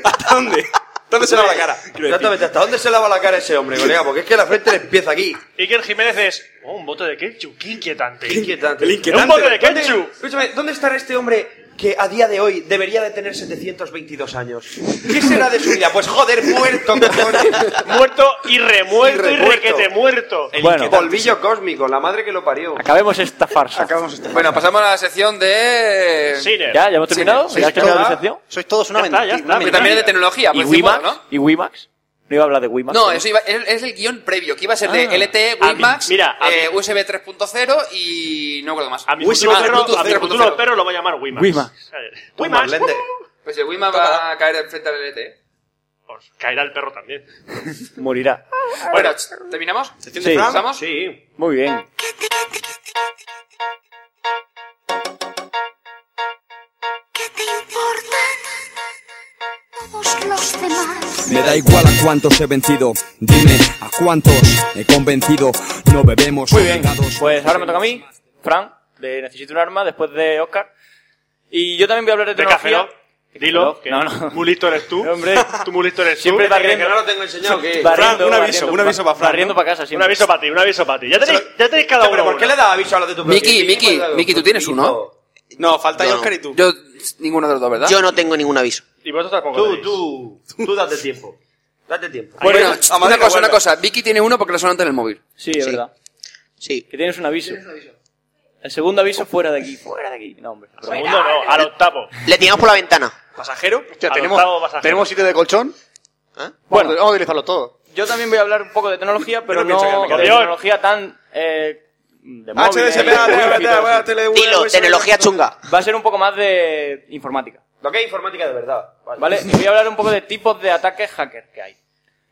[SPEAKER 9] ¿Hasta dónde? ¿Dónde se lava la cara?
[SPEAKER 27] Exactamente, ¿hasta dónde se lava la cara ese hombre, colega? Porque es que la frente le empieza aquí.
[SPEAKER 6] Iker Jiménez es. Oh, un bote de ketchup. Qué inquietante.
[SPEAKER 27] Qué inquietante.
[SPEAKER 6] El inquietante. Un bote de
[SPEAKER 27] ¿Dónde-
[SPEAKER 6] ketchup.
[SPEAKER 27] Escúchame, ¿dónde estará este hombre que a día de hoy debería de tener 722 años? ¿Qué será de su vida? Pues joder, muerto, cojones.
[SPEAKER 6] muerto y remuerto y,
[SPEAKER 27] Remuerto.
[SPEAKER 6] requete muerto.
[SPEAKER 27] El
[SPEAKER 7] Bueno.
[SPEAKER 27] polvillo cósmico, la madre que lo parió.
[SPEAKER 7] Acabemos esta farsa.
[SPEAKER 8] Bueno, pasamos a la sección de...
[SPEAKER 6] Cine.
[SPEAKER 7] ¿Ya? ¿Ya hemos terminado?
[SPEAKER 8] Cine.
[SPEAKER 7] ¿Ya has terminado la
[SPEAKER 8] Toda-
[SPEAKER 7] sección?
[SPEAKER 3] Sois todos una
[SPEAKER 8] Ya está, ya
[SPEAKER 3] mentira.
[SPEAKER 8] está, pero también es de tecnología,
[SPEAKER 7] ¿Y
[SPEAKER 8] por encima,
[SPEAKER 7] WiMAX?
[SPEAKER 8] ¿no?
[SPEAKER 7] ¿Y WiMAX? ¿No iba a hablar de WiMAX?
[SPEAKER 8] No, eso iba, es, es el guión previo, que iba a ser de
[SPEAKER 7] Ah.
[SPEAKER 8] LTE,
[SPEAKER 7] A mí-
[SPEAKER 8] WiMAX,
[SPEAKER 7] mira, a
[SPEAKER 8] eh, USB 3.0 y... no recuerdo más.
[SPEAKER 6] A mi futuro,
[SPEAKER 8] Ah,
[SPEAKER 6] perro,
[SPEAKER 8] Bluetooth
[SPEAKER 6] a mi
[SPEAKER 8] 3.0.
[SPEAKER 6] futuro perro lo va a llamar Wimax. Eh,
[SPEAKER 7] Wimax.
[SPEAKER 6] Wimax.
[SPEAKER 8] Lende. Pues el Wimax va a caer frente al LTE.
[SPEAKER 6] Pues caerá el perro también.
[SPEAKER 7] Morirá.
[SPEAKER 8] Bueno, ch- ¿terminamos?
[SPEAKER 7] de Fran?
[SPEAKER 8] ¿Estamos?
[SPEAKER 27] Sí.
[SPEAKER 7] Muy bien.
[SPEAKER 30] Me da igual a cuántos he vencido. Dime, ¿a cuántos he convencido? No bebemos.
[SPEAKER 7] Muy bien, pues ahora me toca a mí, Fran, de Necesito un arma, después de Oscar. Y yo también voy a hablar de
[SPEAKER 6] De
[SPEAKER 7] tecnología.
[SPEAKER 6] Café Dilo, que
[SPEAKER 7] No, no.
[SPEAKER 6] mulito eres tú.
[SPEAKER 7] (laughs) Hombre,
[SPEAKER 6] tú mulito eres tú.
[SPEAKER 7] Siempre
[SPEAKER 6] ¿Qué te crees
[SPEAKER 7] barriendo.
[SPEAKER 6] que no lo tengo enseñado. ¿qué?
[SPEAKER 7] Barriendo,
[SPEAKER 6] Fran,
[SPEAKER 7] barriendo, barriendo para casa
[SPEAKER 6] Un
[SPEAKER 7] siempre.
[SPEAKER 6] aviso para ti, un aviso para ti. Ya tenéis, ya tenéis cada
[SPEAKER 27] Ya,
[SPEAKER 6] uno.
[SPEAKER 27] pero ¿por qué
[SPEAKER 6] uno.
[SPEAKER 27] le das aviso a los de tu
[SPEAKER 8] Miki,
[SPEAKER 27] propio-
[SPEAKER 8] Miki, Miki, tú tienes uno.
[SPEAKER 9] No, falta
[SPEAKER 8] Yo
[SPEAKER 9] yo,
[SPEAKER 8] no.
[SPEAKER 9] Oscar y tú.
[SPEAKER 8] Yo, ninguno de los dos, ¿verdad?
[SPEAKER 5] Yo no tengo ningún aviso.
[SPEAKER 6] Y vosotros tampoco
[SPEAKER 27] Tú,
[SPEAKER 6] tenéis.
[SPEAKER 27] tú, tú date tiempo. Date tiempo.
[SPEAKER 8] Bueno,
[SPEAKER 27] Ahí
[SPEAKER 8] ch-
[SPEAKER 27] va.
[SPEAKER 8] una cosa, una cosa. Vicky tiene uno porque lo sonó antes en el móvil.
[SPEAKER 7] Sí, es verdad.
[SPEAKER 5] Sí.
[SPEAKER 7] Que tienes un aviso. El segundo aviso fuera de aquí, fuera de aquí. No, hombre.
[SPEAKER 6] Al segundo no, al octavo.
[SPEAKER 5] Le tiramos por la ventana.
[SPEAKER 9] ¿Pasajero?
[SPEAKER 4] Hostia,
[SPEAKER 6] Al
[SPEAKER 4] tenemos,
[SPEAKER 6] octavo pasajero.
[SPEAKER 4] tenemos sitio de colchón.
[SPEAKER 9] ¿Eh?
[SPEAKER 4] Bueno, vamos a utilizarlo todo.
[SPEAKER 7] Yo también voy a hablar un poco de tecnología, pero
[SPEAKER 4] Yo no pienso
[SPEAKER 7] no,
[SPEAKER 4] quedarme
[SPEAKER 7] de
[SPEAKER 4] callado.
[SPEAKER 7] tecnología tan eh, de
[SPEAKER 9] HDSP,
[SPEAKER 7] móviles,
[SPEAKER 9] la tele,
[SPEAKER 7] wifi,
[SPEAKER 9] la tele,
[SPEAKER 7] todo
[SPEAKER 9] la
[SPEAKER 7] eso.
[SPEAKER 9] tele, Dilo, wifi, tecnología
[SPEAKER 8] eh,
[SPEAKER 9] todo. chunga.
[SPEAKER 7] Va a ser un poco más de informática.
[SPEAKER 27] Lo que es informática de verdad. Vale.
[SPEAKER 7] ¿Vale? Voy a hablar un poco de tipos de ataques hacker que hay.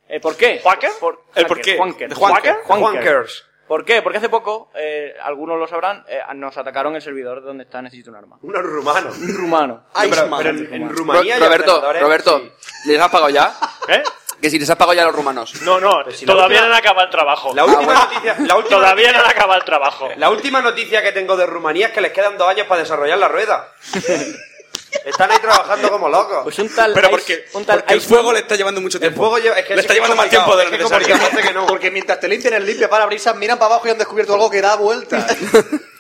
[SPEAKER 7] Eh, ¿Por qué? ¿Hacker? Por,
[SPEAKER 27] ¿El Eh, por qué?
[SPEAKER 7] Juanker.
[SPEAKER 27] ¿De Juanker?
[SPEAKER 7] Juanker.
[SPEAKER 27] Juankers.
[SPEAKER 7] ¿Por qué? Porque hace poco, eh, algunos lo sabrán, eh, nos atacaron el servidor donde está Necesito un arma.
[SPEAKER 27] Unos rumanos.
[SPEAKER 7] Un rumano.
[SPEAKER 27] Ay, pero- pero en- en
[SPEAKER 7] Rumano.
[SPEAKER 27] Rumanía
[SPEAKER 8] Ro-
[SPEAKER 27] ya
[SPEAKER 8] Roberto,
[SPEAKER 27] ordenadores,
[SPEAKER 8] Roberto, ¿les has pagado ya?
[SPEAKER 6] ¿Eh?
[SPEAKER 8] Que si les has pagado ya a los rumanos.
[SPEAKER 6] No, no,
[SPEAKER 8] la
[SPEAKER 6] todavía
[SPEAKER 8] última-
[SPEAKER 6] no han acabado el trabajo.
[SPEAKER 27] La última noticia. La última
[SPEAKER 6] Todavía no
[SPEAKER 27] noticia-
[SPEAKER 6] han acabado el trabajo.
[SPEAKER 27] La última noticia que tengo de Rumanía es que les quedan dos años para desarrollar la
[SPEAKER 7] (laughs)
[SPEAKER 27] rueda. Están ahí trabajando como locos.
[SPEAKER 7] Pues un tal
[SPEAKER 27] Pero
[SPEAKER 7] Ice-
[SPEAKER 27] porque-
[SPEAKER 7] un tal
[SPEAKER 27] porque el
[SPEAKER 7] Ice-
[SPEAKER 27] fuego
[SPEAKER 9] le está llevando mucho tiempo.
[SPEAKER 27] El fuego lleva- es que
[SPEAKER 9] Le
[SPEAKER 27] es
[SPEAKER 9] está llevando más
[SPEAKER 27] complicado,
[SPEAKER 9] tiempo del
[SPEAKER 27] es que es complicado.
[SPEAKER 9] necesario.
[SPEAKER 4] Porque mientras te limpian el limpia parabrisas, miran para abajo y han descubierto algo que da vuelta.
[SPEAKER 7] (laughs)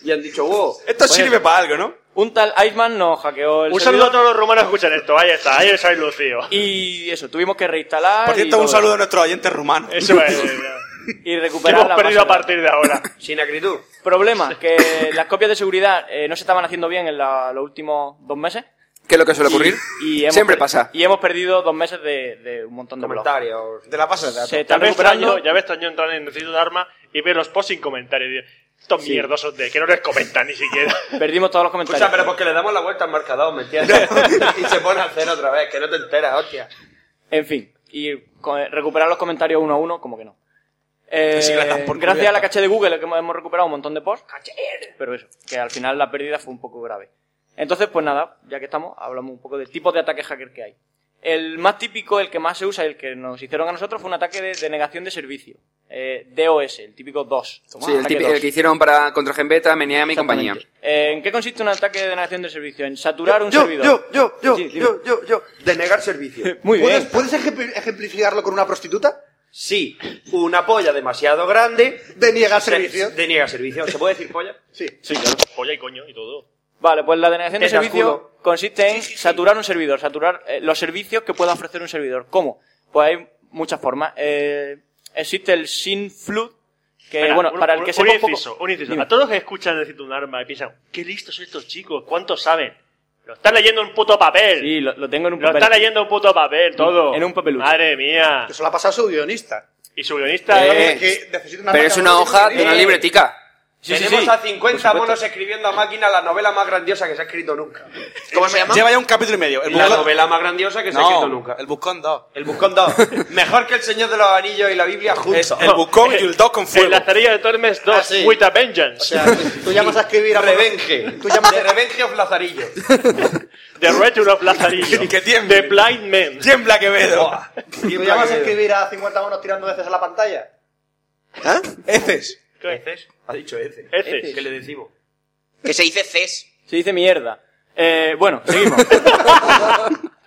[SPEAKER 27] Y han dicho, wow.
[SPEAKER 9] Esto
[SPEAKER 7] Pues
[SPEAKER 9] sirve para algo, ¿no?
[SPEAKER 7] Un tal Iceman nos hackeó el
[SPEAKER 6] Un saludo
[SPEAKER 7] servidor.
[SPEAKER 6] a todos los rumanos que escuchan esto. Ahí está, ahí os habéis lucido.
[SPEAKER 7] Y eso, tuvimos que reinstalar.
[SPEAKER 9] Por
[SPEAKER 7] y
[SPEAKER 9] cierto,
[SPEAKER 7] todo
[SPEAKER 9] un saludo a
[SPEAKER 7] eso.
[SPEAKER 9] nuestros oyentes rumanos.
[SPEAKER 6] Eso es.
[SPEAKER 27] (laughs)
[SPEAKER 7] Y recuperar
[SPEAKER 6] Hemos
[SPEAKER 7] la
[SPEAKER 6] perdido
[SPEAKER 7] base
[SPEAKER 6] a partir de ahora.
[SPEAKER 27] Sin acritud.
[SPEAKER 7] Problema, que (laughs) las copias de seguridad eh, no se estaban haciendo bien en la- los últimos dos meses.
[SPEAKER 8] ¿Qué es lo que suele ocurrir?
[SPEAKER 7] Y hemos
[SPEAKER 8] Siempre
[SPEAKER 7] per-
[SPEAKER 8] pasa.
[SPEAKER 7] Y hemos perdido dos meses de, de un montón de blogs.
[SPEAKER 27] Comentarios.
[SPEAKER 9] De la base de datos.
[SPEAKER 7] Se
[SPEAKER 6] Ya
[SPEAKER 7] están
[SPEAKER 6] me, extrañó,
[SPEAKER 7] recuperando.
[SPEAKER 6] ya me extrañó entrar en Necesito un arma y ver los posts sin comentarios. y digo, Estos
[SPEAKER 7] Sí.
[SPEAKER 6] mierdosos de que no les comentan ni
[SPEAKER 7] (laughs)
[SPEAKER 6] siquiera.
[SPEAKER 7] Perdimos todos los comentarios.
[SPEAKER 27] Escucha, pero porque le damos la vuelta al marcador, ¿me entiendes? y se pone a hacer otra vez, que no te enteras, hostia.
[SPEAKER 7] En fin, y co- eh, recuperar los comentarios uno a uno, como que no. Eh,
[SPEAKER 27] Sí, gracias por
[SPEAKER 7] gracias
[SPEAKER 27] cuidar.
[SPEAKER 7] a la caché de Google que hemos hemos recuperado un montón de posts. Pero eso, que al final la pérdida fue un poco grave. Entonces, pues nada, ya que estamos, hablamos un poco del tipo de ataque hacker que hay. El más típico, el que más se usa, el que nos hicieron a nosotros, fue un ataque de denegación de servicio. Eh, DOS, el típico DOS.
[SPEAKER 8] Sí, el,
[SPEAKER 7] Ataque
[SPEAKER 8] tipi-
[SPEAKER 7] DOS.
[SPEAKER 8] el que hicieron para contra Genbeta, Meniam y compañía.
[SPEAKER 7] Eh, ¿En qué consiste un ataque de denegación de servicio? En saturar un
[SPEAKER 27] yo,
[SPEAKER 7] servidor.
[SPEAKER 27] Yo, yo, yo,
[SPEAKER 7] Sí, dime.
[SPEAKER 27] yo, yo, yo. Denegar servicio.
[SPEAKER 7] (laughs) Muy
[SPEAKER 27] ¿Puedes-
[SPEAKER 7] bien.
[SPEAKER 27] ¿Puedes ejempl- ejemplificarlo con una prostituta? Sí. Una polla demasiado grande.
[SPEAKER 4] Deniega
[SPEAKER 27] se-
[SPEAKER 4] servicio.
[SPEAKER 27] Deniega servicio. ¿Se puede decir (laughs) polla?
[SPEAKER 4] Sí.
[SPEAKER 6] Sí, claro. Polla y coño y todo.
[SPEAKER 7] Vale, pues la denegación de
[SPEAKER 27] Es cascudo.
[SPEAKER 7] servicio consiste en saturar un servidor, saturar eh, los servicios que pueda ofrecer un servidor. ¿Cómo? Pues hay muchas formas. Eh, existe el sin flood, (laughs) que
[SPEAKER 6] Espera,
[SPEAKER 7] Eh, bueno,
[SPEAKER 6] un-
[SPEAKER 7] para el
[SPEAKER 6] un-
[SPEAKER 7] que sepa
[SPEAKER 6] un
[SPEAKER 7] un poco-
[SPEAKER 6] inciso, un inciso.
[SPEAKER 7] Dime.
[SPEAKER 6] A todos los que escuchan Necesito un arma y piensan, qué listos son estos chicos, cuántos saben. Lo están leyendo en un puto papel.
[SPEAKER 7] Sí, lo, lo tengo en un
[SPEAKER 6] Lo
[SPEAKER 7] papel.
[SPEAKER 6] está leyendo en un puto papel, todo.
[SPEAKER 7] En un papelucho.
[SPEAKER 6] Madre mía.
[SPEAKER 4] Eso lo ha pasado su guionista.
[SPEAKER 6] Y su guionista.
[SPEAKER 8] Eh,
[SPEAKER 6] ¿no?
[SPEAKER 4] Que necesita una
[SPEAKER 8] Pero
[SPEAKER 4] marca
[SPEAKER 8] es una
[SPEAKER 4] muy
[SPEAKER 8] hoja de
[SPEAKER 4] pequeña.
[SPEAKER 8] una libretica.
[SPEAKER 27] Tenemos a 50
[SPEAKER 4] Por supuesto.
[SPEAKER 27] monos escribiendo a máquina la novela más grandiosa que se ha escrito nunca.
[SPEAKER 9] ¿Cómo se llama? Lleva ya un capítulo y medio. El
[SPEAKER 27] La
[SPEAKER 9] buscón-
[SPEAKER 27] novela más grandiosa que se ha
[SPEAKER 9] No,
[SPEAKER 27] escrito nunca.
[SPEAKER 9] El buscón 2.
[SPEAKER 27] El buscón
[SPEAKER 9] (laughs)
[SPEAKER 27] 2. Mejor que El Señor de los Anillos y la Biblia juntos.
[SPEAKER 9] Eso, el buscón y el
[SPEAKER 27] (laughs)
[SPEAKER 9] 2 con fuego.
[SPEAKER 6] El Lazarillo de Tormes 2,
[SPEAKER 27] Ah, sí.
[SPEAKER 6] With a Vengeance.
[SPEAKER 4] (laughs) Tú llamas a escribir a
[SPEAKER 27] Revenge.
[SPEAKER 4] Tú llamas
[SPEAKER 27] De Revenge of Lazarillo.
[SPEAKER 6] The Return
[SPEAKER 4] (laughs)
[SPEAKER 6] of Lazarillo.
[SPEAKER 9] que
[SPEAKER 6] The Blind Men.
[SPEAKER 27] (laughs)
[SPEAKER 9] Tiembla Quevedo.
[SPEAKER 4] ¿Tú llamas a escribir a 50 monos tirando veces a la pantalla?
[SPEAKER 9] ¿Ah? Heces.
[SPEAKER 27] Pues ¿Eces? Ha dicho Eces.
[SPEAKER 6] Eces.
[SPEAKER 27] ¿Qué le
[SPEAKER 4] (laughs)
[SPEAKER 27] decimos?
[SPEAKER 5] Que se dice CES.
[SPEAKER 7] Se dice mierda. Eh, bueno, seguimos.
[SPEAKER 4] Eh,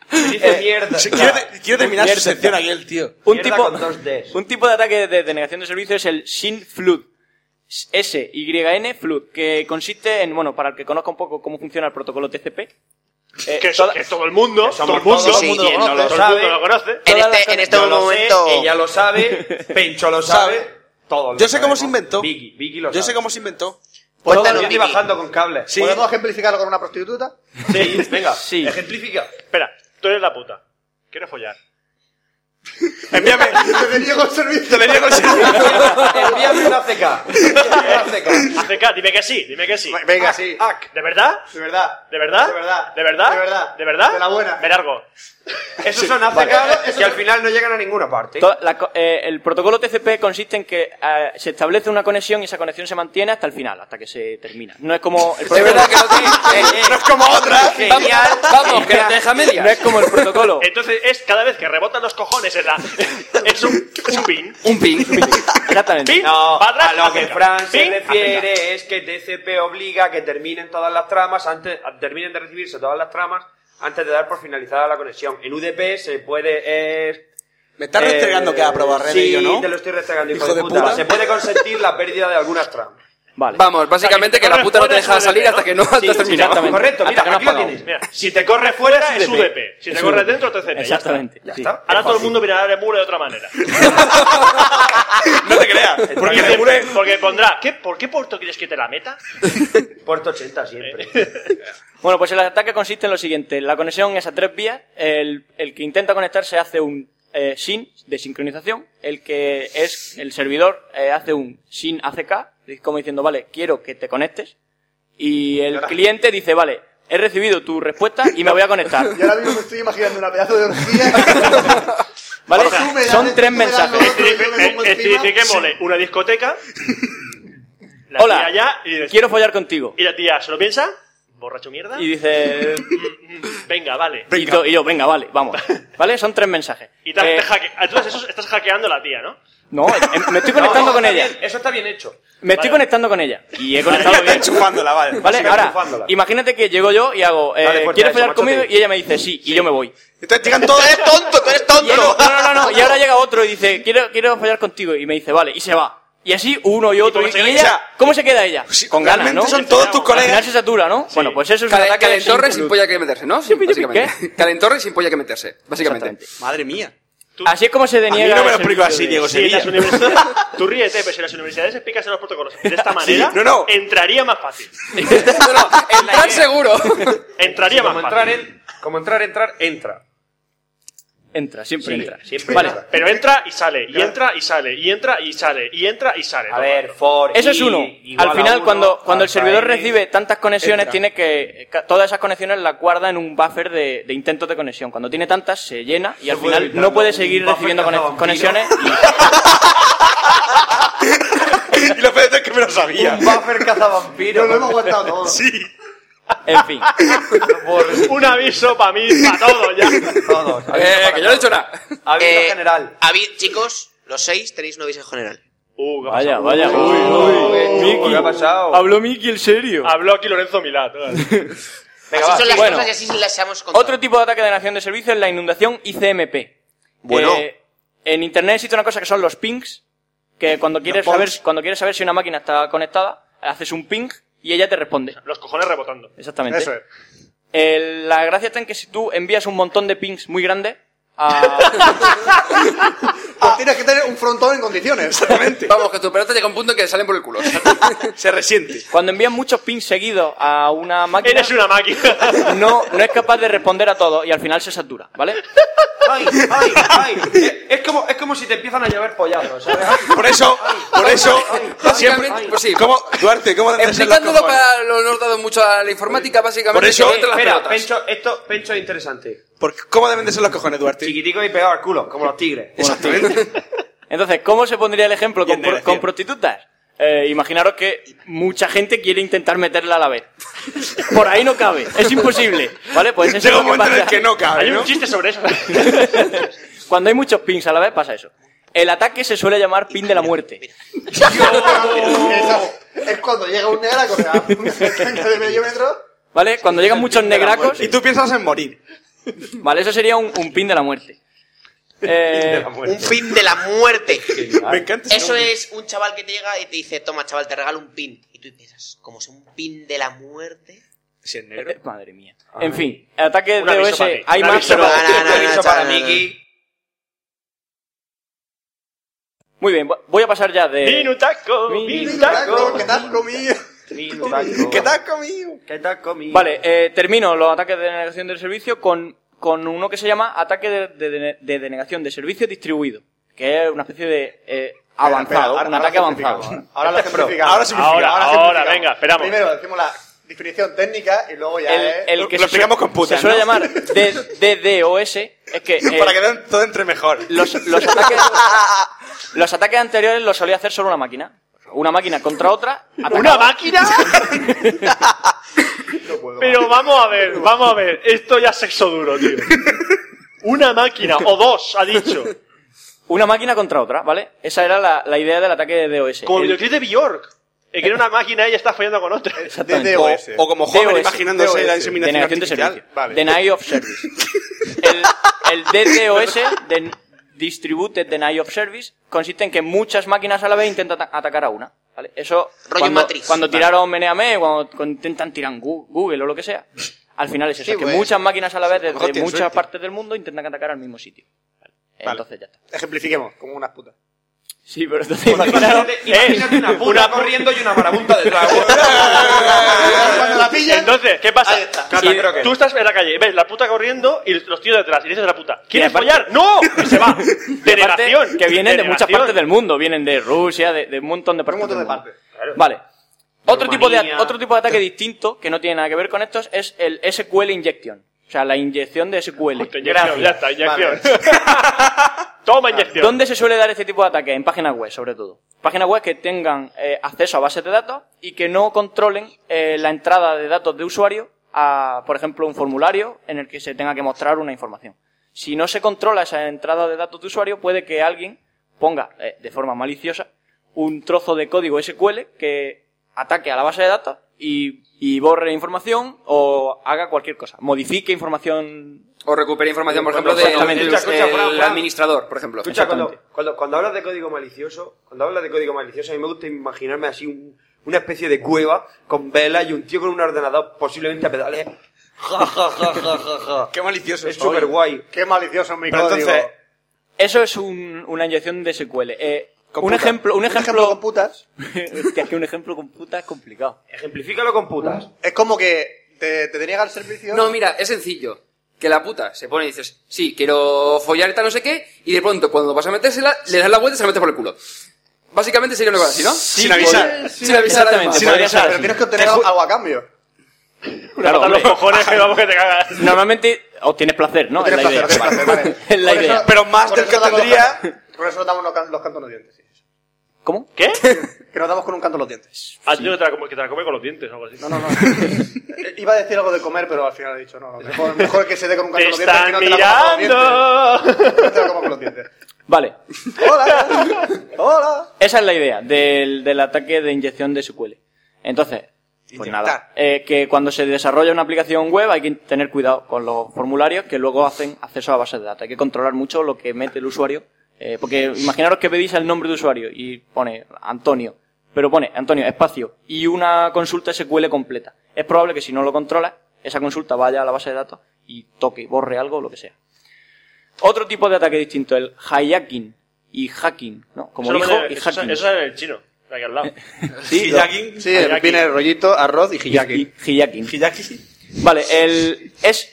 [SPEAKER 27] Se dice mierda.
[SPEAKER 9] Sí, Quiero, quiero terminar su
[SPEAKER 7] Mierda.
[SPEAKER 9] sección aquí el tío.
[SPEAKER 7] un,
[SPEAKER 27] Mierda
[SPEAKER 7] tipo,
[SPEAKER 27] con dos Ds.
[SPEAKER 7] un tipo de ataque de denegación de servicio es el sin flood. S-Y-N flood, que consiste en, bueno, para el que conozca un poco cómo funciona el protocolo TCP. eh,
[SPEAKER 6] Que, so- que todo el mundo, todo el
[SPEAKER 27] somos
[SPEAKER 6] mundo,
[SPEAKER 27] todos,
[SPEAKER 6] todo el
[SPEAKER 27] sí,
[SPEAKER 6] mundo lo
[SPEAKER 27] quien
[SPEAKER 6] conoce,
[SPEAKER 27] no lo
[SPEAKER 6] todo el mundo
[SPEAKER 27] sabe.
[SPEAKER 6] lo conoce.
[SPEAKER 5] En
[SPEAKER 7] Todas las
[SPEAKER 5] este, en
[SPEAKER 7] cosas-
[SPEAKER 5] este
[SPEAKER 27] Yo lo
[SPEAKER 5] momento.
[SPEAKER 27] sé, ella lo sabe, Pencho lo sabe, todos lo
[SPEAKER 9] Yo sé cómo
[SPEAKER 27] sabemos.
[SPEAKER 9] se inventó.
[SPEAKER 27] Vicky, Vicky lo
[SPEAKER 9] Yo sé
[SPEAKER 27] sabe.
[SPEAKER 9] cómo se inventó.
[SPEAKER 27] Todo
[SPEAKER 5] Cuéntanos,
[SPEAKER 27] bien y
[SPEAKER 5] Vicky.
[SPEAKER 27] bajando con cables.
[SPEAKER 9] Sí.
[SPEAKER 4] ¿Podemos ejemplificarlo con una prostituta?
[SPEAKER 27] Sí, venga,
[SPEAKER 7] Sí.
[SPEAKER 27] ejemplifica. (laughs)
[SPEAKER 6] Espera, tú eres la puta. Quiero follar.
[SPEAKER 9] Envíame.
[SPEAKER 4] Te niego el servicio.
[SPEAKER 9] Te le niego el servicio.
[SPEAKER 27] Envíame una CK. Envíame una CK.
[SPEAKER 6] ACK, dime que sí, dime que sí. Ah,
[SPEAKER 4] Venga, sí.
[SPEAKER 6] ¿De verdad?
[SPEAKER 4] De verdad.
[SPEAKER 6] ¿De verdad?
[SPEAKER 4] De verdad.
[SPEAKER 6] ¿De verdad?
[SPEAKER 4] De verdad.
[SPEAKER 6] ¿De verdad?
[SPEAKER 4] De la buena.
[SPEAKER 6] Me largo.
[SPEAKER 27] Esos son ACK que al final no llegan a ninguna parte.
[SPEAKER 7] Toda- la co- eh, el protocolo TCP consiste en que eh, se establece una conexión y esa conexión se mantiene hasta el final, hasta que se termina. No es como el protocolo,
[SPEAKER 8] verdad que no
[SPEAKER 7] (laughs)
[SPEAKER 8] tiene-
[SPEAKER 9] No es como otra.
[SPEAKER 8] Vamos,
[SPEAKER 27] Eh, Genial.
[SPEAKER 8] vamos, que no te deja
[SPEAKER 7] no es
[SPEAKER 8] medias.
[SPEAKER 7] como el protocolo.
[SPEAKER 6] Entonces es cada vez que rebotan los cojones, es, la, (laughs) es un, un pin.
[SPEAKER 8] Un ping.
[SPEAKER 7] Exactamente.
[SPEAKER 6] Pin,
[SPEAKER 27] No,
[SPEAKER 6] para atrás,
[SPEAKER 27] a lo que
[SPEAKER 6] hacia
[SPEAKER 27] Fran
[SPEAKER 6] atrás.
[SPEAKER 27] se
[SPEAKER 6] Pin, hacia
[SPEAKER 27] refiere es que TCP obliga a que terminen todas las tramas antes, a- terminen de recibirse todas las tramas antes de dar por finalizada la conexión. En UDP se puede eh,
[SPEAKER 9] Me estás
[SPEAKER 27] Eh,
[SPEAKER 9] restregando que ha probado René
[SPEAKER 27] sí,
[SPEAKER 9] y
[SPEAKER 7] Eh,
[SPEAKER 9] yo, ¿no?
[SPEAKER 27] te lo estoy restregando, hijo,
[SPEAKER 9] Hijo
[SPEAKER 27] de,
[SPEAKER 9] de
[SPEAKER 27] puta.
[SPEAKER 9] puta.
[SPEAKER 27] Se puede consentir la pérdida de algunas tramas.
[SPEAKER 7] Vale.
[SPEAKER 8] Vamos, básicamente que la puta no te dejaba salir hasta que no has
[SPEAKER 27] Sí,
[SPEAKER 8] terminado.
[SPEAKER 7] exactamente.
[SPEAKER 27] Correcto,
[SPEAKER 7] Hasta
[SPEAKER 27] mira,
[SPEAKER 8] (laughs)
[SPEAKER 7] que no has
[SPEAKER 27] aquí lo
[SPEAKER 7] pagado.
[SPEAKER 27] tienes.
[SPEAKER 6] Mira, si te corre fuera es
[SPEAKER 7] UDP.
[SPEAKER 6] UDP. Si te
[SPEAKER 7] Es
[SPEAKER 6] corre
[SPEAKER 7] UDP.
[SPEAKER 6] dentro, TCP.
[SPEAKER 7] Exactamente.
[SPEAKER 6] Ya
[SPEAKER 7] sí.
[SPEAKER 6] está. Ahora todo el mundo mirará a Remure de otra manera.
[SPEAKER 9] No te creas. Porque
[SPEAKER 6] Porque,
[SPEAKER 9] Remure.
[SPEAKER 6] porque pondrá, ¿qué, ¿por qué puerto quieres que te la meta? Eh,
[SPEAKER 27] Puerto 80 siempre.
[SPEAKER 7] Bueno, pues el ataque consiste en lo siguiente. La conexión es a tres vías. El, el que intenta conectarse hace un eh, SYN de sincronización, el que es el servidor eh, hace un SYN ACK, como diciendo, vale, quiero que te conectes, y el cliente dice, vale, he recibido tu respuesta y me voy a conectar.
[SPEAKER 4] (laughs) Yo ahora mismo me estoy imaginando una pedazo de orgía.
[SPEAKER 7] (laughs) ¿Vale?
[SPEAKER 4] O sea, tú me das-
[SPEAKER 7] Son tres
[SPEAKER 4] tú me das
[SPEAKER 7] mensajes.
[SPEAKER 6] Estilifiquémosle eh, una discoteca. La
[SPEAKER 7] Hola,
[SPEAKER 6] tía allá y
[SPEAKER 7] quiero follar contigo.
[SPEAKER 6] Y la tía se lo piensa, borracho mierda. Mm,
[SPEAKER 7] Y dice,
[SPEAKER 6] Venga, vale.
[SPEAKER 7] y, to- y yo, venga, vale, vamos.
[SPEAKER 4] (laughs)
[SPEAKER 7] ¿Vale? Son tres mensajes.
[SPEAKER 6] Y te-
[SPEAKER 7] Eh,
[SPEAKER 6] te hacke- Entonces eso- estás hackeando a la tía, ¿no?
[SPEAKER 7] No, em- me estoy conectando
[SPEAKER 6] No,
[SPEAKER 7] con
[SPEAKER 6] está
[SPEAKER 7] ella.
[SPEAKER 6] bien, eso está bien hecho.
[SPEAKER 7] Me estoy conectando con ella. Y he conectado
[SPEAKER 9] (laughs)
[SPEAKER 7] bien.
[SPEAKER 9] Chupándola,
[SPEAKER 7] (laughs)
[SPEAKER 9] vale.
[SPEAKER 7] Vale,
[SPEAKER 9] Sigue
[SPEAKER 7] ahora,
[SPEAKER 9] enchufándola.
[SPEAKER 7] imagínate que llego yo y hago, eh,
[SPEAKER 9] Dale fuerte a
[SPEAKER 7] ¿quieres
[SPEAKER 9] eso,
[SPEAKER 7] follar
[SPEAKER 9] machote.
[SPEAKER 7] conmigo? Y ella me dice, sí, y yo me voy.
[SPEAKER 9] Entonces llegan todos, eres tonto, tú eres tonto.
[SPEAKER 7] No,
[SPEAKER 9] (laughs)
[SPEAKER 7] no, no, y ahora llega otro y dice, quiero, quiero follar contigo, y me dice, vale, y se va. Y así uno y otro. ¿Y,
[SPEAKER 9] cómo se
[SPEAKER 7] y
[SPEAKER 9] queda?
[SPEAKER 7] ella? ¿Cómo se queda ella? Con ganas,
[SPEAKER 8] realmente
[SPEAKER 7] ¿no?
[SPEAKER 8] son todos tus colegas.
[SPEAKER 7] Al final se satura, ¿no? Bueno, pues eso es
[SPEAKER 8] Calen-
[SPEAKER 7] un ataque de
[SPEAKER 8] Calentorre sin
[SPEAKER 7] salud.
[SPEAKER 8] polla que meterse, ¿no? Sí, básicamente. Calentorre sin polla que meterse, básicamente.
[SPEAKER 9] Madre mía.
[SPEAKER 7] Así es como se deniega.
[SPEAKER 8] no me lo
[SPEAKER 7] el
[SPEAKER 8] explico
[SPEAKER 7] servicio
[SPEAKER 8] así,
[SPEAKER 7] de-
[SPEAKER 8] Diego
[SPEAKER 6] Si en las universidades,
[SPEAKER 8] (laughs)
[SPEAKER 6] tú ríete, pero si en las universidades explicas los protocolos de esta manera,
[SPEAKER 8] no, no.
[SPEAKER 6] entraría más fácil.
[SPEAKER 8] Entrar (laughs) seguro.
[SPEAKER 6] Entraría
[SPEAKER 27] Sí, como
[SPEAKER 6] más
[SPEAKER 27] entrar
[SPEAKER 6] fácil.
[SPEAKER 27] en- como entrar, entrar, entra.
[SPEAKER 7] Entra, siempre
[SPEAKER 6] Sí,
[SPEAKER 7] entra.
[SPEAKER 6] siempre
[SPEAKER 7] vale.
[SPEAKER 6] entra. Pero entra y sale, y entra y sale, y entra y sale, y entra y sale. A ver,
[SPEAKER 27] for
[SPEAKER 7] Eso es uno. Al final, cuando, cuando el servidor recibe tantas conexiones,
[SPEAKER 6] entra.
[SPEAKER 7] tiene que. eh, ca- Todas esas conexiones las guarda en un buffer de, de intentos de conexión. Cuando tiene tantas, se llena y al
[SPEAKER 27] puede
[SPEAKER 7] final
[SPEAKER 27] evitarlo.
[SPEAKER 7] no puede
[SPEAKER 27] Un
[SPEAKER 7] seguir
[SPEAKER 27] buffer
[SPEAKER 7] recibiendo
[SPEAKER 27] caza
[SPEAKER 7] cone-
[SPEAKER 27] vampiros.
[SPEAKER 7] conexiones.
[SPEAKER 9] y lo peor es que me lo sabía.
[SPEAKER 7] Un buffer cazavampiro.
[SPEAKER 4] Nos lo hemos aguantado todo.
[SPEAKER 9] Sí.
[SPEAKER 7] En fin.
[SPEAKER 6] Un aviso para mí, para todo ya.
[SPEAKER 5] Todos.
[SPEAKER 8] Eh, que yo no he hecho nada.
[SPEAKER 5] Aviso
[SPEAKER 7] Eh,
[SPEAKER 27] general.
[SPEAKER 5] Eh, chicos, los seis tenéis un aviso general.
[SPEAKER 6] Uh,
[SPEAKER 7] Vaya, vaya. Uy,
[SPEAKER 27] ¿Qué ha pasado?
[SPEAKER 7] Habló Miki en serio.
[SPEAKER 6] Habló aquí Lorenzo Milá.
[SPEAKER 5] así
[SPEAKER 7] va.
[SPEAKER 5] son las
[SPEAKER 7] Bueno.
[SPEAKER 5] cosas y así las hemos contado.
[SPEAKER 7] Otro tipo de ataque de nación de servicio es la inundación ICMP.
[SPEAKER 5] Bueno.
[SPEAKER 7] Eh, en internet existe una cosa que son los pings, que cuando quieres
[SPEAKER 6] pings.
[SPEAKER 7] saber, cuando quieres saber si una máquina está conectada, haces un ping y ella te responde.
[SPEAKER 6] Los cojones rebotando.
[SPEAKER 7] Exactamente.
[SPEAKER 6] Eso es.
[SPEAKER 7] El- la gracia está en que si tú envías un montón de pings muy grandes a...
[SPEAKER 9] Ah.
[SPEAKER 4] Pues tienes que tener un frontón en condiciones.
[SPEAKER 8] Vamos, que tu pelota llega a un punto en que salen por el culo.
[SPEAKER 9] (laughs) Se resiente.
[SPEAKER 7] Cuando envías muchos pings seguidos a una máquina...
[SPEAKER 6] Eres una máquina.
[SPEAKER 7] (laughs) No, no es capaz de responder a todo y al final se satura, ¿vale?
[SPEAKER 27] (laughs) ¡Ay, ay, ay! Eh, Es como, es como si te empiezan a llover pollazos, ¿sabes?
[SPEAKER 9] Por eso, por eso, siempre...
[SPEAKER 8] pues sí.
[SPEAKER 9] ¿Cómo, Duarte, cómo te hacen las
[SPEAKER 8] Explicándolo
[SPEAKER 9] campanas?
[SPEAKER 8] para los no dado mucho a la informática, básicamente.
[SPEAKER 9] Por eso-
[SPEAKER 8] que entre las
[SPEAKER 9] Espera,
[SPEAKER 8] pelotas.
[SPEAKER 27] Pencho, esto, Pencho es interesante.
[SPEAKER 9] Porque, ¿Cómo deben de ser los cojones, Duarte?
[SPEAKER 27] Chiquitico y pegado al culo, como los
[SPEAKER 7] (laughs)
[SPEAKER 27] tigres.
[SPEAKER 7] Entonces, ¿cómo se pondría el ejemplo con, pro- con prostitutas? Eh, imaginaros que mucha gente quiere intentar meterla a la
[SPEAKER 9] (laughs)
[SPEAKER 7] vez. Por ahí no cabe, es imposible. ¿Vale? Pues eso
[SPEAKER 9] Llega
[SPEAKER 7] es
[SPEAKER 9] un
[SPEAKER 7] lo que
[SPEAKER 9] momento
[SPEAKER 7] pasa.
[SPEAKER 9] en el que no cabe,
[SPEAKER 7] Hay un
[SPEAKER 9] ¿no?
[SPEAKER 7] chiste sobre eso. (laughs) Cuando hay muchos pins a la vez pasa eso. El ataque se suele llamar pin de la muerte.
[SPEAKER 9] (laughs)
[SPEAKER 7] (laughs)
[SPEAKER 4] Esa- es cuando llega un negraco, o sea, una (laughs) cancha de medio metro.
[SPEAKER 7] ¿Vale? Cuando llegan muchos negracos.
[SPEAKER 9] Y tú piensas en morir.
[SPEAKER 7] Vale, eso sería un, un pin de
[SPEAKER 5] (laughs)
[SPEAKER 7] la muerte. Eh,
[SPEAKER 5] Un pin de la muerte.
[SPEAKER 9] Me encanta ese
[SPEAKER 5] Eso
[SPEAKER 9] nombre.
[SPEAKER 5] es un chaval que te llega y te dice, toma chaval, te regalo un pin. Y tú piensas, como sea un pin de la muerte. Ah.
[SPEAKER 9] Si es negro.
[SPEAKER 7] madre mía. En fin, ataque
[SPEAKER 5] Un
[SPEAKER 7] de
[SPEAKER 5] aviso
[SPEAKER 7] OS.
[SPEAKER 5] para ti.
[SPEAKER 7] Hay
[SPEAKER 5] Un
[SPEAKER 7] más,
[SPEAKER 5] aviso
[SPEAKER 7] pero-
[SPEAKER 5] para- no, no, no, no, chaval, no, no.
[SPEAKER 7] Muy bien, voy a pasar ya de.
[SPEAKER 6] Minutaco,
[SPEAKER 4] Minutaco, ¿Qué tal comido?
[SPEAKER 9] ¿Qué tal comido?
[SPEAKER 27] ¿Qué tal comido?
[SPEAKER 7] Vale, eh, termino los ataques de denegación del servicio con, con uno que se llama ataque de, de- de denegación de servicio distribuido, que es una especie de eh, avanzado,
[SPEAKER 4] Espera, espera,
[SPEAKER 7] un ataque
[SPEAKER 4] ahora
[SPEAKER 7] avanzado.
[SPEAKER 4] simplificamos, Ahora lo simplificamos.
[SPEAKER 7] Ahora simplificamos.
[SPEAKER 4] Ahora,
[SPEAKER 7] Ahora,
[SPEAKER 4] simplificamos.
[SPEAKER 7] venga, esperamos.
[SPEAKER 4] Primero decimos la definición técnica y luego ya
[SPEAKER 7] El,
[SPEAKER 4] es...
[SPEAKER 7] el que se suele- Se suele llamar D- DDoS, es
[SPEAKER 4] (laughs)
[SPEAKER 7] que... eh,
[SPEAKER 9] Para que den- todo entre mejor.
[SPEAKER 7] los, los ataques, los ataques anteriores los solía hacer solo una máquina. Una máquina contra otra.
[SPEAKER 6] ¿Una máquina? Pero vamos a ver, vamos a ver. Esto ya es sexo duro, tío. Una máquina, o dos, ha dicho.
[SPEAKER 7] Una máquina contra otra, ¿vale? Esa era la, la idea del ataque de DOS.
[SPEAKER 6] Como
[SPEAKER 7] El-
[SPEAKER 6] videoclip de Bjork. El que era una máquina y ya está follando con otra.
[SPEAKER 27] Eh,
[SPEAKER 7] Exactamente.
[SPEAKER 9] O, o como joven
[SPEAKER 7] DOS,
[SPEAKER 9] imaginándose
[SPEAKER 7] DOS,
[SPEAKER 9] la inseminación
[SPEAKER 7] denegación de
[SPEAKER 9] artificial.
[SPEAKER 7] servicio. Deny of service. (laughs) El, el DDoS, de Distributed Deny of Service, consiste en que muchas máquinas a la vez intentan ata- atacar a una. ¿vale? Eso
[SPEAKER 5] Rollo
[SPEAKER 7] cuando,
[SPEAKER 5] Matrix.
[SPEAKER 7] cuando
[SPEAKER 5] Vale.
[SPEAKER 7] tiraron Meneame, cuando, cuando intentan tirar Gu- Google o lo que sea, al final es eso,
[SPEAKER 5] Sí,
[SPEAKER 7] es que
[SPEAKER 5] güey.
[SPEAKER 7] muchas máquinas a la vez
[SPEAKER 5] A lo mejor
[SPEAKER 7] desde
[SPEAKER 5] tiene
[SPEAKER 7] muchas
[SPEAKER 5] suerte.
[SPEAKER 7] partes del mundo intentan atacar al mismo sitio. Vale. Entonces ya está.
[SPEAKER 4] Ejemplifiquemos, como unas putas.
[SPEAKER 7] Sí, pero entonces
[SPEAKER 27] imagínate- imagínate una puta corriendo y una marabunta detrás.
[SPEAKER 6] Cuando la pillan, Entonces, ¿qué pasa?
[SPEAKER 27] Cata,
[SPEAKER 6] Y
[SPEAKER 27] creo que
[SPEAKER 6] tú
[SPEAKER 27] no.
[SPEAKER 6] estás en la calle, ves la puta corriendo y los tíos detrás, y dices a la puta, ¿quieres follar? ¡No! Y se va.
[SPEAKER 7] (laughs)
[SPEAKER 6] Denegación.
[SPEAKER 7] que vienen de muchas
[SPEAKER 6] Denegación.
[SPEAKER 7] partes del mundo, vienen de Rusia, de, de un montón de partes. del mundo. Vale. Otro tipo, de,
[SPEAKER 6] Rumanía.
[SPEAKER 7] at- otro tipo de ataque distinto, que no tiene nada que ver con estos, es el SQL injection. O sea, la inyección de SQL.
[SPEAKER 6] inyección, ya está, inyección. (laughs)
[SPEAKER 7] Toma inyección. ¿Dónde se suele dar este tipo de ataques? En páginas web, sobre todo. Páginas web que tengan eh, acceso a bases de datos y que no controlen eh, la entrada de datos de usuario a, por ejemplo, un formulario en el que se tenga que mostrar una información. Si no se controla esa entrada de datos de usuario, puede que alguien ponga eh, de forma maliciosa un trozo de código SQL que ataque a la base de datos y, y borre información o haga cualquier cosa. Modifique información.
[SPEAKER 8] O recupere información, por ejemplo, de-
[SPEAKER 7] Exactamente.
[SPEAKER 8] del- Escucha, escucha, del Fran, Fran. administrador, por ejemplo.
[SPEAKER 27] Escucha, cuando,
[SPEAKER 8] Exactamente.
[SPEAKER 27] cuando, cuando hablas de código malicioso, cuando hablas de código malicioso, a mí me gusta imaginarme así un- una especie de cueva con velas y un tío con un ordenador posiblemente a pedales. Ja, ja, ja, ja, ja, ja. Qué malicioso Es súper guay.
[SPEAKER 4] Qué malicioso
[SPEAKER 7] (laughs)
[SPEAKER 4] mi
[SPEAKER 27] Pero
[SPEAKER 7] código.
[SPEAKER 27] entonces-
[SPEAKER 7] Eso es un- una inyección de SQL. Eh, un
[SPEAKER 27] Computa.
[SPEAKER 7] ejemplo, un
[SPEAKER 27] Un
[SPEAKER 7] ejemplo con
[SPEAKER 4] putas.
[SPEAKER 7] Hostia, (laughs) es que un ejemplo con putas es complicado.
[SPEAKER 27] Ejemplifícalo con putas.
[SPEAKER 4] Es como que te, te deniegan el servicio.
[SPEAKER 8] No, mira, es sencillo. Que la puta se pone y dices, sí, quiero follar y tal, no sé qué, y de pronto cuando vas a metérsela, le das la vuelta y se la metes por el culo. Básicamente sería una cosa así, ¿no?
[SPEAKER 4] Sin avisar.
[SPEAKER 8] podría-
[SPEAKER 4] Sí,
[SPEAKER 8] Sin avisar, además.
[SPEAKER 4] exactamente, sin avisar, pero tienes que obtener
[SPEAKER 8] Te ju-
[SPEAKER 4] algo a cambio.
[SPEAKER 7] Claro, hombre.
[SPEAKER 6] cojones que vamos que te cagas.
[SPEAKER 7] Normalmente obtienes placer, ¿no? Es la idea. (laughs)
[SPEAKER 4] Por
[SPEAKER 7] Es la
[SPEAKER 4] eso-
[SPEAKER 7] idea.
[SPEAKER 4] por eso damos los can- Por eso nos damos los can- los cantos en los dientes.
[SPEAKER 7] ¿Cómo? (laughs)
[SPEAKER 6] ¿Qué?
[SPEAKER 4] Que nos damos con un canto en los dientes.
[SPEAKER 6] Ah, tío, que te la come- que te la come con los dientes o algo así.
[SPEAKER 4] No, (laughs) no, no. Eh, Iba a decir algo de comer, pero al final he dicho no. Mejor, mejor que se dé con un canto
[SPEAKER 6] ¡Te
[SPEAKER 4] en los dientes.
[SPEAKER 6] están
[SPEAKER 4] que no te la comas con los
[SPEAKER 6] mirando!
[SPEAKER 7] Vale. (laughs)
[SPEAKER 4] Hola. Hola.
[SPEAKER 7] Esa es la idea del, del ataque de inyección de SQL. Entonces, pues nada, eh, que cuando se desarrolla una aplicación web hay que tener cuidado con los formularios que luego hacen acceso a bases de datos. Hay que controlar mucho lo que mete el usuario. eh, porque imaginaros que pedís el nombre de usuario y pone Antonio, pero pone Antonio espacio y una consulta SQL completa. Es probable que si no lo controlas, esa consulta vaya a la base de datos y toque, borre algo, lo que sea. Otro tipo de ataque distinto, el hijacking y hacking, ¿no? Como
[SPEAKER 6] Eso lo
[SPEAKER 7] dijo,
[SPEAKER 6] venden-
[SPEAKER 7] y
[SPEAKER 6] eso,
[SPEAKER 7] hacking.
[SPEAKER 6] eso es en el chino, de aquí al lado.
[SPEAKER 7] Sí,
[SPEAKER 6] Hijacking.
[SPEAKER 4] Sí, viene el rollito, arroz y hijaki.
[SPEAKER 7] Hijacking. Vale, el, es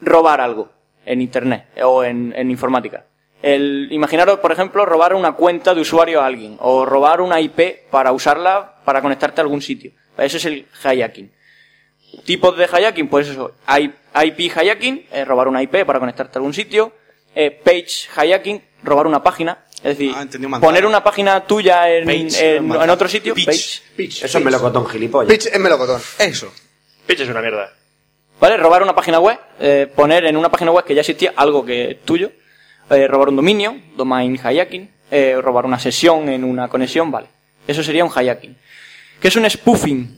[SPEAKER 7] robar algo en internet o en, en informática. El, imaginaros, por ejemplo, robar una cuenta de usuario a alguien o robar una IP para usarla para conectarte a algún sitio. Eso es el hijacking. Tipos de hijacking, pues eso, I- IP hijacking, eh, robar una IP para conectarte a algún sitio, eh, page hijacking, robar una página, es decir,
[SPEAKER 4] Ah,
[SPEAKER 7] poner una página tuya en,
[SPEAKER 27] Page,
[SPEAKER 7] en-
[SPEAKER 27] mandala.
[SPEAKER 7] en otro sitio,
[SPEAKER 27] Pitch.
[SPEAKER 7] page.
[SPEAKER 27] Eso es melocotón, gilipollas.
[SPEAKER 4] Pitch es melocotón.
[SPEAKER 27] Eso.
[SPEAKER 6] Pitch es una mierda.
[SPEAKER 7] ¿Vale? Robar una página web, eh, poner en una página web que ya existía algo que es tuyo, eh, robar un dominio, domain hijacking, eh, robar una sesión en una conexión, ¿vale? Eso sería un hijacking. ¿Qué es un spoofing?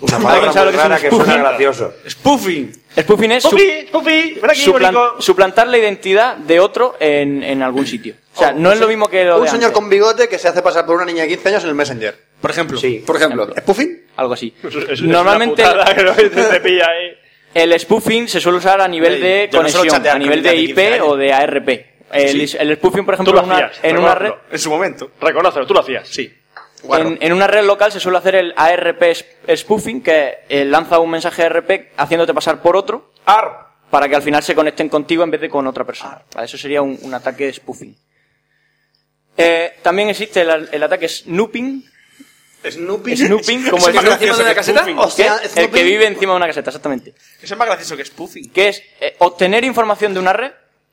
[SPEAKER 27] Una
[SPEAKER 7] ¿Alguien sabe
[SPEAKER 27] palabra
[SPEAKER 7] lo
[SPEAKER 27] muy
[SPEAKER 7] que es
[SPEAKER 27] rara que suena
[SPEAKER 7] un spoofing?
[SPEAKER 27] gracioso.
[SPEAKER 7] Spoofing. Spoofing es
[SPEAKER 6] Pupi, Pupi, ven aquí,
[SPEAKER 7] suplan-
[SPEAKER 6] bolico.
[SPEAKER 7] suplantar la identidad de otro en, en algún sitio. O sea, no es lo mismo que lo
[SPEAKER 4] Un
[SPEAKER 7] de
[SPEAKER 4] señor
[SPEAKER 7] antes.
[SPEAKER 4] con bigote que se hace pasar por una niña de 15 años en el Messenger. Por ejemplo.
[SPEAKER 27] Sí.
[SPEAKER 8] Por ejemplo.
[SPEAKER 4] ¿Spoofing?
[SPEAKER 7] Algo así.
[SPEAKER 6] es una
[SPEAKER 7] Normalmente
[SPEAKER 6] putada que no te- te pilla ahí.
[SPEAKER 7] el spoofing se suele usar a nivel de
[SPEAKER 6] Yo no suelo
[SPEAKER 7] conexión,
[SPEAKER 6] chatear
[SPEAKER 7] a
[SPEAKER 6] con
[SPEAKER 7] nivel
[SPEAKER 6] niñas
[SPEAKER 7] de
[SPEAKER 6] de 15
[SPEAKER 7] IP
[SPEAKER 6] años.
[SPEAKER 7] o de ARP. El,
[SPEAKER 6] Sí.
[SPEAKER 7] el spoofing, por
[SPEAKER 6] Tú
[SPEAKER 7] ejemplo,
[SPEAKER 6] lo
[SPEAKER 7] en una,
[SPEAKER 6] hacías,
[SPEAKER 7] en una red
[SPEAKER 6] reconócelo. En su momento. Reconócelo, tú lo hacías. Sí. Guarro.
[SPEAKER 7] En, en una red local se suele hacer el ARP sp- spoofing, que eh, lanza un mensaje ARP haciéndote pasar por otro para que al final se conecten contigo en vez de con otra
[SPEAKER 6] Ah.
[SPEAKER 7] persona. Vale, Eso sería un, un ataque de spoofing. Eh, también existe el, el ataque snooping.
[SPEAKER 4] Snooping.
[SPEAKER 7] Snooping, como el
[SPEAKER 4] Ese es más gracioso que spoofing.
[SPEAKER 7] ¿Qué?
[SPEAKER 4] Hostia,
[SPEAKER 7] el que
[SPEAKER 4] snooping.
[SPEAKER 7] vive encima de una caseta, exactamente.
[SPEAKER 9] Eso es más gracioso que spoofing.
[SPEAKER 7] que es eh, obtener información de una red.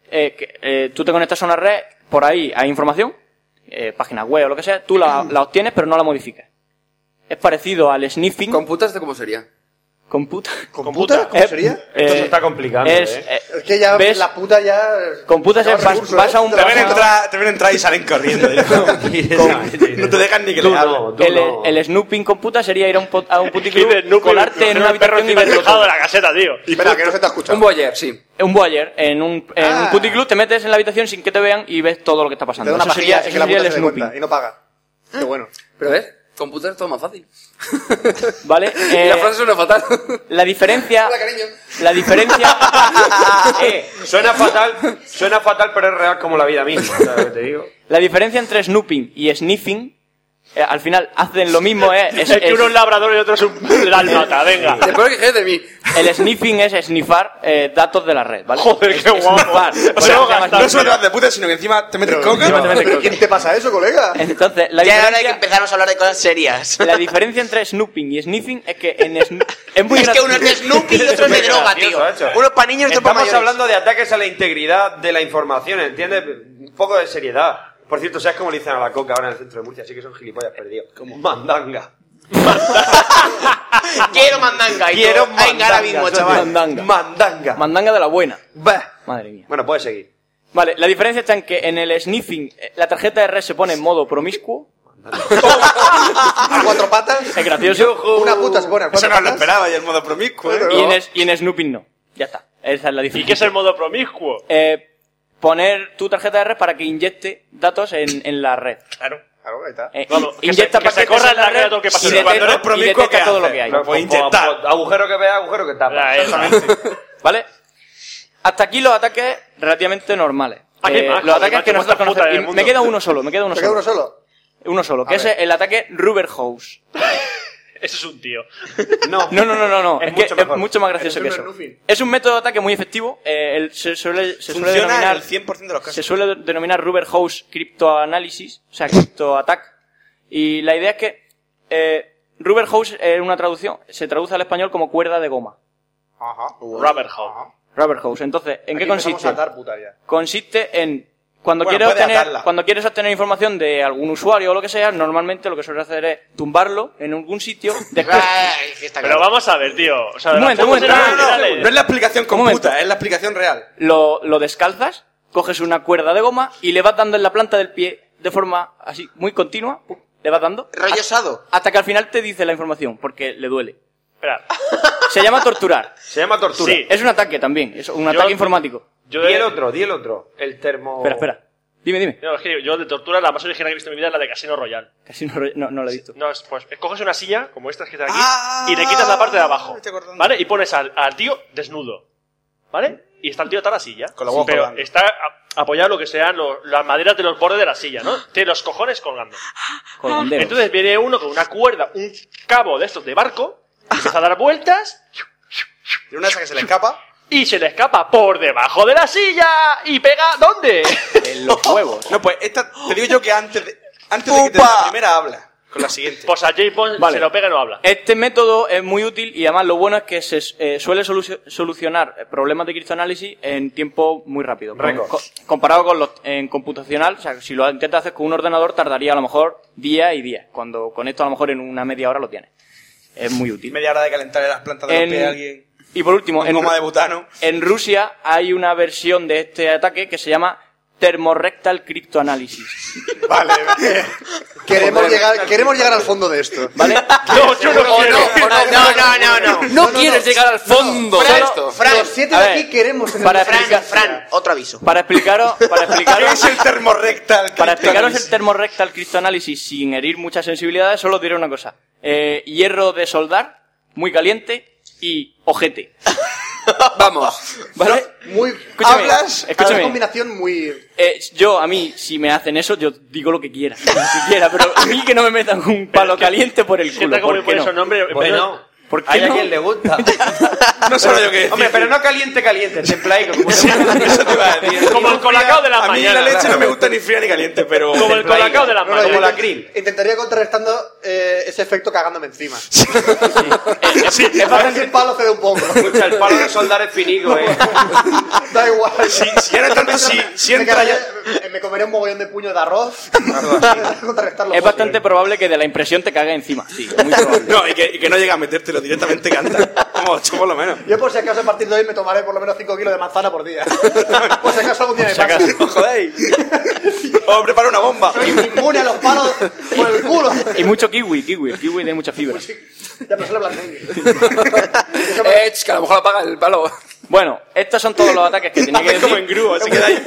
[SPEAKER 7] eh, que, eh, tú te conectas a una red, por ahí hay información, eh, páginas web o lo que sea, tú la, la obtienes pero no la modificas. Es parecido al sniffing.
[SPEAKER 8] ¿Computas esto cómo sería?
[SPEAKER 7] ¿Computa?
[SPEAKER 4] ¿Computas? ¿Cómo
[SPEAKER 7] Eh,
[SPEAKER 4] sería?
[SPEAKER 7] eh,
[SPEAKER 27] Esto se está complicando,
[SPEAKER 7] es,
[SPEAKER 27] ¿eh?
[SPEAKER 7] eh,
[SPEAKER 4] Es que ya
[SPEAKER 7] ¿Ves?
[SPEAKER 4] la puta ya.
[SPEAKER 7] Computas
[SPEAKER 4] ya
[SPEAKER 7] es, vas,
[SPEAKER 4] recurso,
[SPEAKER 7] vas
[SPEAKER 4] ¿eh?
[SPEAKER 7] a un...
[SPEAKER 4] Te ven
[SPEAKER 7] vas a-
[SPEAKER 9] Entra- te ven a entrar y salen
[SPEAKER 7] (laughs)
[SPEAKER 9] corriendo. ya. (laughs) no te dejan ni que le hables.
[SPEAKER 7] el, el snooping computa sería ir a un, pot-
[SPEAKER 9] (laughs)
[SPEAKER 7] a un puticlub, colarte en una habitación y
[SPEAKER 6] ver
[SPEAKER 7] verlo todo.
[SPEAKER 6] de la caseta, tío.
[SPEAKER 4] Espera, que no se te ha escuchado.
[SPEAKER 8] Un boyer, sí.
[SPEAKER 7] Un voyeur, en un, en un puticlub te metes en la habitación sin que te vean y ves todo lo que está
[SPEAKER 4] Te
[SPEAKER 7] pasando.
[SPEAKER 4] da una
[SPEAKER 7] Eso sería,
[SPEAKER 4] pajilla
[SPEAKER 7] eso
[SPEAKER 4] que la
[SPEAKER 7] sería
[SPEAKER 4] puta
[SPEAKER 7] el
[SPEAKER 4] se dé
[SPEAKER 7] snooping.
[SPEAKER 4] cuenta y no paga. Qué bueno.
[SPEAKER 8] Pero ves,
[SPEAKER 29] Computar es todo más fácil.
[SPEAKER 7] ¿Vale? Eh,
[SPEAKER 29] Y la frase suena fatal.
[SPEAKER 7] La diferencia. La diferencia. (laughs) Eh,
[SPEAKER 27] Suena fatal, suena fatal, pero es real como la vida misma. ¿sabes lo que te
[SPEAKER 7] (laughs)
[SPEAKER 27] digo?
[SPEAKER 7] la diferencia entre snooping y sniffing. eh, al final hacen lo mismo, eh,
[SPEAKER 6] (laughs) Es, que uno es labrador y otro
[SPEAKER 7] (laughs)
[SPEAKER 6] es un dálmata, venga.
[SPEAKER 7] que de mí. El sniffing es sniffar eh, datos de la red, ¿vale?
[SPEAKER 6] Joder, qué guapo.
[SPEAKER 7] Sniffar.
[SPEAKER 9] O sea,
[SPEAKER 7] Por eso se llama
[SPEAKER 9] no
[SPEAKER 7] sniffing.
[SPEAKER 9] solo te vas de puta, sino que encima te metes coca.
[SPEAKER 7] encima te metes coca.
[SPEAKER 9] ¿Quién te pasa eso, colega?
[SPEAKER 7] Entonces,
[SPEAKER 5] (laughs)
[SPEAKER 7] la
[SPEAKER 5] ya
[SPEAKER 7] diferencia...
[SPEAKER 5] ahora hay que empezarnos a hablar de cosas serias.
[SPEAKER 7] La diferencia entre snooping y sniffing es que en sn- es muy
[SPEAKER 5] (laughs) Es que
[SPEAKER 7] gra-
[SPEAKER 5] uno es de Snoopy y otro es de droga, tío. Uno es para niños y otro
[SPEAKER 27] Estamos
[SPEAKER 5] para mayores.
[SPEAKER 27] hablando de ataques a la integridad de la información, ¿entiendes? Un poco de seriedad. Por cierto, ¿sabes cómo le dicen a la coca ahora en el centro de Murcia? Así que son gilipollas perdidos. Como mandanga.
[SPEAKER 5] (laughs) Quiero mandanga. y
[SPEAKER 27] Quiero
[SPEAKER 5] todo. Venga, ahora mismo, chaval.
[SPEAKER 7] Mandanga.
[SPEAKER 27] Mandanga.
[SPEAKER 7] Mandanga de la buena. Madre mía.
[SPEAKER 27] Bueno, puedes seguir.
[SPEAKER 7] Vale, la diferencia está en que en el sniffing eh, la tarjeta de red se pone en modo promiscuo.
[SPEAKER 9] ¿A cuatro patas?
[SPEAKER 7] Es gracioso.
[SPEAKER 9] Una puta se pone a
[SPEAKER 7] Eso
[SPEAKER 9] cuatro
[SPEAKER 7] no lo
[SPEAKER 9] patas. esperaba y el modo promiscuo.
[SPEAKER 7] Y en, es- y en snooping no. Ya está. Esa es la diferencia.
[SPEAKER 6] (laughs) ¿Y qué es el modo promiscuo?
[SPEAKER 7] Eh, poner tu tarjeta de red para que inyecte datos en, en la red.
[SPEAKER 6] Claro.
[SPEAKER 9] Claro, ahí está.
[SPEAKER 7] Eh,
[SPEAKER 6] Vamos, que
[SPEAKER 7] inyecta
[SPEAKER 6] se- que se
[SPEAKER 7] paquetes
[SPEAKER 6] corra
[SPEAKER 7] en la
[SPEAKER 6] la
[SPEAKER 7] red
[SPEAKER 6] red o que pase
[SPEAKER 7] y
[SPEAKER 6] nada. Cuando eres
[SPEAKER 7] detecta, y
[SPEAKER 6] promiscuo,
[SPEAKER 7] detecta
[SPEAKER 6] ¿qué
[SPEAKER 7] todo lo
[SPEAKER 6] hace?
[SPEAKER 7] que hay. Pues,
[SPEAKER 6] Lo puede inyectar.
[SPEAKER 27] Agujero que vea, agujero que tapa.
[SPEAKER 7] pues, ¿Vale? Hasta aquí los ataques relativamente normales. Eh,
[SPEAKER 27] Ah, qué majo,
[SPEAKER 7] los ataques
[SPEAKER 27] macho,
[SPEAKER 7] que nosotros
[SPEAKER 27] cuántas putas
[SPEAKER 7] conocemos.
[SPEAKER 27] en el
[SPEAKER 7] Y
[SPEAKER 27] mundo.
[SPEAKER 7] Me queda uno solo, me queda uno
[SPEAKER 9] ¿Te
[SPEAKER 7] solo.
[SPEAKER 9] queda uno solo?
[SPEAKER 7] Uno solo, que
[SPEAKER 9] A
[SPEAKER 7] es
[SPEAKER 9] ver.
[SPEAKER 7] el ataque Rubber Hose.
[SPEAKER 6] Ese es un tío.
[SPEAKER 27] No,
[SPEAKER 7] no, no, no, no. no, Es, que
[SPEAKER 6] mucho mejor.
[SPEAKER 7] es mucho más gracioso
[SPEAKER 6] Es
[SPEAKER 7] que
[SPEAKER 6] un
[SPEAKER 7] eso.
[SPEAKER 6] Rufin.
[SPEAKER 7] Es un método de ataque muy efectivo. eh, el- se suele, se suele
[SPEAKER 9] Funciona
[SPEAKER 7] denominar.
[SPEAKER 9] en el 100% de los casos.
[SPEAKER 7] Se suele denominar Rubber House criptoanálisis, o sea, criptoataque. Y la idea es que eh, Rubber House es una traducción, se traduce al español como cuerda de goma.
[SPEAKER 9] Ajá.
[SPEAKER 6] Rubber
[SPEAKER 27] Ah,
[SPEAKER 6] House.
[SPEAKER 7] Rubber House. Entonces, ¿en qué consiste? Consiste en cuando
[SPEAKER 9] Bueno,
[SPEAKER 7] quieres
[SPEAKER 9] puede
[SPEAKER 7] obtener
[SPEAKER 9] atarla.
[SPEAKER 7] cuando quieres obtener información de algún usuario o lo que sea, normalmente lo que suele hacer es tumbarlo en algún sitio.
[SPEAKER 9] (laughs)
[SPEAKER 7] Después,
[SPEAKER 6] Pero vamos a ver, tío. O sea,
[SPEAKER 7] Un
[SPEAKER 6] las
[SPEAKER 7] momento, un
[SPEAKER 6] fotos
[SPEAKER 7] momento. No,
[SPEAKER 6] eran
[SPEAKER 7] no, no.
[SPEAKER 6] reales.
[SPEAKER 7] No es la
[SPEAKER 9] explicación
[SPEAKER 7] Un momento.
[SPEAKER 9] computa, es la explicación real.
[SPEAKER 7] lo, lo descalzas, coges una cuerda de goma y le vas dando en la planta del pie de forma así, muy continua. pum, Le vas dando.
[SPEAKER 5] Rayosado.
[SPEAKER 7] Hasta que al final te dice la información, porque le duele.
[SPEAKER 6] Espera.
[SPEAKER 7] Se llama torturar.
[SPEAKER 27] Se llama tortura.
[SPEAKER 6] Sí.
[SPEAKER 7] Es un ataque también, es un
[SPEAKER 6] Yo-
[SPEAKER 7] ataque informático.
[SPEAKER 6] Yo
[SPEAKER 27] Di el
[SPEAKER 6] he-
[SPEAKER 27] otro, di el otro. El termo...
[SPEAKER 7] Espera, espera.
[SPEAKER 6] Oh.
[SPEAKER 7] Dime, dime.
[SPEAKER 6] No, es que yo de tortura la más original que he visto en mi vida es la de Casino Royal.
[SPEAKER 7] Casi no, no, no lo he visto.
[SPEAKER 6] No, es, pues coges una silla como estas que están aquí y le quitas la parte de abajo. ¿Vale? Y pones al, al tío desnudo. ¿Vale? Y está el tío atrás a la silla.
[SPEAKER 9] Con la boca
[SPEAKER 6] pero
[SPEAKER 9] colgando.
[SPEAKER 6] está a- apoyado lo que sean lo- las maderas de los bordes de la silla, ¿no? Tiene los cojones colgando.
[SPEAKER 7] Con
[SPEAKER 6] (laughs)
[SPEAKER 7] banderos.
[SPEAKER 6] Entonces viene uno con una cuerda, un cabo de estos de barco, y empieza a dar vueltas
[SPEAKER 9] Y una de esas que se le escapa.
[SPEAKER 6] y se le escapa por debajo de la silla y pega
[SPEAKER 9] (laughs)
[SPEAKER 6] ¿dónde?
[SPEAKER 7] En
[SPEAKER 6] (laughs)
[SPEAKER 7] los huevos.
[SPEAKER 9] No, pues esta, te digo yo que antes de, antes de que te dé la primera habla. Con la siguiente.
[SPEAKER 6] Pues a James Bond
[SPEAKER 7] Vale.
[SPEAKER 6] se lo pega y no habla.
[SPEAKER 7] Este método es muy útil y además lo bueno es que se eh, suele solu- solucionar problemas de criptoanálisis en tiempo muy rápido. Con-
[SPEAKER 27] Récord.
[SPEAKER 7] co- comparado con los en computacional, o sea, si lo intentas hacer con un ordenador tardaría a lo mejor día y día. Cuando con esto a lo mejor en una media hora lo tienes. Es muy útil.
[SPEAKER 9] Media hora de calentar las plantas de
[SPEAKER 7] En-
[SPEAKER 9] los pies a alguien.
[SPEAKER 7] Y por último,
[SPEAKER 9] Con
[SPEAKER 7] en,
[SPEAKER 9] goma de butano.
[SPEAKER 7] en Rusia hay una versión de este ataque que se llama Thermorectal Cryptoanalysis.
[SPEAKER 9] (laughs)
[SPEAKER 4] Vale. queremos, llegar, queremos llegar al fondo de esto.
[SPEAKER 7] ¿Vale?
[SPEAKER 6] No, yo no quiero.
[SPEAKER 5] No, no, no, no.
[SPEAKER 4] No, quieres llegar al fondo
[SPEAKER 5] Fran, Fran,
[SPEAKER 4] Los siete
[SPEAKER 7] a
[SPEAKER 4] de
[SPEAKER 7] ver,
[SPEAKER 4] aquí queremos tener
[SPEAKER 7] para
[SPEAKER 4] una
[SPEAKER 7] explicar-
[SPEAKER 5] Fran, otro aviso.
[SPEAKER 7] Para explicaros, para
[SPEAKER 4] (laughs)
[SPEAKER 7] explicaros,
[SPEAKER 9] Es el termorrectal.
[SPEAKER 7] para explicaros el termorrectal criptoanálisis sin herir muchas sensibilidades, solo os diré una cosa. Eh, hierro de soldar, muy caliente y ojete.
[SPEAKER 31] (laughs)
[SPEAKER 8] Vamos.
[SPEAKER 7] ¿Vale?
[SPEAKER 4] (laughs) Muy
[SPEAKER 7] Escúchame,
[SPEAKER 4] hablas, es
[SPEAKER 7] escúchame.
[SPEAKER 4] una combinación muy
[SPEAKER 7] Eh, yo, a mí, si me hacen eso, yo digo lo que quiera. Lo que quiera, pero a mí que no me metan un palo caliente por el culo.
[SPEAKER 6] Sienta
[SPEAKER 7] ¿Por
[SPEAKER 6] como me
[SPEAKER 7] qué
[SPEAKER 6] pone
[SPEAKER 7] no?
[SPEAKER 6] esos nombres.
[SPEAKER 27] Bueno,
[SPEAKER 7] ¿Por qué
[SPEAKER 27] hay a
[SPEAKER 7] no?
[SPEAKER 27] quien le
[SPEAKER 7] (laughs)
[SPEAKER 27] gusta.
[SPEAKER 9] No solo yo que
[SPEAKER 27] Hombre, pero no caliente, caliente. Templado
[SPEAKER 7] (laughs)
[SPEAKER 27] como... Eso te iba a decir.
[SPEAKER 6] Como el colacao de la
[SPEAKER 9] A mí
[SPEAKER 6] mañana.
[SPEAKER 9] la leche no me gusta ni fría ni caliente, pero.
[SPEAKER 6] Como el colacao de la
[SPEAKER 4] No, no,
[SPEAKER 6] mañana.
[SPEAKER 4] yo
[SPEAKER 27] Como la
[SPEAKER 4] intent-
[SPEAKER 27] crin.
[SPEAKER 4] Intentaría contrarrestando eh, ese efecto cagándome encima.
[SPEAKER 6] Sí,
[SPEAKER 4] A ver si el palo cede un poco.
[SPEAKER 27] Escucha, el palo de soldar es finigo, eh.
[SPEAKER 4] da igual.
[SPEAKER 9] Si, si ahora tanto, si, si
[SPEAKER 4] me,
[SPEAKER 9] entra ya.
[SPEAKER 4] quedaría- me comería un mogollón de puño de arroz. contrarrestarlo.
[SPEAKER 7] Es bastante probable que de la impresión te cague encima. Sí, muy (laughs) probable.
[SPEAKER 9] No, y que, y que no llega a metértelo directamente canta. Como ocho por lo menos.
[SPEAKER 4] Yo por si acaso a partir de hoy me tomaré por lo menos 5 kilos de manzana por
[SPEAKER 7] (laughs)
[SPEAKER 4] día. por si acaso algún día me pasa.
[SPEAKER 9] (laughs) Joder. O prepara una bomba.
[SPEAKER 4] Soy inmune a los palos por el culo.
[SPEAKER 7] Y mucho kiwi, kiwi. El kiwi tiene mucha fibra.
[SPEAKER 4] Ya pasó la blandengue.
[SPEAKER 8] Ech, que Eh, a lo mejor apaga el palo.
[SPEAKER 7] Bueno, estos son todos los ataques que tenía que
[SPEAKER 9] Es como
[SPEAKER 7] decir.
[SPEAKER 9] en grúo, así que
[SPEAKER 7] (laughs)
[SPEAKER 9] da ahí.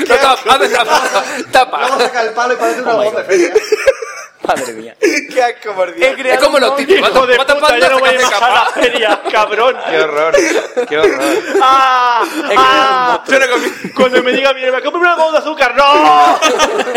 [SPEAKER 8] No, tapa, tapa,
[SPEAKER 4] Luego
[SPEAKER 8] tapa.
[SPEAKER 4] saca el palo y parece un algodón de feria.
[SPEAKER 31] Madre mía.
[SPEAKER 9] Qué asco, por Dios.
[SPEAKER 31] creado Es como los un típicos, hijo mata- de mata puta, pandas, ya no voy a saca más a la capa. (laughs)
[SPEAKER 6] feria, cabrón.
[SPEAKER 9] Qué horror, qué horror.
[SPEAKER 6] ¡Ah! ¡Ah! Yo no comí- Cuando me diga, mire, me compro un algodón de azúcar, ¡no!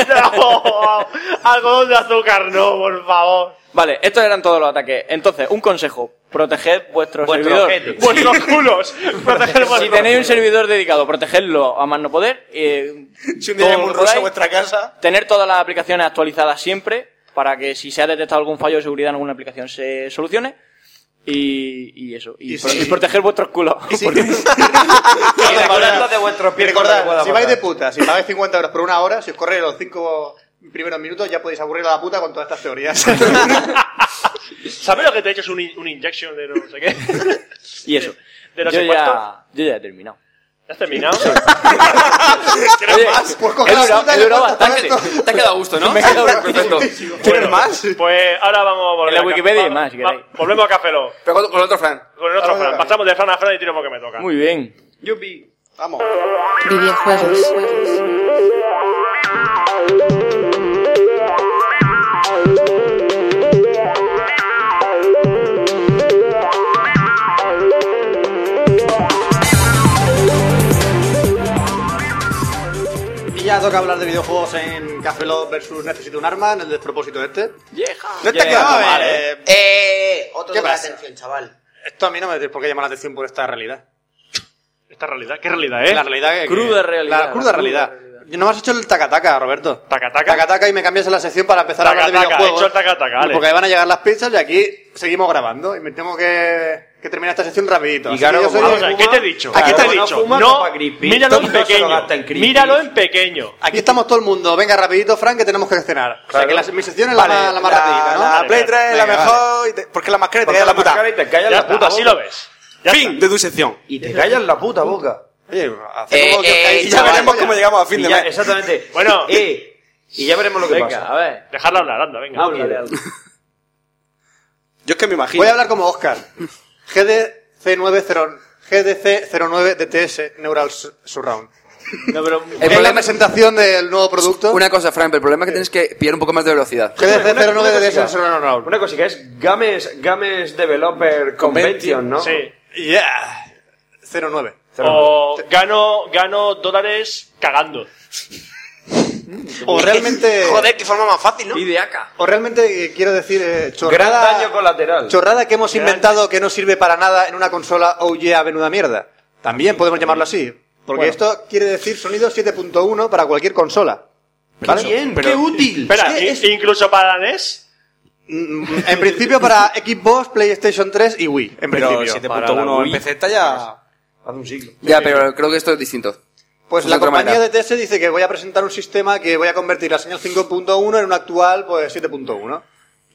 [SPEAKER 6] ¡No! Algodón de azúcar, no, por favor.
[SPEAKER 31] Vale, estos eran todos los ataques. Entonces, un consejo. Proteged vuestro,
[SPEAKER 6] Vuestro
[SPEAKER 31] servidor.
[SPEAKER 6] ojete. Vuestros culos. Proteged
[SPEAKER 31] si
[SPEAKER 6] vuestros
[SPEAKER 31] tenéis un
[SPEAKER 6] culos.
[SPEAKER 31] servidor dedicado, protegedlo a más no poder. eh,
[SPEAKER 9] Si un
[SPEAKER 31] todo
[SPEAKER 9] día hay
[SPEAKER 31] lo
[SPEAKER 9] un
[SPEAKER 31] que
[SPEAKER 9] ruso
[SPEAKER 31] podáis.
[SPEAKER 9] en vuestra casa.
[SPEAKER 31] Tener todas las aplicaciones actualizadas siempre para que si se ha detectado algún fallo de seguridad en alguna aplicación se solucione. Y, y eso. Y,
[SPEAKER 7] Y
[SPEAKER 31] pro-
[SPEAKER 7] sí.
[SPEAKER 31] y proteger vuestros culos. (laughs) Porque-
[SPEAKER 7] Recordad,
[SPEAKER 32] de vuestros pies por la
[SPEAKER 7] recordad,
[SPEAKER 32] guada
[SPEAKER 7] si vais
[SPEAKER 32] fatal.
[SPEAKER 7] de puta, si pagáis 50 euros por una hora, si os corréis los 5 primeros minutos, ya podéis aburrir a la puta con todas
[SPEAKER 4] (laughs)
[SPEAKER 7] estas teorías.
[SPEAKER 6] ¿Sabes lo que te he hecho? Es un, in- un injection de no
[SPEAKER 31] (laughs)
[SPEAKER 6] sé qué.
[SPEAKER 31] y eso.
[SPEAKER 6] De los
[SPEAKER 31] yo,
[SPEAKER 6] impuestos.
[SPEAKER 31] ya, yo ya he terminado.
[SPEAKER 6] ¿Ya has terminado?
[SPEAKER 31] Oye,
[SPEAKER 6] he
[SPEAKER 31] he durado-
[SPEAKER 6] durado-
[SPEAKER 31] he durado bastante. Te ha quedado a gusto, ¿no? (laughs) Me ha quedado perfecto.
[SPEAKER 6] ¿Quieres más? Pues ahora vamos a
[SPEAKER 31] En
[SPEAKER 6] volver.
[SPEAKER 31] la
[SPEAKER 6] a-
[SPEAKER 31] Wikipedia hay
[SPEAKER 6] va-
[SPEAKER 31] más, si queréis.
[SPEAKER 6] va- Volvemos a Café Lock.
[SPEAKER 8] Pero con, con otro Fran.
[SPEAKER 6] Con el otro Fran. Pasamos de Fran a Fran y tiro porque me toca.
[SPEAKER 31] Muy bien.
[SPEAKER 9] Yupi. Vamos.
[SPEAKER 33] Videojuegos.
[SPEAKER 7] Y ya toca hablar de videojuegos en Café Lock versus Necesito un arma, en el despropósito este. No está claro, a ver, eh,
[SPEAKER 5] Eh, otro
[SPEAKER 7] ¿Qué
[SPEAKER 5] de la
[SPEAKER 7] pasa?
[SPEAKER 5] atención, chaval.
[SPEAKER 7] Esto a mí no me por qué llama la atención por esta realidad.
[SPEAKER 6] ¿Esta realidad? ¿Qué realidad, eh?
[SPEAKER 7] La realidad que- que-
[SPEAKER 6] Cruda realidad,
[SPEAKER 7] La cruda
[SPEAKER 6] la
[SPEAKER 7] realidad. No me has hecho el tacataca, Roberto.
[SPEAKER 6] Tacataca.
[SPEAKER 7] Tacataca y me cambias a la sección para empezar a hablar de
[SPEAKER 6] Tacataca, he
[SPEAKER 7] videojuegos.
[SPEAKER 6] hecho el tacataca, vale.
[SPEAKER 7] Porque ahí van a llegar las pizzas y aquí seguimos grabando. Y me tengo que, que terminar esta sección rapidito.
[SPEAKER 6] Y
[SPEAKER 7] Así
[SPEAKER 6] claro,
[SPEAKER 7] que yo
[SPEAKER 6] como
[SPEAKER 7] soy
[SPEAKER 6] vamos
[SPEAKER 7] el
[SPEAKER 6] a ver,
[SPEAKER 7] Puma.
[SPEAKER 6] ¿qué te he dicho?
[SPEAKER 7] Aquí te
[SPEAKER 6] Claro,
[SPEAKER 7] he
[SPEAKER 6] no
[SPEAKER 7] dicho.
[SPEAKER 6] fuma, toma Greenpeace. Míralo en Todo se lo pequeño. gasta en Greenpeace. Míralo en pequeño.
[SPEAKER 7] Aquí estamos todo el mundo. Venga, rapidito, Frank, que tenemos que cenar. O sea, que la, mi sección es la
[SPEAKER 9] Vale,
[SPEAKER 7] más- la más
[SPEAKER 9] la-
[SPEAKER 7] rapidita, ¿no?
[SPEAKER 9] la Play 3 es la
[SPEAKER 7] Venga,
[SPEAKER 9] mejor
[SPEAKER 7] vale.
[SPEAKER 9] y te- porque la mascareta
[SPEAKER 7] Porque
[SPEAKER 9] te
[SPEAKER 7] la
[SPEAKER 9] calla la puta.
[SPEAKER 7] mascareta
[SPEAKER 9] te calla
[SPEAKER 7] la puta boca.
[SPEAKER 9] fin de tu sección.
[SPEAKER 32] Y te callas la puta
[SPEAKER 7] (laughs)
[SPEAKER 32] boca.
[SPEAKER 9] Oye, hace como que os calléis y ya veremos cómo llegamos a fin de
[SPEAKER 7] (laughs)
[SPEAKER 9] mes.
[SPEAKER 32] Exactamente.
[SPEAKER 6] Bueno.
[SPEAKER 32] Eh, y ya veremos lo que pasa.
[SPEAKER 31] a ver.
[SPEAKER 6] Dejarla hablar, anda, venga.
[SPEAKER 32] Háblale, háblale.
[SPEAKER 9] (laughs) Yo es que me imagino.
[SPEAKER 7] Voy a hablar como Oscar. GDC90 GDC09 DTS Neural Sur- Surround.
[SPEAKER 31] No, pero
[SPEAKER 7] Es la presentación del nuevo producto.
[SPEAKER 8] Una cosa, Fran, pero el problema es que tienes que pillar un poco más de velocidad.
[SPEAKER 7] GDC09 DTS
[SPEAKER 32] cosita.
[SPEAKER 7] Neural Surround.
[SPEAKER 32] Una cosita es Games, Games Developer Convention, ¿no?
[SPEAKER 6] Sí.
[SPEAKER 7] Yeah. 09.
[SPEAKER 6] O gano, gano dólares cagando.
[SPEAKER 7] O
[SPEAKER 32] (laughs)
[SPEAKER 7] realmente.
[SPEAKER 5] (laughs) Joder, qué forma más fácil, ¿no?
[SPEAKER 31] Ideaca.
[SPEAKER 7] O realmente eh, quiero decir eh, chorrada.
[SPEAKER 32] Gran daño colateral.
[SPEAKER 7] Chorrada que hemos
[SPEAKER 32] Gran-
[SPEAKER 7] inventado que no sirve para nada en una consola OG a venuda mierda. También podemos llamarlo así. Porque
[SPEAKER 32] Bueno.
[SPEAKER 7] esto quiere decir sonido 7.1 para cualquier consola. ¿Vale? Pero-
[SPEAKER 6] Espera,
[SPEAKER 7] Es
[SPEAKER 6] in- incluso para la NES.
[SPEAKER 7] que, En principio para Xbox, PlayStation 3 y Wii. En
[SPEAKER 9] Pero
[SPEAKER 7] principio.
[SPEAKER 9] 7.1 en PC está ya. Hace un siglo.
[SPEAKER 8] Ya, pero creo que esto es distinto.
[SPEAKER 7] Pues
[SPEAKER 8] Es
[SPEAKER 7] la
[SPEAKER 8] otra
[SPEAKER 7] compañía
[SPEAKER 8] manera.
[SPEAKER 7] de TS dice que voy a presentar un sistema que voy a convertir la señal 5.1 en una actual pues 7.1.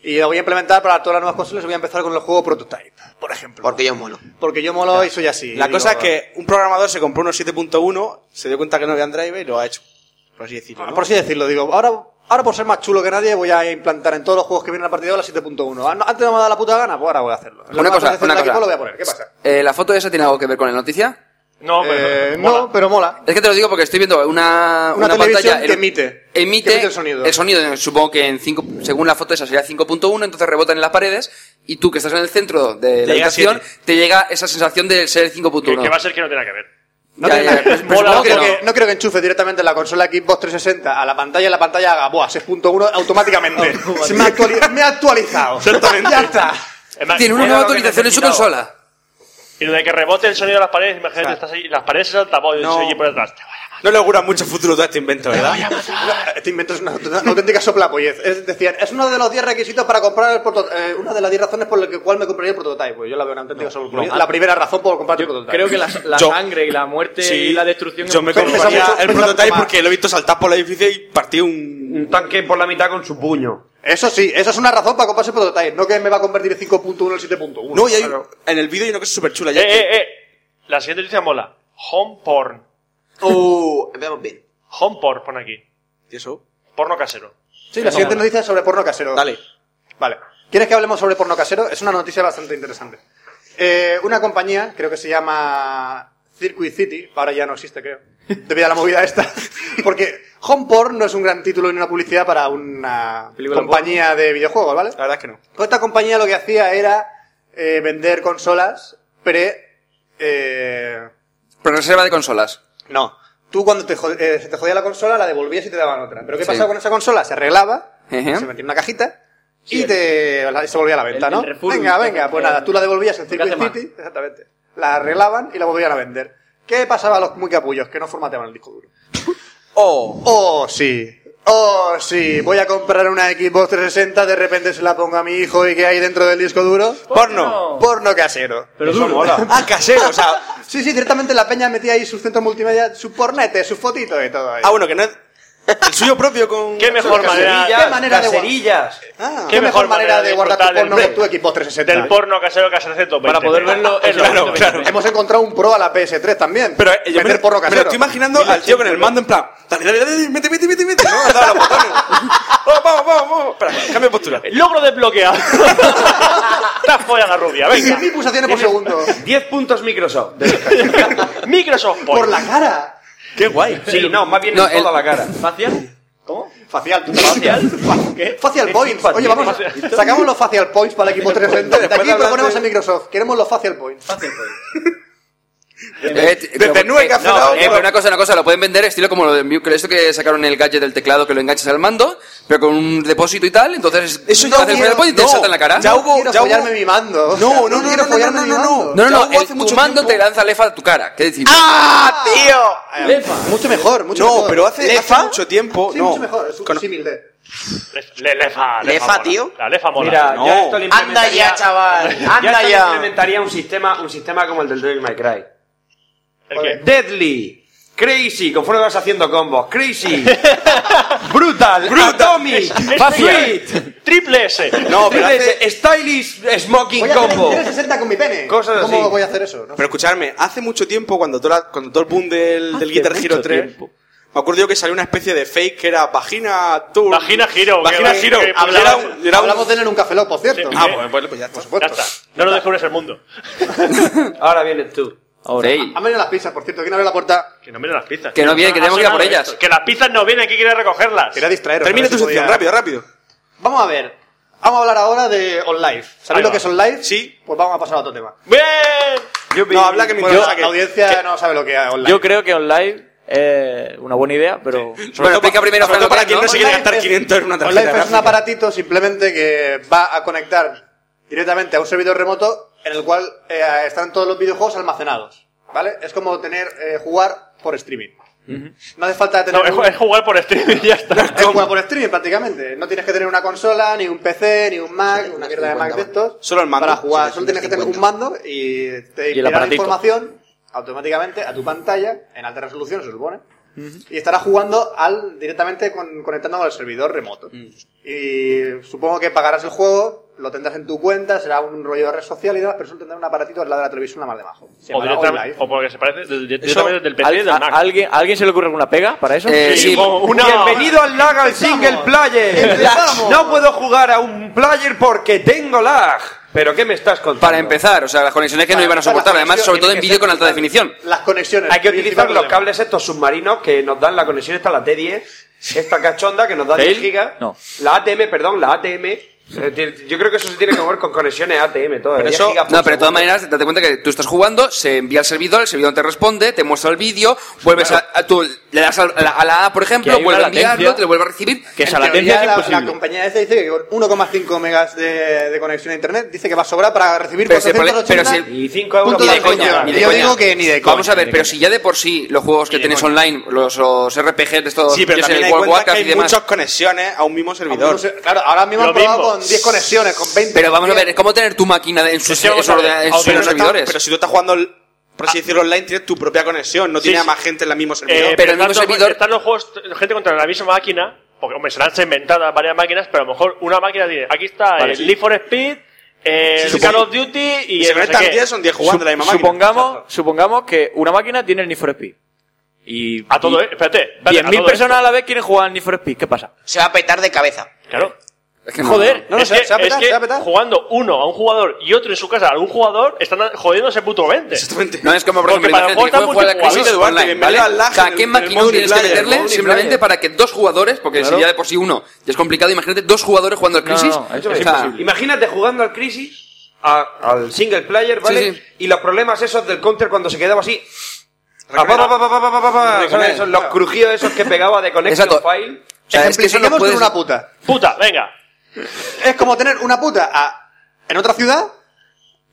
[SPEAKER 7] Y la voy a implementar para todas las nuevas consolas y voy a empezar con el juego Prototype, por ejemplo.
[SPEAKER 5] Porque yo mono.
[SPEAKER 7] Porque yo molo y soy así.
[SPEAKER 9] La
[SPEAKER 7] Digo, ah.
[SPEAKER 9] cosa es que un programador se compró unos 7.1, se dio cuenta que no había drive y lo ha hecho. Por así decirlo. ¿no?
[SPEAKER 7] Ah, Por así decirlo, digo, ahora, ahora por ser más chulo que nadie voy a implantar en todos los juegos que vienen a partir de ahora la 7.1. Ah, no, Antes no me ha dado la puta gana, pues ahora voy a hacerlo. La
[SPEAKER 8] Una
[SPEAKER 7] nueva
[SPEAKER 8] cosa,
[SPEAKER 7] actualización
[SPEAKER 8] una
[SPEAKER 7] de equipo
[SPEAKER 8] cosa.
[SPEAKER 7] lo voy a poner. ¿Qué pasa?
[SPEAKER 8] Eh, ¿La foto esa tiene algo que ver con la noticia?
[SPEAKER 6] No,
[SPEAKER 7] pero, Eh, no, pero mola.
[SPEAKER 8] Es que te lo digo porque estoy viendo una,
[SPEAKER 7] Una, televisión
[SPEAKER 8] pantalla.
[SPEAKER 7] que emite.
[SPEAKER 8] emite,
[SPEAKER 7] que emite el sonido.
[SPEAKER 8] El sonido, supongo que en cinco, según la foto esa sería 5.1, entonces rebota en las paredes y tú que estás en el centro de la
[SPEAKER 6] llega
[SPEAKER 8] habitación te llega esa sensación de ser el 5.1.
[SPEAKER 6] Que, que va a ser que no tenga que ver.
[SPEAKER 7] No,
[SPEAKER 8] Ya,
[SPEAKER 7] creo,
[SPEAKER 8] ya,
[SPEAKER 7] que,
[SPEAKER 8] pues mola,
[SPEAKER 7] no, creo
[SPEAKER 8] ¿no?
[SPEAKER 7] que- no creo que enchufe directamente la consola Xbox 360 a la pantalla y la pantalla haga buah, 6.1
[SPEAKER 9] (laughs)
[SPEAKER 7] automáticamente. Se me, ha actuali- me ha actualizado.
[SPEAKER 9] Exactamente.
[SPEAKER 7] Ya está.
[SPEAKER 8] Tiene una nueva actualización en su consola.
[SPEAKER 6] Y lo de que rebote el sonido de las paredes, imagínate, estás ahí, las paredes se han tapado y
[SPEAKER 9] No.
[SPEAKER 6] se oye por detrás.
[SPEAKER 9] No le augura mucho futuro todo este invento, ¿verdad?
[SPEAKER 7] Este invento es una, una auténtica soplapollez. Es, decían, es uno de los 10 requisitos para comprar el proto- eh, una de las 10 razones por la que- cual me compraría el prototype. Pues yo la veo una auténtica soplapollez.
[SPEAKER 31] no.
[SPEAKER 7] La primera razón por comprar el prototype.
[SPEAKER 31] Creo que la, la
[SPEAKER 9] Yo-
[SPEAKER 31] sangre y la muerte
[SPEAKER 9] Sí.
[SPEAKER 31] y la destrucción...
[SPEAKER 9] Yo me
[SPEAKER 31] Pesa
[SPEAKER 9] compraría
[SPEAKER 31] mucho-
[SPEAKER 9] el
[SPEAKER 31] pesa
[SPEAKER 9] prototype
[SPEAKER 31] mucho más.
[SPEAKER 9] porque lo he visto saltar por el edificio y partir un...
[SPEAKER 32] Un tanque por la mitad con su puño.
[SPEAKER 7] Eso sí, eso es una razón para comprarse el prototype. No que me va a convertir el 5.1 en 7.1.
[SPEAKER 9] No, y hay, en el vídeo hay una cosa súper chula.
[SPEAKER 6] Eh, eh, eh. La siguiente noticia mola. Home porn.
[SPEAKER 5] Uh, empezamos bien.
[SPEAKER 6] Home porn, pone aquí.
[SPEAKER 9] ¿Y eso?
[SPEAKER 6] Porno casero.
[SPEAKER 7] Sí, la siguiente
[SPEAKER 6] Mola.
[SPEAKER 7] noticia es sobre porno casero.
[SPEAKER 9] Dale.
[SPEAKER 7] Vale. ¿Quieres que hablemos sobre porno casero? Es una noticia bastante interesante. Eh, una compañía, creo que se llama Circuit City, ahora ya no existe, creo.
[SPEAKER 9] debido a la movida esta. (laughs) Porque Home Porn no es un gran título ni una publicidad para una
[SPEAKER 4] Película
[SPEAKER 9] compañía de videojuegos, ¿vale? La
[SPEAKER 4] verdad es que no.
[SPEAKER 9] Pues esta compañía lo que hacía era eh, vender consolas pre... Eh,
[SPEAKER 8] Reserva de consolas.
[SPEAKER 9] no. Tú cuando te, jo- eh, se te jodía la consola la devolvías y te daban otra. Pero ¿qué
[SPEAKER 8] Sí.
[SPEAKER 9] pasaba con esa consola? Se arreglaba,
[SPEAKER 8] Ejé.
[SPEAKER 9] se metía en una cajita y te, la- se volvía a la venta,
[SPEAKER 8] ¿Eh? el-
[SPEAKER 9] ¿no?
[SPEAKER 8] el refurbis,
[SPEAKER 9] venga, venga, pues
[SPEAKER 8] el-
[SPEAKER 9] nada, tú la devolvías en Circuit
[SPEAKER 8] hace más.
[SPEAKER 9] City, exactamente. La arreglaban y la volvían a vender. ¿Qué pasaba a los muy capullos? Que no formateaban el disco duro.
[SPEAKER 8] ¡Oh!
[SPEAKER 9] ¡Oh, sí! ¡Oh, sí! Voy a comprar una Xbox 360, de repente se la pongo a mi hijo y ¿qué hay dentro del disco duro? ¡Porno! ¡Porno casero!
[SPEAKER 4] Pero Eso duro. mola.
[SPEAKER 9] ¡Ah, casero! O sea... sí, sí, directamente la peña metía ahí sus centros multimedia, sus pornetes, sus fotitos y todo ahí.
[SPEAKER 4] Ah, bueno, que no es. El suyo propio con.
[SPEAKER 9] Qué mejor manera-
[SPEAKER 4] Cacerillas,
[SPEAKER 9] qué manera de guardar.
[SPEAKER 4] cacerillas.
[SPEAKER 9] Ah,
[SPEAKER 4] qué mejor manera de
[SPEAKER 9] guardar
[SPEAKER 6] disfrutar
[SPEAKER 9] tu
[SPEAKER 6] del
[SPEAKER 9] porno con
[SPEAKER 6] hombre.
[SPEAKER 9] tu Xbox 360.
[SPEAKER 6] Del porno casero que se hace todo
[SPEAKER 9] Para poder verlo en
[SPEAKER 6] Claro,
[SPEAKER 9] los
[SPEAKER 6] claro.
[SPEAKER 9] Hemos encontrado un pro a la PS3 también. Pero
[SPEAKER 4] eh, Yo me,
[SPEAKER 9] porno
[SPEAKER 4] me
[SPEAKER 9] casero.
[SPEAKER 4] lo estoy
[SPEAKER 7] (laughs)
[SPEAKER 4] imaginando al tío con el mando en plan. Dale, dale, dale, mete, mete, mete, mete. No, dale a los botones. Vamos, vamos, vamos, vamos. Espera, cambia de postura.
[SPEAKER 6] Logro desbloquear. (laughs) Esta folla la rubia, venga.
[SPEAKER 9] 100.000 pulsaciones por segundo.
[SPEAKER 7] 10 puntos
[SPEAKER 9] (laughs)
[SPEAKER 7] Microsoft.
[SPEAKER 6] Microsoft
[SPEAKER 9] Por la cara.
[SPEAKER 7] Qué guay. Sí, no, más bien
[SPEAKER 9] No,
[SPEAKER 7] en toda
[SPEAKER 9] el-
[SPEAKER 7] la cara.
[SPEAKER 6] ¿Facial?
[SPEAKER 9] Facial. ¿Facial? ¿Qué? Facial points. Oye, vamos. Sacamos los facial points para el equipo 360. De aquí proponemos a Microsoft. Queremos los facial points.
[SPEAKER 8] Eh, Desde
[SPEAKER 9] nube que hace la
[SPEAKER 8] No, eh,
[SPEAKER 9] otra.
[SPEAKER 8] pero una cosa, una cosa, lo pueden vender estilo como lo de Mewcre, esto que sacaron el gadget del teclado que lo enganchas al mando, pero con un depósito y tal, entonces
[SPEAKER 9] Eso ya
[SPEAKER 8] haces el
[SPEAKER 9] hubo-
[SPEAKER 8] primer point y te
[SPEAKER 9] no,
[SPEAKER 8] salta en la cara.
[SPEAKER 9] ya hubo- Quiero ya hubo- follarme mi mando. No, no, no, Quiero no, no, follarme no, mi no, no. mando.
[SPEAKER 8] No,
[SPEAKER 9] Ya
[SPEAKER 8] no, no,
[SPEAKER 9] hubo
[SPEAKER 8] el-
[SPEAKER 9] hace mucho
[SPEAKER 8] tu mando te lanza lefa a tu cara, ¿qué decimos?
[SPEAKER 9] ¡Ah,
[SPEAKER 4] tío!
[SPEAKER 9] Mucho mejor, mucho
[SPEAKER 4] no,
[SPEAKER 9] mejor.
[SPEAKER 4] pero hace, hace mucho tiempo.
[SPEAKER 9] Sí,
[SPEAKER 4] no.
[SPEAKER 9] mucho mejor. Es un símil de.
[SPEAKER 6] Le- lefa, lefa,
[SPEAKER 4] Lefa,
[SPEAKER 6] mola.
[SPEAKER 4] tío.
[SPEAKER 6] La lefa mola.
[SPEAKER 7] Mira,
[SPEAKER 6] No.
[SPEAKER 7] ya esto le implementaría- ya
[SPEAKER 6] anda
[SPEAKER 7] esto le
[SPEAKER 6] ya.
[SPEAKER 7] implementaría un sistema, un sistema como el del Devil May Cry.
[SPEAKER 6] ¿El qué?
[SPEAKER 7] Deadly. Crazy, conforme vas haciendo combos.
[SPEAKER 9] (laughs)
[SPEAKER 7] Crazy. Brutal.
[SPEAKER 6] Brutal.
[SPEAKER 7] Atomic.
[SPEAKER 6] Es- es-
[SPEAKER 9] (laughs)
[SPEAKER 7] Fafuit.
[SPEAKER 6] Triple S.
[SPEAKER 7] No, pero hace Stylish Smoking
[SPEAKER 9] Voy a hacer
[SPEAKER 7] Combo.
[SPEAKER 9] el 360 con mi pene.
[SPEAKER 4] Cosas
[SPEAKER 9] ¿Cómo
[SPEAKER 4] así.
[SPEAKER 9] voy a hacer eso? no?
[SPEAKER 4] Pero escuchadme, hace mucho tiempo cuando todo, la- cuando todo el boom del, del Guitar
[SPEAKER 9] mucho
[SPEAKER 4] Hero 3. Me acuerdo yo que salió una especie de fake que era Vagina Tour. Vagina Hero. Vagina
[SPEAKER 6] que-
[SPEAKER 4] Hero.
[SPEAKER 6] que-
[SPEAKER 4] Era
[SPEAKER 6] hablamos-
[SPEAKER 4] un- era un-
[SPEAKER 9] Hablamos de él en un café Lock, por cierto.
[SPEAKER 4] Ah, bueno, pues, pues ya está.
[SPEAKER 6] Ya está. No nos descubres el mundo.
[SPEAKER 7] Ahora vienes tú.
[SPEAKER 8] Ahora.
[SPEAKER 9] Han venido las pizzas, por cierto. ¿Quién abre la puerta?
[SPEAKER 6] Que no vienen las pizzas.
[SPEAKER 9] Que no vienen, que
[SPEAKER 6] Ha
[SPEAKER 9] tenemos que ir a
[SPEAKER 6] sonado
[SPEAKER 9] por ellas.
[SPEAKER 6] esto. Que las pizzas no vienen, que quiere recogerlas.
[SPEAKER 9] Quería distraeros.
[SPEAKER 4] Termina tu sección, rápido,
[SPEAKER 9] rápido. Vamos a ver. Vamos a hablar ahora de OnLive.
[SPEAKER 4] Ahí
[SPEAKER 9] ¿Sabéis lo
[SPEAKER 4] va.
[SPEAKER 9] que es OnLive? Sí. Pues vamos a pasar a otro tema.
[SPEAKER 6] ¡Bien!
[SPEAKER 9] no, habla que mi
[SPEAKER 5] Bueno,
[SPEAKER 9] la audiencia no sabe lo que es OnLive.
[SPEAKER 5] Yo creo que online es una buena idea, pero.
[SPEAKER 9] Bueno, explica primero sobre todo para quien no se quiere
[SPEAKER 5] gastar
[SPEAKER 4] 500 en una
[SPEAKER 9] OnLive es un aparatito simplemente que va a conectar directamente a un servidor remoto en el cual eh, están todos los videojuegos almacenados. ¿Vale? Es como tener, eh, jugar por streaming. No hace falta tener.
[SPEAKER 6] No, es, ju- es jugar por streaming, (laughs) ya está.
[SPEAKER 9] Es jugar por streaming prácticamente. No tienes que tener una consola, ni un PC, ni un Mac, una mierda de Mac de estos.
[SPEAKER 4] Solo el mando.
[SPEAKER 9] Para jugar, solo tienes que tener un mando ¿eh? y te irá la
[SPEAKER 4] aparatito.
[SPEAKER 9] información automáticamente a tu pantalla, en alta resolución se supone, y estarás jugando al directamente con- conectando con el servidor remoto. Y supongo que pagarás el juego, lo tendrás en tu cuenta, será un rollo de red social y demás, pero solo tendrá un aparatito al lado de la televisión, la más debajo. Se
[SPEAKER 6] O,
[SPEAKER 9] llamará
[SPEAKER 6] directamente-
[SPEAKER 9] OnLive.
[SPEAKER 6] o porque se parece de- de- directamente del PC y
[SPEAKER 5] ¿Al-
[SPEAKER 6] del
[SPEAKER 5] a-
[SPEAKER 6] Mac.
[SPEAKER 5] ¿alguien, ¿a ¿Alguien se le ocurre alguna pega para eso?
[SPEAKER 6] Eh, Sí, sí. o una-
[SPEAKER 7] Bienvenido al lag al single player.
[SPEAKER 8] Empezamos.
[SPEAKER 7] No puedo jugar a un player porque tengo lag. Pero ¿qué me estás contando?
[SPEAKER 8] Para empezar, o sea, las conexiones que no iban a soportar, además, sobre todo en vídeo con alta definición.
[SPEAKER 9] Las conexiones.
[SPEAKER 7] Hay que utilizar los cables estos submarinos que nos dan la conexión esta, la T10, esta cachonda que nos da 10
[SPEAKER 8] ¿Fail?
[SPEAKER 7] gigas.
[SPEAKER 8] No.
[SPEAKER 7] La ATM, perdón, la ATM. Eh, ti- Yo creo que eso se tiene que mover con conexiones ATM, todo.
[SPEAKER 8] Pero
[SPEAKER 7] 10
[SPEAKER 8] eso-
[SPEAKER 7] gigas por
[SPEAKER 8] no, pero de todas
[SPEAKER 7] segundo.
[SPEAKER 8] maneras, date cuenta que tú estás jugando, se envía al servidor, el servidor te responde, te muestra el vídeo, vuelves a, a tú le das al- a la, a la A, por
[SPEAKER 5] Que
[SPEAKER 8] ejemplo,
[SPEAKER 5] hay una
[SPEAKER 8] vuelve a
[SPEAKER 5] latencia,
[SPEAKER 8] enviarlo, te lo vuelve a recibir.
[SPEAKER 9] En teoría, la- La, compañía esta dice que con 1,5 megas de, de conexión a internet dice que va a sobrar para recibir
[SPEAKER 8] Pero si el problema-
[SPEAKER 9] 480
[SPEAKER 8] pero si el-
[SPEAKER 7] y 5 euros
[SPEAKER 9] puntos
[SPEAKER 8] Ni
[SPEAKER 9] de
[SPEAKER 8] de coña,
[SPEAKER 9] coña.
[SPEAKER 8] ni de
[SPEAKER 9] Yo
[SPEAKER 8] coña.
[SPEAKER 9] digo que ni de coña.
[SPEAKER 8] Vamos a ver, pero si ya de por sí los juegos que tienes online, los, los RPG de estos,
[SPEAKER 4] Sí, pero
[SPEAKER 8] yo sé,
[SPEAKER 4] también hay
[SPEAKER 8] World
[SPEAKER 4] cuenta
[SPEAKER 8] Warcraft
[SPEAKER 4] que
[SPEAKER 8] y
[SPEAKER 4] hay
[SPEAKER 8] demás.
[SPEAKER 4] muchas conexiones a un mismo servidor.
[SPEAKER 9] Claro, ahora mismo han probado con 10 conexiones, con 20.
[SPEAKER 8] Pero vamos a ver, es como tener tu máquina de- en sus, en sus orden- en sus
[SPEAKER 4] pero, no está-
[SPEAKER 8] servidores.
[SPEAKER 4] pero si tú estás jugando, el- por
[SPEAKER 9] Ah.
[SPEAKER 4] así decirlo, online, tienes tu propia conexión, no
[SPEAKER 6] Sí,
[SPEAKER 4] tienes a
[SPEAKER 6] sí.
[SPEAKER 4] más gente en el mismo servidor.
[SPEAKER 6] Eh, pero están los- Están los juegos, gente contra la misma máquina. Porque, hombre, serán inventadas varias máquinas, pero a lo mejor una máquina dice: aquí está
[SPEAKER 4] Vale,
[SPEAKER 6] el
[SPEAKER 4] sí.
[SPEAKER 6] Lead for Speed, eh, el
[SPEAKER 4] Sí, sí,
[SPEAKER 6] Call
[SPEAKER 4] sí.
[SPEAKER 6] of Duty y.
[SPEAKER 4] Y se
[SPEAKER 6] el no sé
[SPEAKER 4] conectan
[SPEAKER 6] qué.
[SPEAKER 4] 10, son 10 jugando la misma máquina.
[SPEAKER 5] Supongamos, supongamos que una máquina tiene el Need for Speed. Y,
[SPEAKER 6] A todo,
[SPEAKER 5] y-
[SPEAKER 6] eh, espérate. espérate, a
[SPEAKER 5] 10.000
[SPEAKER 6] todo
[SPEAKER 5] personas a la vez quieren jugar al Need for Speed. ¿Qué pasa?
[SPEAKER 34] Se va a petar de cabeza.
[SPEAKER 6] Claro.
[SPEAKER 8] que no.
[SPEAKER 6] Joder,
[SPEAKER 8] No, no,
[SPEAKER 6] es,
[SPEAKER 8] se-
[SPEAKER 6] que,
[SPEAKER 8] se va a petar,
[SPEAKER 6] es que
[SPEAKER 8] se va a
[SPEAKER 6] jugando uno a un jugador y otro en su casa a algún jugador, están jodiendo ese puto 20.
[SPEAKER 8] No es como
[SPEAKER 6] Porque para
[SPEAKER 8] jugar
[SPEAKER 6] jugar
[SPEAKER 8] jugar a la crisis
[SPEAKER 6] multijugador,
[SPEAKER 8] online, ¿vale?
[SPEAKER 6] bienvenido al lag
[SPEAKER 8] O sea,
[SPEAKER 6] en
[SPEAKER 8] ¿qué
[SPEAKER 6] el- en el
[SPEAKER 8] maquinón tienes que
[SPEAKER 6] multiplayer,
[SPEAKER 8] meterle
[SPEAKER 6] multiplayer?
[SPEAKER 8] simplemente para que dos jugadores, porque
[SPEAKER 6] Claro.
[SPEAKER 8] si ya de por sí uno ya es complicado, imagínate dos jugadores jugando al crisis.
[SPEAKER 27] No, no, eso
[SPEAKER 8] o
[SPEAKER 27] es
[SPEAKER 8] sea,
[SPEAKER 27] imposible. Imagínate jugando al Crisis, a- al single player, ¿vale?
[SPEAKER 8] Sí, sí.
[SPEAKER 27] Y los problemas esos del counter cuando se quedaba así. Ah, pa, pa, pa, pa, pa, pa, pa, pa,
[SPEAKER 6] Reconer,
[SPEAKER 27] ¿sabes? Esos- los
[SPEAKER 6] claro.
[SPEAKER 27] crujidos esos que pegaba de Connection
[SPEAKER 6] Exacto.
[SPEAKER 27] File.
[SPEAKER 6] O sea, es que eso no Ejemplifiquemos con puedes- una
[SPEAKER 4] puta.
[SPEAKER 6] Puta, venga.
[SPEAKER 4] Es como tener una puta a- en otra ciudad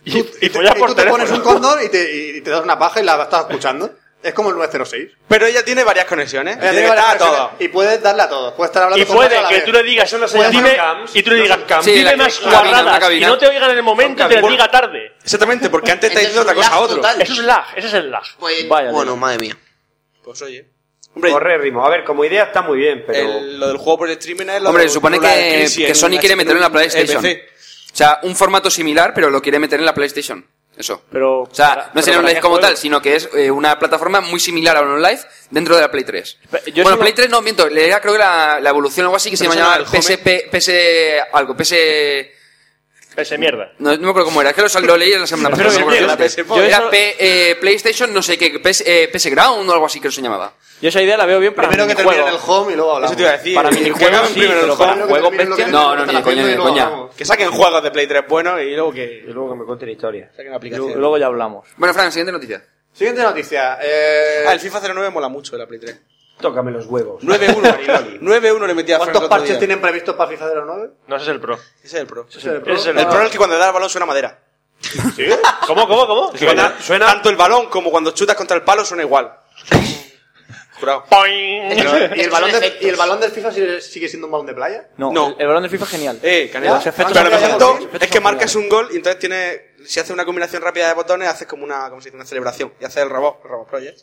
[SPEAKER 6] y, y
[SPEAKER 4] te,
[SPEAKER 6] follar
[SPEAKER 4] y
[SPEAKER 6] por
[SPEAKER 4] tú te pones
[SPEAKER 6] teléfono.
[SPEAKER 4] un condón y te, y- y te das una paja y la estás escuchando. Es como el 906.
[SPEAKER 9] Pero ella tiene varias conexiones.
[SPEAKER 4] Ella tiene
[SPEAKER 9] Tiene que
[SPEAKER 4] varias
[SPEAKER 9] estar a
[SPEAKER 4] versiones Y puedes darle a todos. Puedes estar hablando
[SPEAKER 6] Y
[SPEAKER 4] con todos a
[SPEAKER 6] puede
[SPEAKER 4] la
[SPEAKER 6] que
[SPEAKER 4] vez.
[SPEAKER 6] tú le digas,
[SPEAKER 4] Puedes-
[SPEAKER 6] dime, y tú le digas,
[SPEAKER 9] Sí,
[SPEAKER 6] dime
[SPEAKER 9] la
[SPEAKER 6] más
[SPEAKER 9] cabina, una
[SPEAKER 6] guardadas, y
[SPEAKER 9] cabina.
[SPEAKER 6] no te oigan en el momento y te las
[SPEAKER 9] Por-
[SPEAKER 6] diga tarde.
[SPEAKER 9] Exactamente, porque antes está
[SPEAKER 6] Entonces,
[SPEAKER 9] diciendo otra
[SPEAKER 6] un lag
[SPEAKER 9] cosa a otro.
[SPEAKER 6] total. Eso es lag, ese es el lag.
[SPEAKER 5] bueno, madre mía.
[SPEAKER 9] Pues oye.
[SPEAKER 27] Corre ritmo. A ver, como idea está muy bien, pero.
[SPEAKER 9] El- lo del juego por streaming es lo
[SPEAKER 8] Hombre,
[SPEAKER 9] de-
[SPEAKER 8] se supone
[SPEAKER 9] lo de la
[SPEAKER 8] que,
[SPEAKER 9] crisis
[SPEAKER 8] que
[SPEAKER 9] en
[SPEAKER 8] Sony
[SPEAKER 9] una-
[SPEAKER 8] quiere meterlo en la PlayStation.
[SPEAKER 9] PC.
[SPEAKER 8] O sea, un formato similar, pero lo quiere meter en la PlayStation. Eso.
[SPEAKER 6] Pero,
[SPEAKER 8] o sea, no
[SPEAKER 6] pero
[SPEAKER 8] sería un
[SPEAKER 6] ¿para
[SPEAKER 8] live
[SPEAKER 6] qué
[SPEAKER 8] como
[SPEAKER 6] juego?
[SPEAKER 8] tal, sino que es eh, una plataforma muy similar a un live dentro de la Play 3.
[SPEAKER 7] yo
[SPEAKER 8] bueno,
[SPEAKER 7] solo-
[SPEAKER 8] Play 3 no, miento, le era creo que la, la evolución o algo así que se
[SPEAKER 7] Pero
[SPEAKER 8] llamaba
[SPEAKER 7] eso no era el
[SPEAKER 8] PSP, PS algo, PS
[SPEAKER 6] Ese mierda.
[SPEAKER 8] no, no me acuerdo cómo era, es que lo, lo leí en la semana
[SPEAKER 6] Pero
[SPEAKER 8] pasada. no me acuerdo
[SPEAKER 6] mierda,
[SPEAKER 8] cómo
[SPEAKER 6] PS
[SPEAKER 8] era.
[SPEAKER 7] Yo
[SPEAKER 8] Era
[SPEAKER 7] eso-
[SPEAKER 8] P- eh, PlayStation, no sé qué, PS, eh, PS Ground o algo así que se llamaba.
[SPEAKER 7] Yo esa idea la veo bien para
[SPEAKER 8] Primero que
[SPEAKER 7] minijuegos.
[SPEAKER 8] termine el
[SPEAKER 4] home y luego hablamos.
[SPEAKER 8] Eso te iba a decir,
[SPEAKER 7] Para
[SPEAKER 8] que
[SPEAKER 7] minijuegos
[SPEAKER 8] hagan
[SPEAKER 7] sí,
[SPEAKER 8] primero el
[SPEAKER 7] pero para
[SPEAKER 8] home,
[SPEAKER 7] juegos
[SPEAKER 8] luego que
[SPEAKER 7] bestias...
[SPEAKER 8] termine lo que No, no, ni de coña, ni de coña.
[SPEAKER 9] Que saquen juegos de Play 3 buenos y luego que.
[SPEAKER 27] luego que me cuenten historia.
[SPEAKER 9] Saquen aplicaciones.
[SPEAKER 7] Luego ya hablamos.
[SPEAKER 8] Bueno, Fran, siguiente noticia.
[SPEAKER 4] Siguiente noticia. eh,
[SPEAKER 9] Ah, el FIFA 09 mola mucho de la Play 3.
[SPEAKER 27] Tócame los huevos.
[SPEAKER 4] (laughs)
[SPEAKER 9] 9-1, 9-1 le metía a Fran el
[SPEAKER 4] ¿Cuántos
[SPEAKER 9] otro
[SPEAKER 4] parches
[SPEAKER 9] día.
[SPEAKER 4] tienen previstos para FIFA 09?
[SPEAKER 6] No, ese es el pro.
[SPEAKER 9] Ese es el pro.
[SPEAKER 4] Ese es el pro.
[SPEAKER 9] El pro es el que cuando le da el balón suena madera.
[SPEAKER 6] ¿Cómo, cómo, cómo?
[SPEAKER 9] Suena, tanto el balón como cuando chutas contra el palo suena igual. Jurado.
[SPEAKER 4] Pero, ¿y, el balón de- ¿Y el balón del FIFA sigue, sigue siendo un balón de playa?
[SPEAKER 7] No,
[SPEAKER 9] No.
[SPEAKER 7] El, el balón de FIFA es genial.
[SPEAKER 9] Eh, Canela.
[SPEAKER 7] Los efectos
[SPEAKER 9] Pero lo
[SPEAKER 7] son
[SPEAKER 9] mejor de
[SPEAKER 7] geniales.
[SPEAKER 9] todo es que marcas un gol y entonces tiene, si haces una combinación rápida de botones, haces como una, como se dice, una celebración. Y haces el robot, el robot project.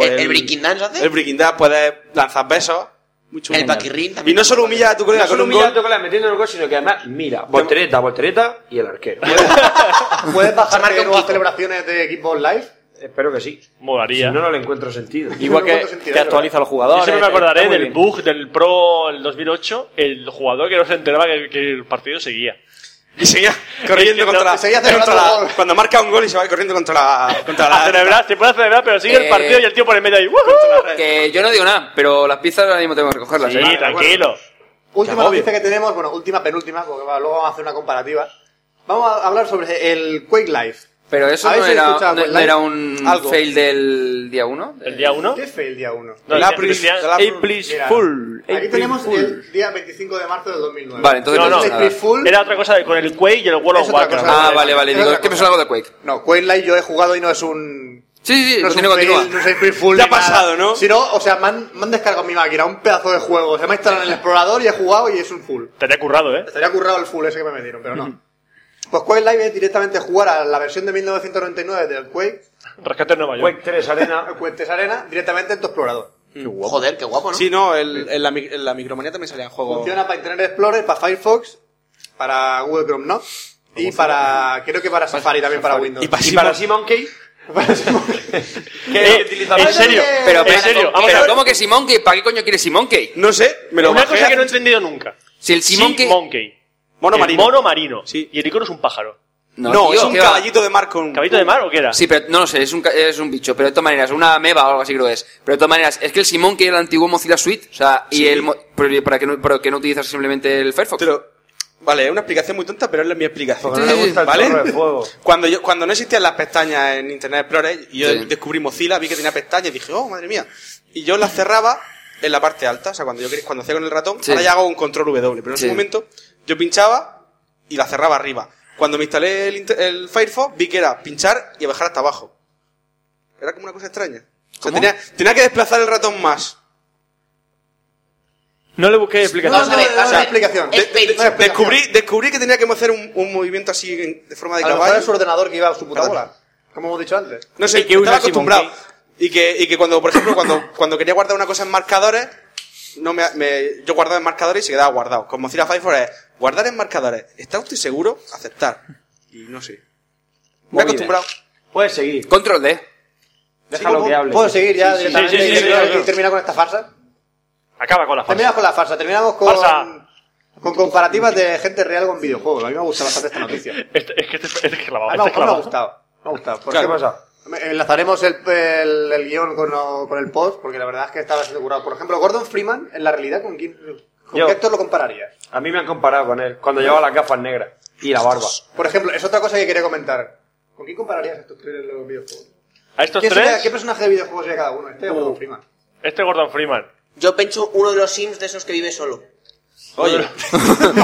[SPEAKER 5] ¿El- el Breaking Dance hace?
[SPEAKER 9] El breaking dance, puedes lanzar besos. Mucho
[SPEAKER 5] El Paquirrín
[SPEAKER 9] Y
[SPEAKER 5] también.
[SPEAKER 9] no solo humilla a tu colega
[SPEAKER 27] No
[SPEAKER 9] con
[SPEAKER 27] solo
[SPEAKER 9] un
[SPEAKER 27] humilla
[SPEAKER 9] gol.
[SPEAKER 27] a tu colega metiendo el gol, sino que además, mira,
[SPEAKER 7] pues
[SPEAKER 27] voltereta, voltereta y el arquero.
[SPEAKER 4] (laughs) ¿Puedes bajar de nuevas celebraciones de Xbox Live?
[SPEAKER 27] Espero que sí.
[SPEAKER 6] Molaría.
[SPEAKER 27] Si no, no le encuentro sentido.
[SPEAKER 7] Igual que, que actualiza a los jugadores.
[SPEAKER 6] Yo siempre me
[SPEAKER 7] está
[SPEAKER 6] acordaré
[SPEAKER 7] muy
[SPEAKER 6] del
[SPEAKER 7] bien.
[SPEAKER 6] bug del Pro el 2008, el jugador que no se enteraba que, que el partido seguía.
[SPEAKER 9] Y seguía corriendo
[SPEAKER 6] Es que
[SPEAKER 9] contra
[SPEAKER 6] no-
[SPEAKER 9] la.
[SPEAKER 6] seguía
[SPEAKER 9] contra
[SPEAKER 6] celebrando
[SPEAKER 9] la- Cuando marca un gol y se va corriendo contra la. Contra
[SPEAKER 6] A
[SPEAKER 9] la
[SPEAKER 6] celebrar, se puede celebrar, pero sigue el
[SPEAKER 8] Eh,
[SPEAKER 6] partido y el tío por el medio ahí.
[SPEAKER 8] Que yo no digo nada, pero las pizzas ahora mismo tengo que recogerlas.
[SPEAKER 6] Sí,
[SPEAKER 8] ¿eh?
[SPEAKER 6] tranquilo.
[SPEAKER 4] Última
[SPEAKER 8] Agobio.
[SPEAKER 4] noticia que tenemos, bueno, última, penúltima, porque va- luego vamos a hacer una comparativa. Vamos a hablar sobre el Quake Live.
[SPEAKER 8] Pero eso
[SPEAKER 4] ¿Habéis
[SPEAKER 8] no era,
[SPEAKER 4] escuchado
[SPEAKER 8] no- no
[SPEAKER 4] Quake Live?
[SPEAKER 8] era un
[SPEAKER 4] Algo.
[SPEAKER 8] fail del día 1.
[SPEAKER 6] ¿El día 1?
[SPEAKER 9] Eh,
[SPEAKER 4] ¿Qué fue el día 1?
[SPEAKER 8] No, el día- April- decía- el April- April's
[SPEAKER 4] Mira,
[SPEAKER 8] Fool.
[SPEAKER 4] Aquí
[SPEAKER 8] April
[SPEAKER 4] tenemos
[SPEAKER 8] Fool.
[SPEAKER 4] el día 25 de marzo del 2009.
[SPEAKER 8] Vale, entonces
[SPEAKER 6] no,
[SPEAKER 8] no
[SPEAKER 6] no.
[SPEAKER 8] es nada.
[SPEAKER 6] Era otra cosa de- con el Quake y el
[SPEAKER 4] Es
[SPEAKER 6] World of
[SPEAKER 4] otra
[SPEAKER 6] Warcraft.
[SPEAKER 4] cosa.
[SPEAKER 8] Ah, vale, vale.
[SPEAKER 4] Es
[SPEAKER 8] Digo,
[SPEAKER 4] otra
[SPEAKER 8] es que me
[SPEAKER 4] cosa.
[SPEAKER 8] suena algo de Quake.
[SPEAKER 4] No, Quake Live yo he jugado y no es un...
[SPEAKER 8] Sí, sí,
[SPEAKER 4] no es un
[SPEAKER 8] continúa, continúa.
[SPEAKER 4] fail, no es April Fool
[SPEAKER 8] Ya
[SPEAKER 4] ni
[SPEAKER 8] ha pasado,
[SPEAKER 4] nada.
[SPEAKER 8] ¿no?
[SPEAKER 4] Si no, o sea, me han, me han descargado mi máquina, un pedazo de juego. Se me ha instalado en el explorador y he jugado y es un full.
[SPEAKER 6] Estaría currado, ¿eh?
[SPEAKER 4] Estaría currado el full ese que me metieron, pero
[SPEAKER 5] (laughs)
[SPEAKER 4] no. Pues Quake Live es directamente jugar a la versión de 1999 del Quake,
[SPEAKER 6] Rescate en Nueva York. Eh,
[SPEAKER 27] Quake 3 Arena.
[SPEAKER 4] Cuentes Arena, directamente en tu explorador.
[SPEAKER 5] Joder, qué guapo, ¿no?
[SPEAKER 9] Sí, no, el, en, la, mi- en la micromanía también salían juegos.
[SPEAKER 4] Funciona para Internet Explorer, para Firefox, para Google Chrome, ¿no? Y para, creo que para Safari también, para Windows. (laughs)
[SPEAKER 9] Y para
[SPEAKER 27] Y para Simon Key. que utilizaba-
[SPEAKER 6] en serio,
[SPEAKER 8] Pero,
[SPEAKER 6] en serio. Vamos
[SPEAKER 8] pero
[SPEAKER 6] a ver.
[SPEAKER 8] ¿cómo que Simon Key? ¿Para qué coño quiere Simon Key?
[SPEAKER 9] No sé, me lo
[SPEAKER 6] Una
[SPEAKER 9] bajé
[SPEAKER 6] cosa que
[SPEAKER 9] hace-
[SPEAKER 6] no he entendido nunca.
[SPEAKER 8] Si el Simon Key-
[SPEAKER 6] Monkey.
[SPEAKER 9] Mono
[SPEAKER 6] El
[SPEAKER 9] marino.
[SPEAKER 6] Mono marino. Y el icono es un pájaro.
[SPEAKER 8] No,
[SPEAKER 9] No,
[SPEAKER 8] tío,
[SPEAKER 9] es un
[SPEAKER 8] ¿qué va?
[SPEAKER 9] caballito de mar con.
[SPEAKER 6] ¿Caballito de mar o qué era?
[SPEAKER 8] Sí, pero no lo sé, es un, ca- es un bicho, pero de todas maneras, una meba o algo así creo que es. Pero de todas maneras, es que el Simon Key era el antiguo Mozilla Suite, o sea, y
[SPEAKER 9] Sí.
[SPEAKER 8] el mo- pero para que no, pero que no utilizas simplemente el Firefox.
[SPEAKER 9] Pero, vale, es una explicación muy tonta, pero es la- mi explicación.
[SPEAKER 27] Porque no le gusta el
[SPEAKER 9] ¿Vale?
[SPEAKER 27] chorro de fuego.
[SPEAKER 9] Cuando, yo, cuando no existían las pestañas en Internet Explorer, y yo
[SPEAKER 8] Sí.
[SPEAKER 9] descubrí Mozilla, vi que tenía pestañas y dije, oh, madre mía. Y yo las cerraba en la parte alta, o sea, cuando yo quería- cuando hacía con el ratón,
[SPEAKER 8] Sí.
[SPEAKER 9] ahora ya hago un control W, pero en
[SPEAKER 8] Sí.
[SPEAKER 9] ese momento yo pinchaba y la cerraba arriba. Cuando me instalé el, inter- el Firefox, vi que era pinchar y bajar hasta abajo. Era como una cosa extraña. O sea, tenía, tenía que desplazar el ratón más.
[SPEAKER 7] No le busqué explicación.
[SPEAKER 5] Vamos a ver, vamos a ver.
[SPEAKER 4] explicación.
[SPEAKER 5] Es
[SPEAKER 9] De-
[SPEAKER 5] Page.
[SPEAKER 9] descubrí, descubrí que tenía que hacer un, un movimiento así en- de forma de
[SPEAKER 4] A lo mejor
[SPEAKER 9] caballo.
[SPEAKER 4] es su ordenador que iba a su puta bola. Como hemos dicho antes.
[SPEAKER 9] No sé,
[SPEAKER 7] Y que
[SPEAKER 9] estaba
[SPEAKER 7] usa
[SPEAKER 9] acostumbrado.
[SPEAKER 7] Simon
[SPEAKER 9] Y que, y que cuando, por ejemplo, cuando, cuando quería guardar una cosa en marcadores, no me, me- yo guardaba en marcadores y se quedaba guardado. Como Mozilla Firefox es guardar en marcadores. ¿Está usted seguro? Aceptar. Y no sé. Me he
[SPEAKER 27] Movidas.
[SPEAKER 9] acostumbrado.
[SPEAKER 27] Puedes seguir.
[SPEAKER 8] Control D.
[SPEAKER 27] Déjalo
[SPEAKER 4] ¿Puedo-
[SPEAKER 27] que hable.
[SPEAKER 4] ¿Puedo seguir ya
[SPEAKER 6] Sí, sí,
[SPEAKER 4] directamente
[SPEAKER 6] sí, sí,
[SPEAKER 4] y
[SPEAKER 6] sí,
[SPEAKER 4] terminar-
[SPEAKER 6] sí, sí.
[SPEAKER 4] y terminar con esta farsa?
[SPEAKER 6] Acaba con la
[SPEAKER 4] Terminamos
[SPEAKER 6] farsa.
[SPEAKER 4] con la farsa, terminamos con...
[SPEAKER 6] Farsa.
[SPEAKER 7] Con comparativas de gente real con videojuegos. A mí me ha gustado bastante esta noticia.
[SPEAKER 6] Este- es que este, este es clavado.
[SPEAKER 7] A mí
[SPEAKER 6] este
[SPEAKER 7] me,
[SPEAKER 6] es
[SPEAKER 7] me ha
[SPEAKER 6] clavado.
[SPEAKER 7] gustado. Me ha gustado. ¿Por
[SPEAKER 6] Claro.
[SPEAKER 7] qué?
[SPEAKER 6] ¿Qué pasa?
[SPEAKER 7] Me- Enlazaremos el, el, el guión con, lo- con el post, porque la verdad es que estaba bastante curado. Por ejemplo, Gordon Freeman, en la realidad, ¿con quién con
[SPEAKER 35] Yo.
[SPEAKER 7] qué actor lo compararías?
[SPEAKER 35] A mí me han comparado con él, cuando llevaba las gafas negras y la barba.
[SPEAKER 7] Por ejemplo, es otra cosa que quería comentar. ¿Con quién compararías a estos tres en los videojuegos?
[SPEAKER 6] ¿A estos
[SPEAKER 7] ¿Qué, sería-
[SPEAKER 6] tres?
[SPEAKER 7] ¿Qué personaje de videojuegos sería cada uno? Este o
[SPEAKER 6] Uh.
[SPEAKER 7] Gordon Freeman.
[SPEAKER 6] Este Gordon Freeman.
[SPEAKER 5] Yo penso uno de los Sims de esos que vive solo.
[SPEAKER 6] Oye.
[SPEAKER 7] (laughs)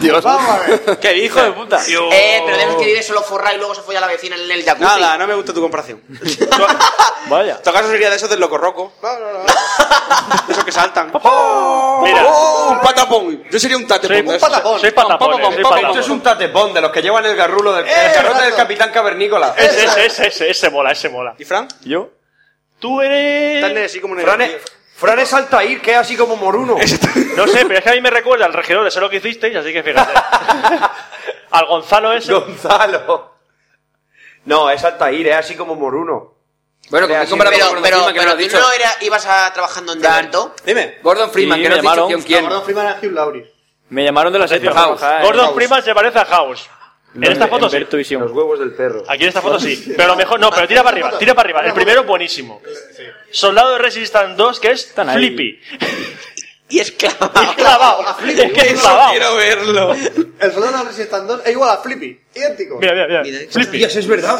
[SPEAKER 5] Dios.
[SPEAKER 7] Vamos a
[SPEAKER 5] ver.
[SPEAKER 6] ¿Qué hijo de puta?
[SPEAKER 35] (laughs)
[SPEAKER 5] Eh, pero de esos que vive solo forrado y luego se fue a la vecina en el jacuzzi.
[SPEAKER 9] Nada, no me gusta tu comparación.
[SPEAKER 6] Vaya.
[SPEAKER 9] En todo caso sería de esos del loco roco. (laughs) De esos que saltan.
[SPEAKER 7] Oh,
[SPEAKER 36] Mira.
[SPEAKER 9] ¡Oh! ¡Un patapón! Yo sería un tatepón.
[SPEAKER 35] Soy-
[SPEAKER 9] de
[SPEAKER 35] un
[SPEAKER 9] esos.
[SPEAKER 35] patapón. Soy patapón, soy patapón. Esto es un tatepón de los que llevan el garrulo
[SPEAKER 6] Eh,
[SPEAKER 35] del, el garrote del capitán cavernícola.
[SPEAKER 6] Ese, ese, ese, ese, ese mola, ese mola.
[SPEAKER 9] ¿Y Fran? eh,
[SPEAKER 6] ¿Yo? Tú eres. así como
[SPEAKER 35] Fran es, Fran es Altair, que es así como moruno.
[SPEAKER 6] No sé, pero es que a mí me recuerda al regidor de sé lo que hicisteis, así que fíjate. (laughs) al Gonzalo
[SPEAKER 35] (laughs)
[SPEAKER 6] ese.
[SPEAKER 35] Gonzalo. No, es Altair, es así como moruno.
[SPEAKER 8] Bueno,
[SPEAKER 35] como
[SPEAKER 5] pero, pero, pero, tú no era, ibas a, trabajando en Deberto.
[SPEAKER 35] Dime.
[SPEAKER 8] Gordon
[SPEAKER 5] Freeman, que no has dicho quién- quién.
[SPEAKER 7] No, Gordon Freeman era Hugh Laurie.
[SPEAKER 2] Me llamaron de la serie
[SPEAKER 6] House. Gordon Freeman se parece a House. En esta foto sí.
[SPEAKER 35] Los huevos del perro.
[SPEAKER 6] Aquí en esta foto sí. Pero lo mejor, no, pero tira para arriba, tira para arriba. El primero buenísimo. Soldado de Resistance 2, que es
[SPEAKER 35] (laughs)
[SPEAKER 2] ahí.
[SPEAKER 6] Flippy.
[SPEAKER 5] Y es clavado.
[SPEAKER 6] Es clavado. Es que es clavado.
[SPEAKER 7] (laughs)
[SPEAKER 9] verlo.
[SPEAKER 7] El soldado de Resistance 2 es igual a Flippy. Idéntico.
[SPEAKER 6] Mira, mira, mira. Flippy.
[SPEAKER 35] Hostias, es verdad.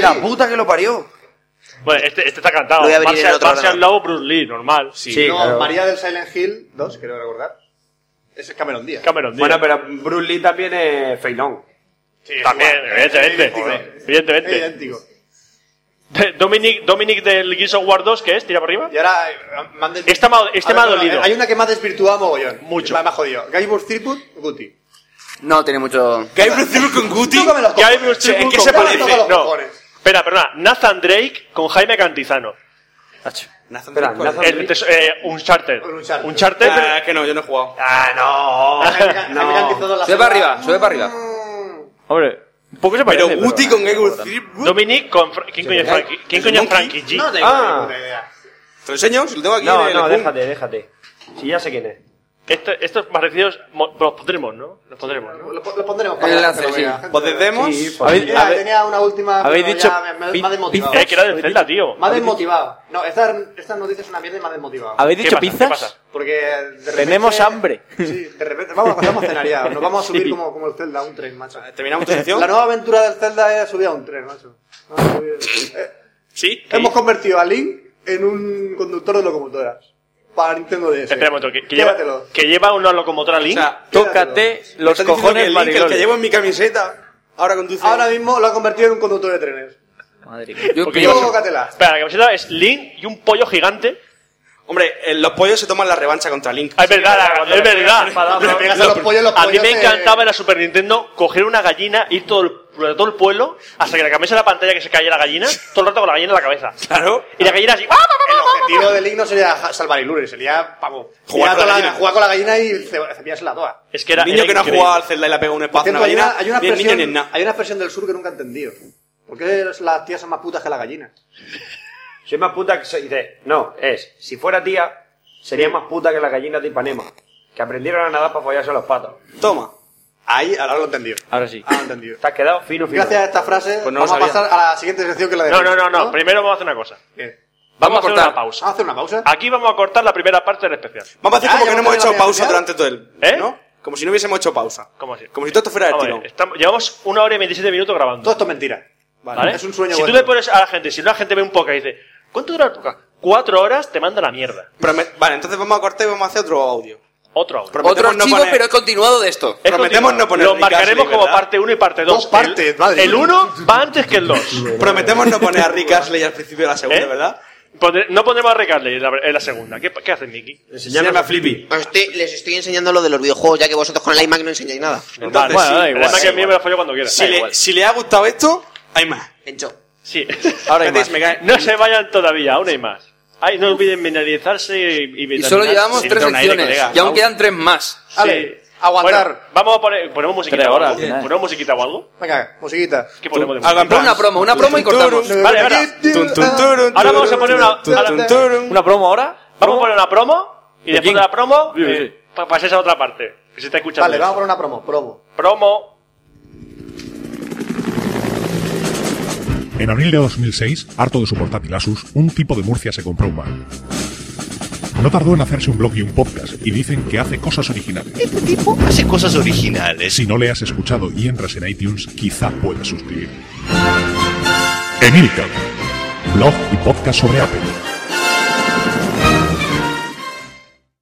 [SPEAKER 35] La puta que lo parió.
[SPEAKER 6] Bueno, este, este está cantado.
[SPEAKER 35] Lo voy a abrir en
[SPEAKER 6] Martial,
[SPEAKER 35] otro
[SPEAKER 6] Martial Law, Bruce Lee, normal.
[SPEAKER 7] no, María del Silent Hill 2, creo recordar. Ese es Cameron Díaz.
[SPEAKER 6] Cameron Díaz.
[SPEAKER 35] Bueno, pero Bruce Lee también es feilón.
[SPEAKER 6] También,
[SPEAKER 35] igual.
[SPEAKER 6] evidentemente.
[SPEAKER 35] Idéntico.
[SPEAKER 6] joder, Evidentemente.
[SPEAKER 7] Idéntico.
[SPEAKER 6] De- Dominic, Dominic del Gears of War 2, ¿qué es? Tira para arriba.
[SPEAKER 7] Y ahora, eh, me han des-
[SPEAKER 6] Este me ha- este
[SPEAKER 7] A ver,
[SPEAKER 6] me ha
[SPEAKER 7] no, no,
[SPEAKER 6] dolido.
[SPEAKER 7] Hay una que me ha desvirtuado mogollón.
[SPEAKER 6] Mucho.
[SPEAKER 7] Me ha- me ha jodido. Gaibur Threepwood, Guti.
[SPEAKER 8] No, tiene mucho.
[SPEAKER 9] ¿Que hay un círculo con Guti?
[SPEAKER 7] Tócame los
[SPEAKER 6] ¿Qué hay
[SPEAKER 7] cojones.
[SPEAKER 6] Bruce Lee
[SPEAKER 7] ¿En qué
[SPEAKER 6] con-
[SPEAKER 7] se parece? Tócame los
[SPEAKER 6] No.
[SPEAKER 7] cojones.
[SPEAKER 6] Espera, perdona. Nathan Drake con Jaime Cantizano.
[SPEAKER 35] Espera,
[SPEAKER 7] pues,
[SPEAKER 35] Nathan
[SPEAKER 6] El
[SPEAKER 35] Drake.
[SPEAKER 6] tes- eh, Uncharted.
[SPEAKER 7] Uncharted.
[SPEAKER 6] Uncharted, pero-
[SPEAKER 9] Ah, que no, yo no he jugado.
[SPEAKER 35] Ah, no.
[SPEAKER 7] no.
[SPEAKER 8] Sube para arriba, sube para arriba.
[SPEAKER 2] Hombre, un poco se parece.
[SPEAKER 9] Pero Guti con Gabriel Threepwood.
[SPEAKER 6] Dominic con. Fra- ¿Quién coño es Frankie? ¿Quién coño es Frankie G?
[SPEAKER 7] No tengo
[SPEAKER 35] Ah.
[SPEAKER 7] ni puta idea.
[SPEAKER 9] ¿Te lo enseño? Si lo tengo aquí en
[SPEAKER 35] No,
[SPEAKER 9] el
[SPEAKER 35] no,
[SPEAKER 9] Kun.
[SPEAKER 35] déjate, déjate. Si ya sé quién es.
[SPEAKER 6] Este- estos parecidos mo- los pondremos, ¿no? Los pondremos.
[SPEAKER 7] Lo,
[SPEAKER 6] ¿no?
[SPEAKER 7] lo pondremos para
[SPEAKER 8] Enlace,
[SPEAKER 7] que lo
[SPEAKER 8] sí.
[SPEAKER 7] vea. Gente,
[SPEAKER 9] ¿Voces demos?
[SPEAKER 2] Habéis-
[SPEAKER 7] Tenía,
[SPEAKER 2] habe-
[SPEAKER 7] tenía una última.
[SPEAKER 2] habéis
[SPEAKER 7] pero
[SPEAKER 2] dicho
[SPEAKER 7] ya me- me, me ha
[SPEAKER 2] pi-
[SPEAKER 7] desmotivado.
[SPEAKER 6] Eh, que era de Zelda, tío.
[SPEAKER 7] Me ha desmotivado. No, esta, esta noticia es una mierda y me ha desmotivado.
[SPEAKER 2] ¿Habéis
[SPEAKER 6] ¿Qué
[SPEAKER 2] dicho
[SPEAKER 6] pasa? ¿Qué
[SPEAKER 2] pizzas?
[SPEAKER 6] pasa?
[SPEAKER 7] Porque de repente,
[SPEAKER 2] Tenemos hambre.
[SPEAKER 7] Sí, de repente. Vamos, vamos a cenar ya. Nos vamos a subir
[SPEAKER 2] Sí.
[SPEAKER 7] como, como el Zelda, a un tren, macho.
[SPEAKER 9] ¿Terminamos tu sección?
[SPEAKER 7] La nueva aventura del Zelda es subir a un tren, macho. Vamos a subir- Eh,
[SPEAKER 6] Sí.
[SPEAKER 7] Hemos convertido a Link en un conductor de locomotoras. Para Nintendo DS.
[SPEAKER 6] Espera un momento, que, que lleva,
[SPEAKER 7] Llévatelo.
[SPEAKER 6] que lleva una locomotora
[SPEAKER 9] O
[SPEAKER 6] Link.
[SPEAKER 9] sea,
[SPEAKER 2] Tócate los
[SPEAKER 9] ¿estás diciendo que
[SPEAKER 2] cojones,
[SPEAKER 9] el link, el que
[SPEAKER 2] Mariloli.
[SPEAKER 9] llevo en mi camiseta, ahora conduce.
[SPEAKER 7] Ahora mismo lo ha convertido en un conductor de trenes.
[SPEAKER 2] Madre mía.
[SPEAKER 8] Yo
[SPEAKER 6] Porque
[SPEAKER 8] pienso-
[SPEAKER 7] Tú cócatela.
[SPEAKER 6] Espera, la camiseta es Link y un pollo gigante.
[SPEAKER 9] Hombre, eh, los pollos se toman la revancha contra Link.
[SPEAKER 6] Ah, es verdad, la- es verdad.
[SPEAKER 7] Le pegas a los pollos, los
[SPEAKER 6] A mí
[SPEAKER 7] pollos
[SPEAKER 6] me
[SPEAKER 7] se-
[SPEAKER 6] encantaba en la Super Nintendo coger una gallina, ir todo el, todo el pueblo hasta que la cambiase la pantalla que se caía la gallina, todo el rato con la gallina en la cabeza.
[SPEAKER 9] Claro.
[SPEAKER 6] Y la gallina así.
[SPEAKER 7] El objetivo del Link no sería ja- salvar Ilure, sería, vamos,
[SPEAKER 9] Jugar
[SPEAKER 7] jugar,
[SPEAKER 9] con la
[SPEAKER 7] con la,
[SPEAKER 9] gallina.
[SPEAKER 7] jugar con la gallina y ce- cepillarse la toa.
[SPEAKER 6] Es que era.
[SPEAKER 9] niño
[SPEAKER 6] era
[SPEAKER 9] que no ha
[SPEAKER 6] increíble.
[SPEAKER 9] jugado al Zelda y le ha pegado un
[SPEAKER 7] Por
[SPEAKER 9] espacio a
[SPEAKER 7] cierto,
[SPEAKER 9] una
[SPEAKER 7] hay
[SPEAKER 9] gallina,
[SPEAKER 7] una, hay, una
[SPEAKER 9] ni el niño ni el
[SPEAKER 7] expresión,
[SPEAKER 9] nada.
[SPEAKER 7] hay una expresión del sur que nunca he entendido. ¿Por qué las tías son más putas que las gallinas?
[SPEAKER 35] Soy más puta que soy. dice, No, es. Si fuera tía, sería más puta que la gallina de Ipanema. Que aprendieron a nadar para follarse los patos.
[SPEAKER 9] Toma.
[SPEAKER 7] Ahí, ahora lo he entendido.
[SPEAKER 2] Ahora sí.
[SPEAKER 7] Ahora lo he entendido.
[SPEAKER 35] Te has quedado fino, fino.
[SPEAKER 7] Gracias a esta frase,
[SPEAKER 9] Pues no lo
[SPEAKER 7] vamos a
[SPEAKER 9] sabía.
[SPEAKER 7] pasar a la siguiente sección que es la de.
[SPEAKER 6] No, no, no, no. Primero vamos a hacer una cosa.
[SPEAKER 7] Bien.
[SPEAKER 6] Vamos,
[SPEAKER 8] Vamos a
[SPEAKER 6] a hacer
[SPEAKER 8] cortar.
[SPEAKER 6] una pausa.
[SPEAKER 7] Vamos a hacer una pausa.
[SPEAKER 35] Ah.
[SPEAKER 6] Aquí vamos a cortar la primera parte del especial.
[SPEAKER 9] Vamos a hacer
[SPEAKER 7] Ah,
[SPEAKER 9] como
[SPEAKER 7] ya
[SPEAKER 9] que no
[SPEAKER 7] hemos
[SPEAKER 9] hemos
[SPEAKER 7] terminado
[SPEAKER 9] hecho
[SPEAKER 7] la
[SPEAKER 9] pausa
[SPEAKER 7] final.
[SPEAKER 9] durante todo el.
[SPEAKER 6] ¿Eh?
[SPEAKER 9] ¿No? Como si no hubiésemos hecho pausa.
[SPEAKER 6] ¿Cómo así?
[SPEAKER 9] Como si todo esto fuera del
[SPEAKER 6] Vamos a ver,
[SPEAKER 9] tirón.
[SPEAKER 6] estamos- llevamos una hora y 27 minutos grabando.
[SPEAKER 7] Todo esto es mentira. Vale.
[SPEAKER 6] ¿vale?
[SPEAKER 7] Es un sueño
[SPEAKER 6] Si tú
[SPEAKER 7] vuestro.
[SPEAKER 6] le pones a la gente, si la gente ve un poca y dice, ¿cuánto dura el podcast? Cuatro horas, te manda la mierda.
[SPEAKER 9] Pero me- Vale, entonces vamos a cortar y vamos a hacer otro audio.
[SPEAKER 6] Otro audio.
[SPEAKER 9] Prometemos
[SPEAKER 8] Otro
[SPEAKER 9] no
[SPEAKER 8] archivo,
[SPEAKER 9] poner-
[SPEAKER 8] pero he continuado de esto.
[SPEAKER 6] Es
[SPEAKER 9] prometemos
[SPEAKER 6] continuo.
[SPEAKER 9] no poner
[SPEAKER 6] Lo
[SPEAKER 9] Rick Astley,
[SPEAKER 6] marcaremos como
[SPEAKER 9] ¿verdad?
[SPEAKER 6] parte 1 y parte 2.
[SPEAKER 7] Dos partes, madre
[SPEAKER 6] El
[SPEAKER 7] mía.
[SPEAKER 6] 1 va antes que el 2.
[SPEAKER 9] Prometemos no poner
[SPEAKER 6] (laughs)
[SPEAKER 9] a Rick Astley al principio de la segunda,
[SPEAKER 6] ¿Eh?
[SPEAKER 9] ¿verdad?
[SPEAKER 6] No pondremos a Rick Astley en la, en la segunda. ¿Qué, qué hace Mickey?
[SPEAKER 9] Enseñame a Flippy.
[SPEAKER 5] Os estoy- les estoy enseñando lo de los videojuegos, ya que vosotros con el iMac no enseñáis nada.
[SPEAKER 9] Entonces,
[SPEAKER 2] Bueno, da
[SPEAKER 9] sí,
[SPEAKER 2] igual.
[SPEAKER 6] Además que a mí me la follo cuando quiera.
[SPEAKER 9] si,
[SPEAKER 6] Da
[SPEAKER 9] le,
[SPEAKER 6] igual.
[SPEAKER 9] si le ha gustado esto, hay más.
[SPEAKER 5] Encho.
[SPEAKER 6] Sí. (laughs)
[SPEAKER 2] Ahora hay
[SPEAKER 9] Espérate,
[SPEAKER 2] más.
[SPEAKER 9] se me cae-
[SPEAKER 6] No se vayan todavía, aún hay más. Ay, no olviden mineralizarse y,
[SPEAKER 8] Y solo llevamos tres secciones. Y aún quedan tres más.
[SPEAKER 7] Ale, aguantar.
[SPEAKER 6] vamos a poner. ¿Ponemos musiquita
[SPEAKER 2] Tres
[SPEAKER 6] o
[SPEAKER 2] horas,
[SPEAKER 6] algo?
[SPEAKER 2] al final.
[SPEAKER 6] ¿Ponemos musiquita o algo?
[SPEAKER 7] Venga, musiquita.
[SPEAKER 6] ¿Qué ponemos de
[SPEAKER 9] Hagan
[SPEAKER 6] música?
[SPEAKER 8] Una promo, una promo y cortamos.
[SPEAKER 6] Vale, ahora. Ahora vamos a poner una-
[SPEAKER 9] Tun, tun, turun.
[SPEAKER 2] ¿Una promo ahora?
[SPEAKER 6] Vamos a poner una promo y después
[SPEAKER 2] quién?
[SPEAKER 6] de la promo.
[SPEAKER 2] Sí,
[SPEAKER 6] eh, pa- paséis a otra parte. Que se está escuchando.
[SPEAKER 4] Vale, vamos
[SPEAKER 6] esto.
[SPEAKER 4] con una promo, promo.
[SPEAKER 6] Promo.
[SPEAKER 1] En abril de 2006, harto de su portátil Asus, un tipo de Murcia se compró un Mac. No tardó en hacerse un blog y un podcast, y dicen que hace cosas originales. Este tipo hace cosas originales. Si no le has escuchado y entras en iTunes, quizá puedas suscribirte. Emilcar, blog y podcast sobre Apple.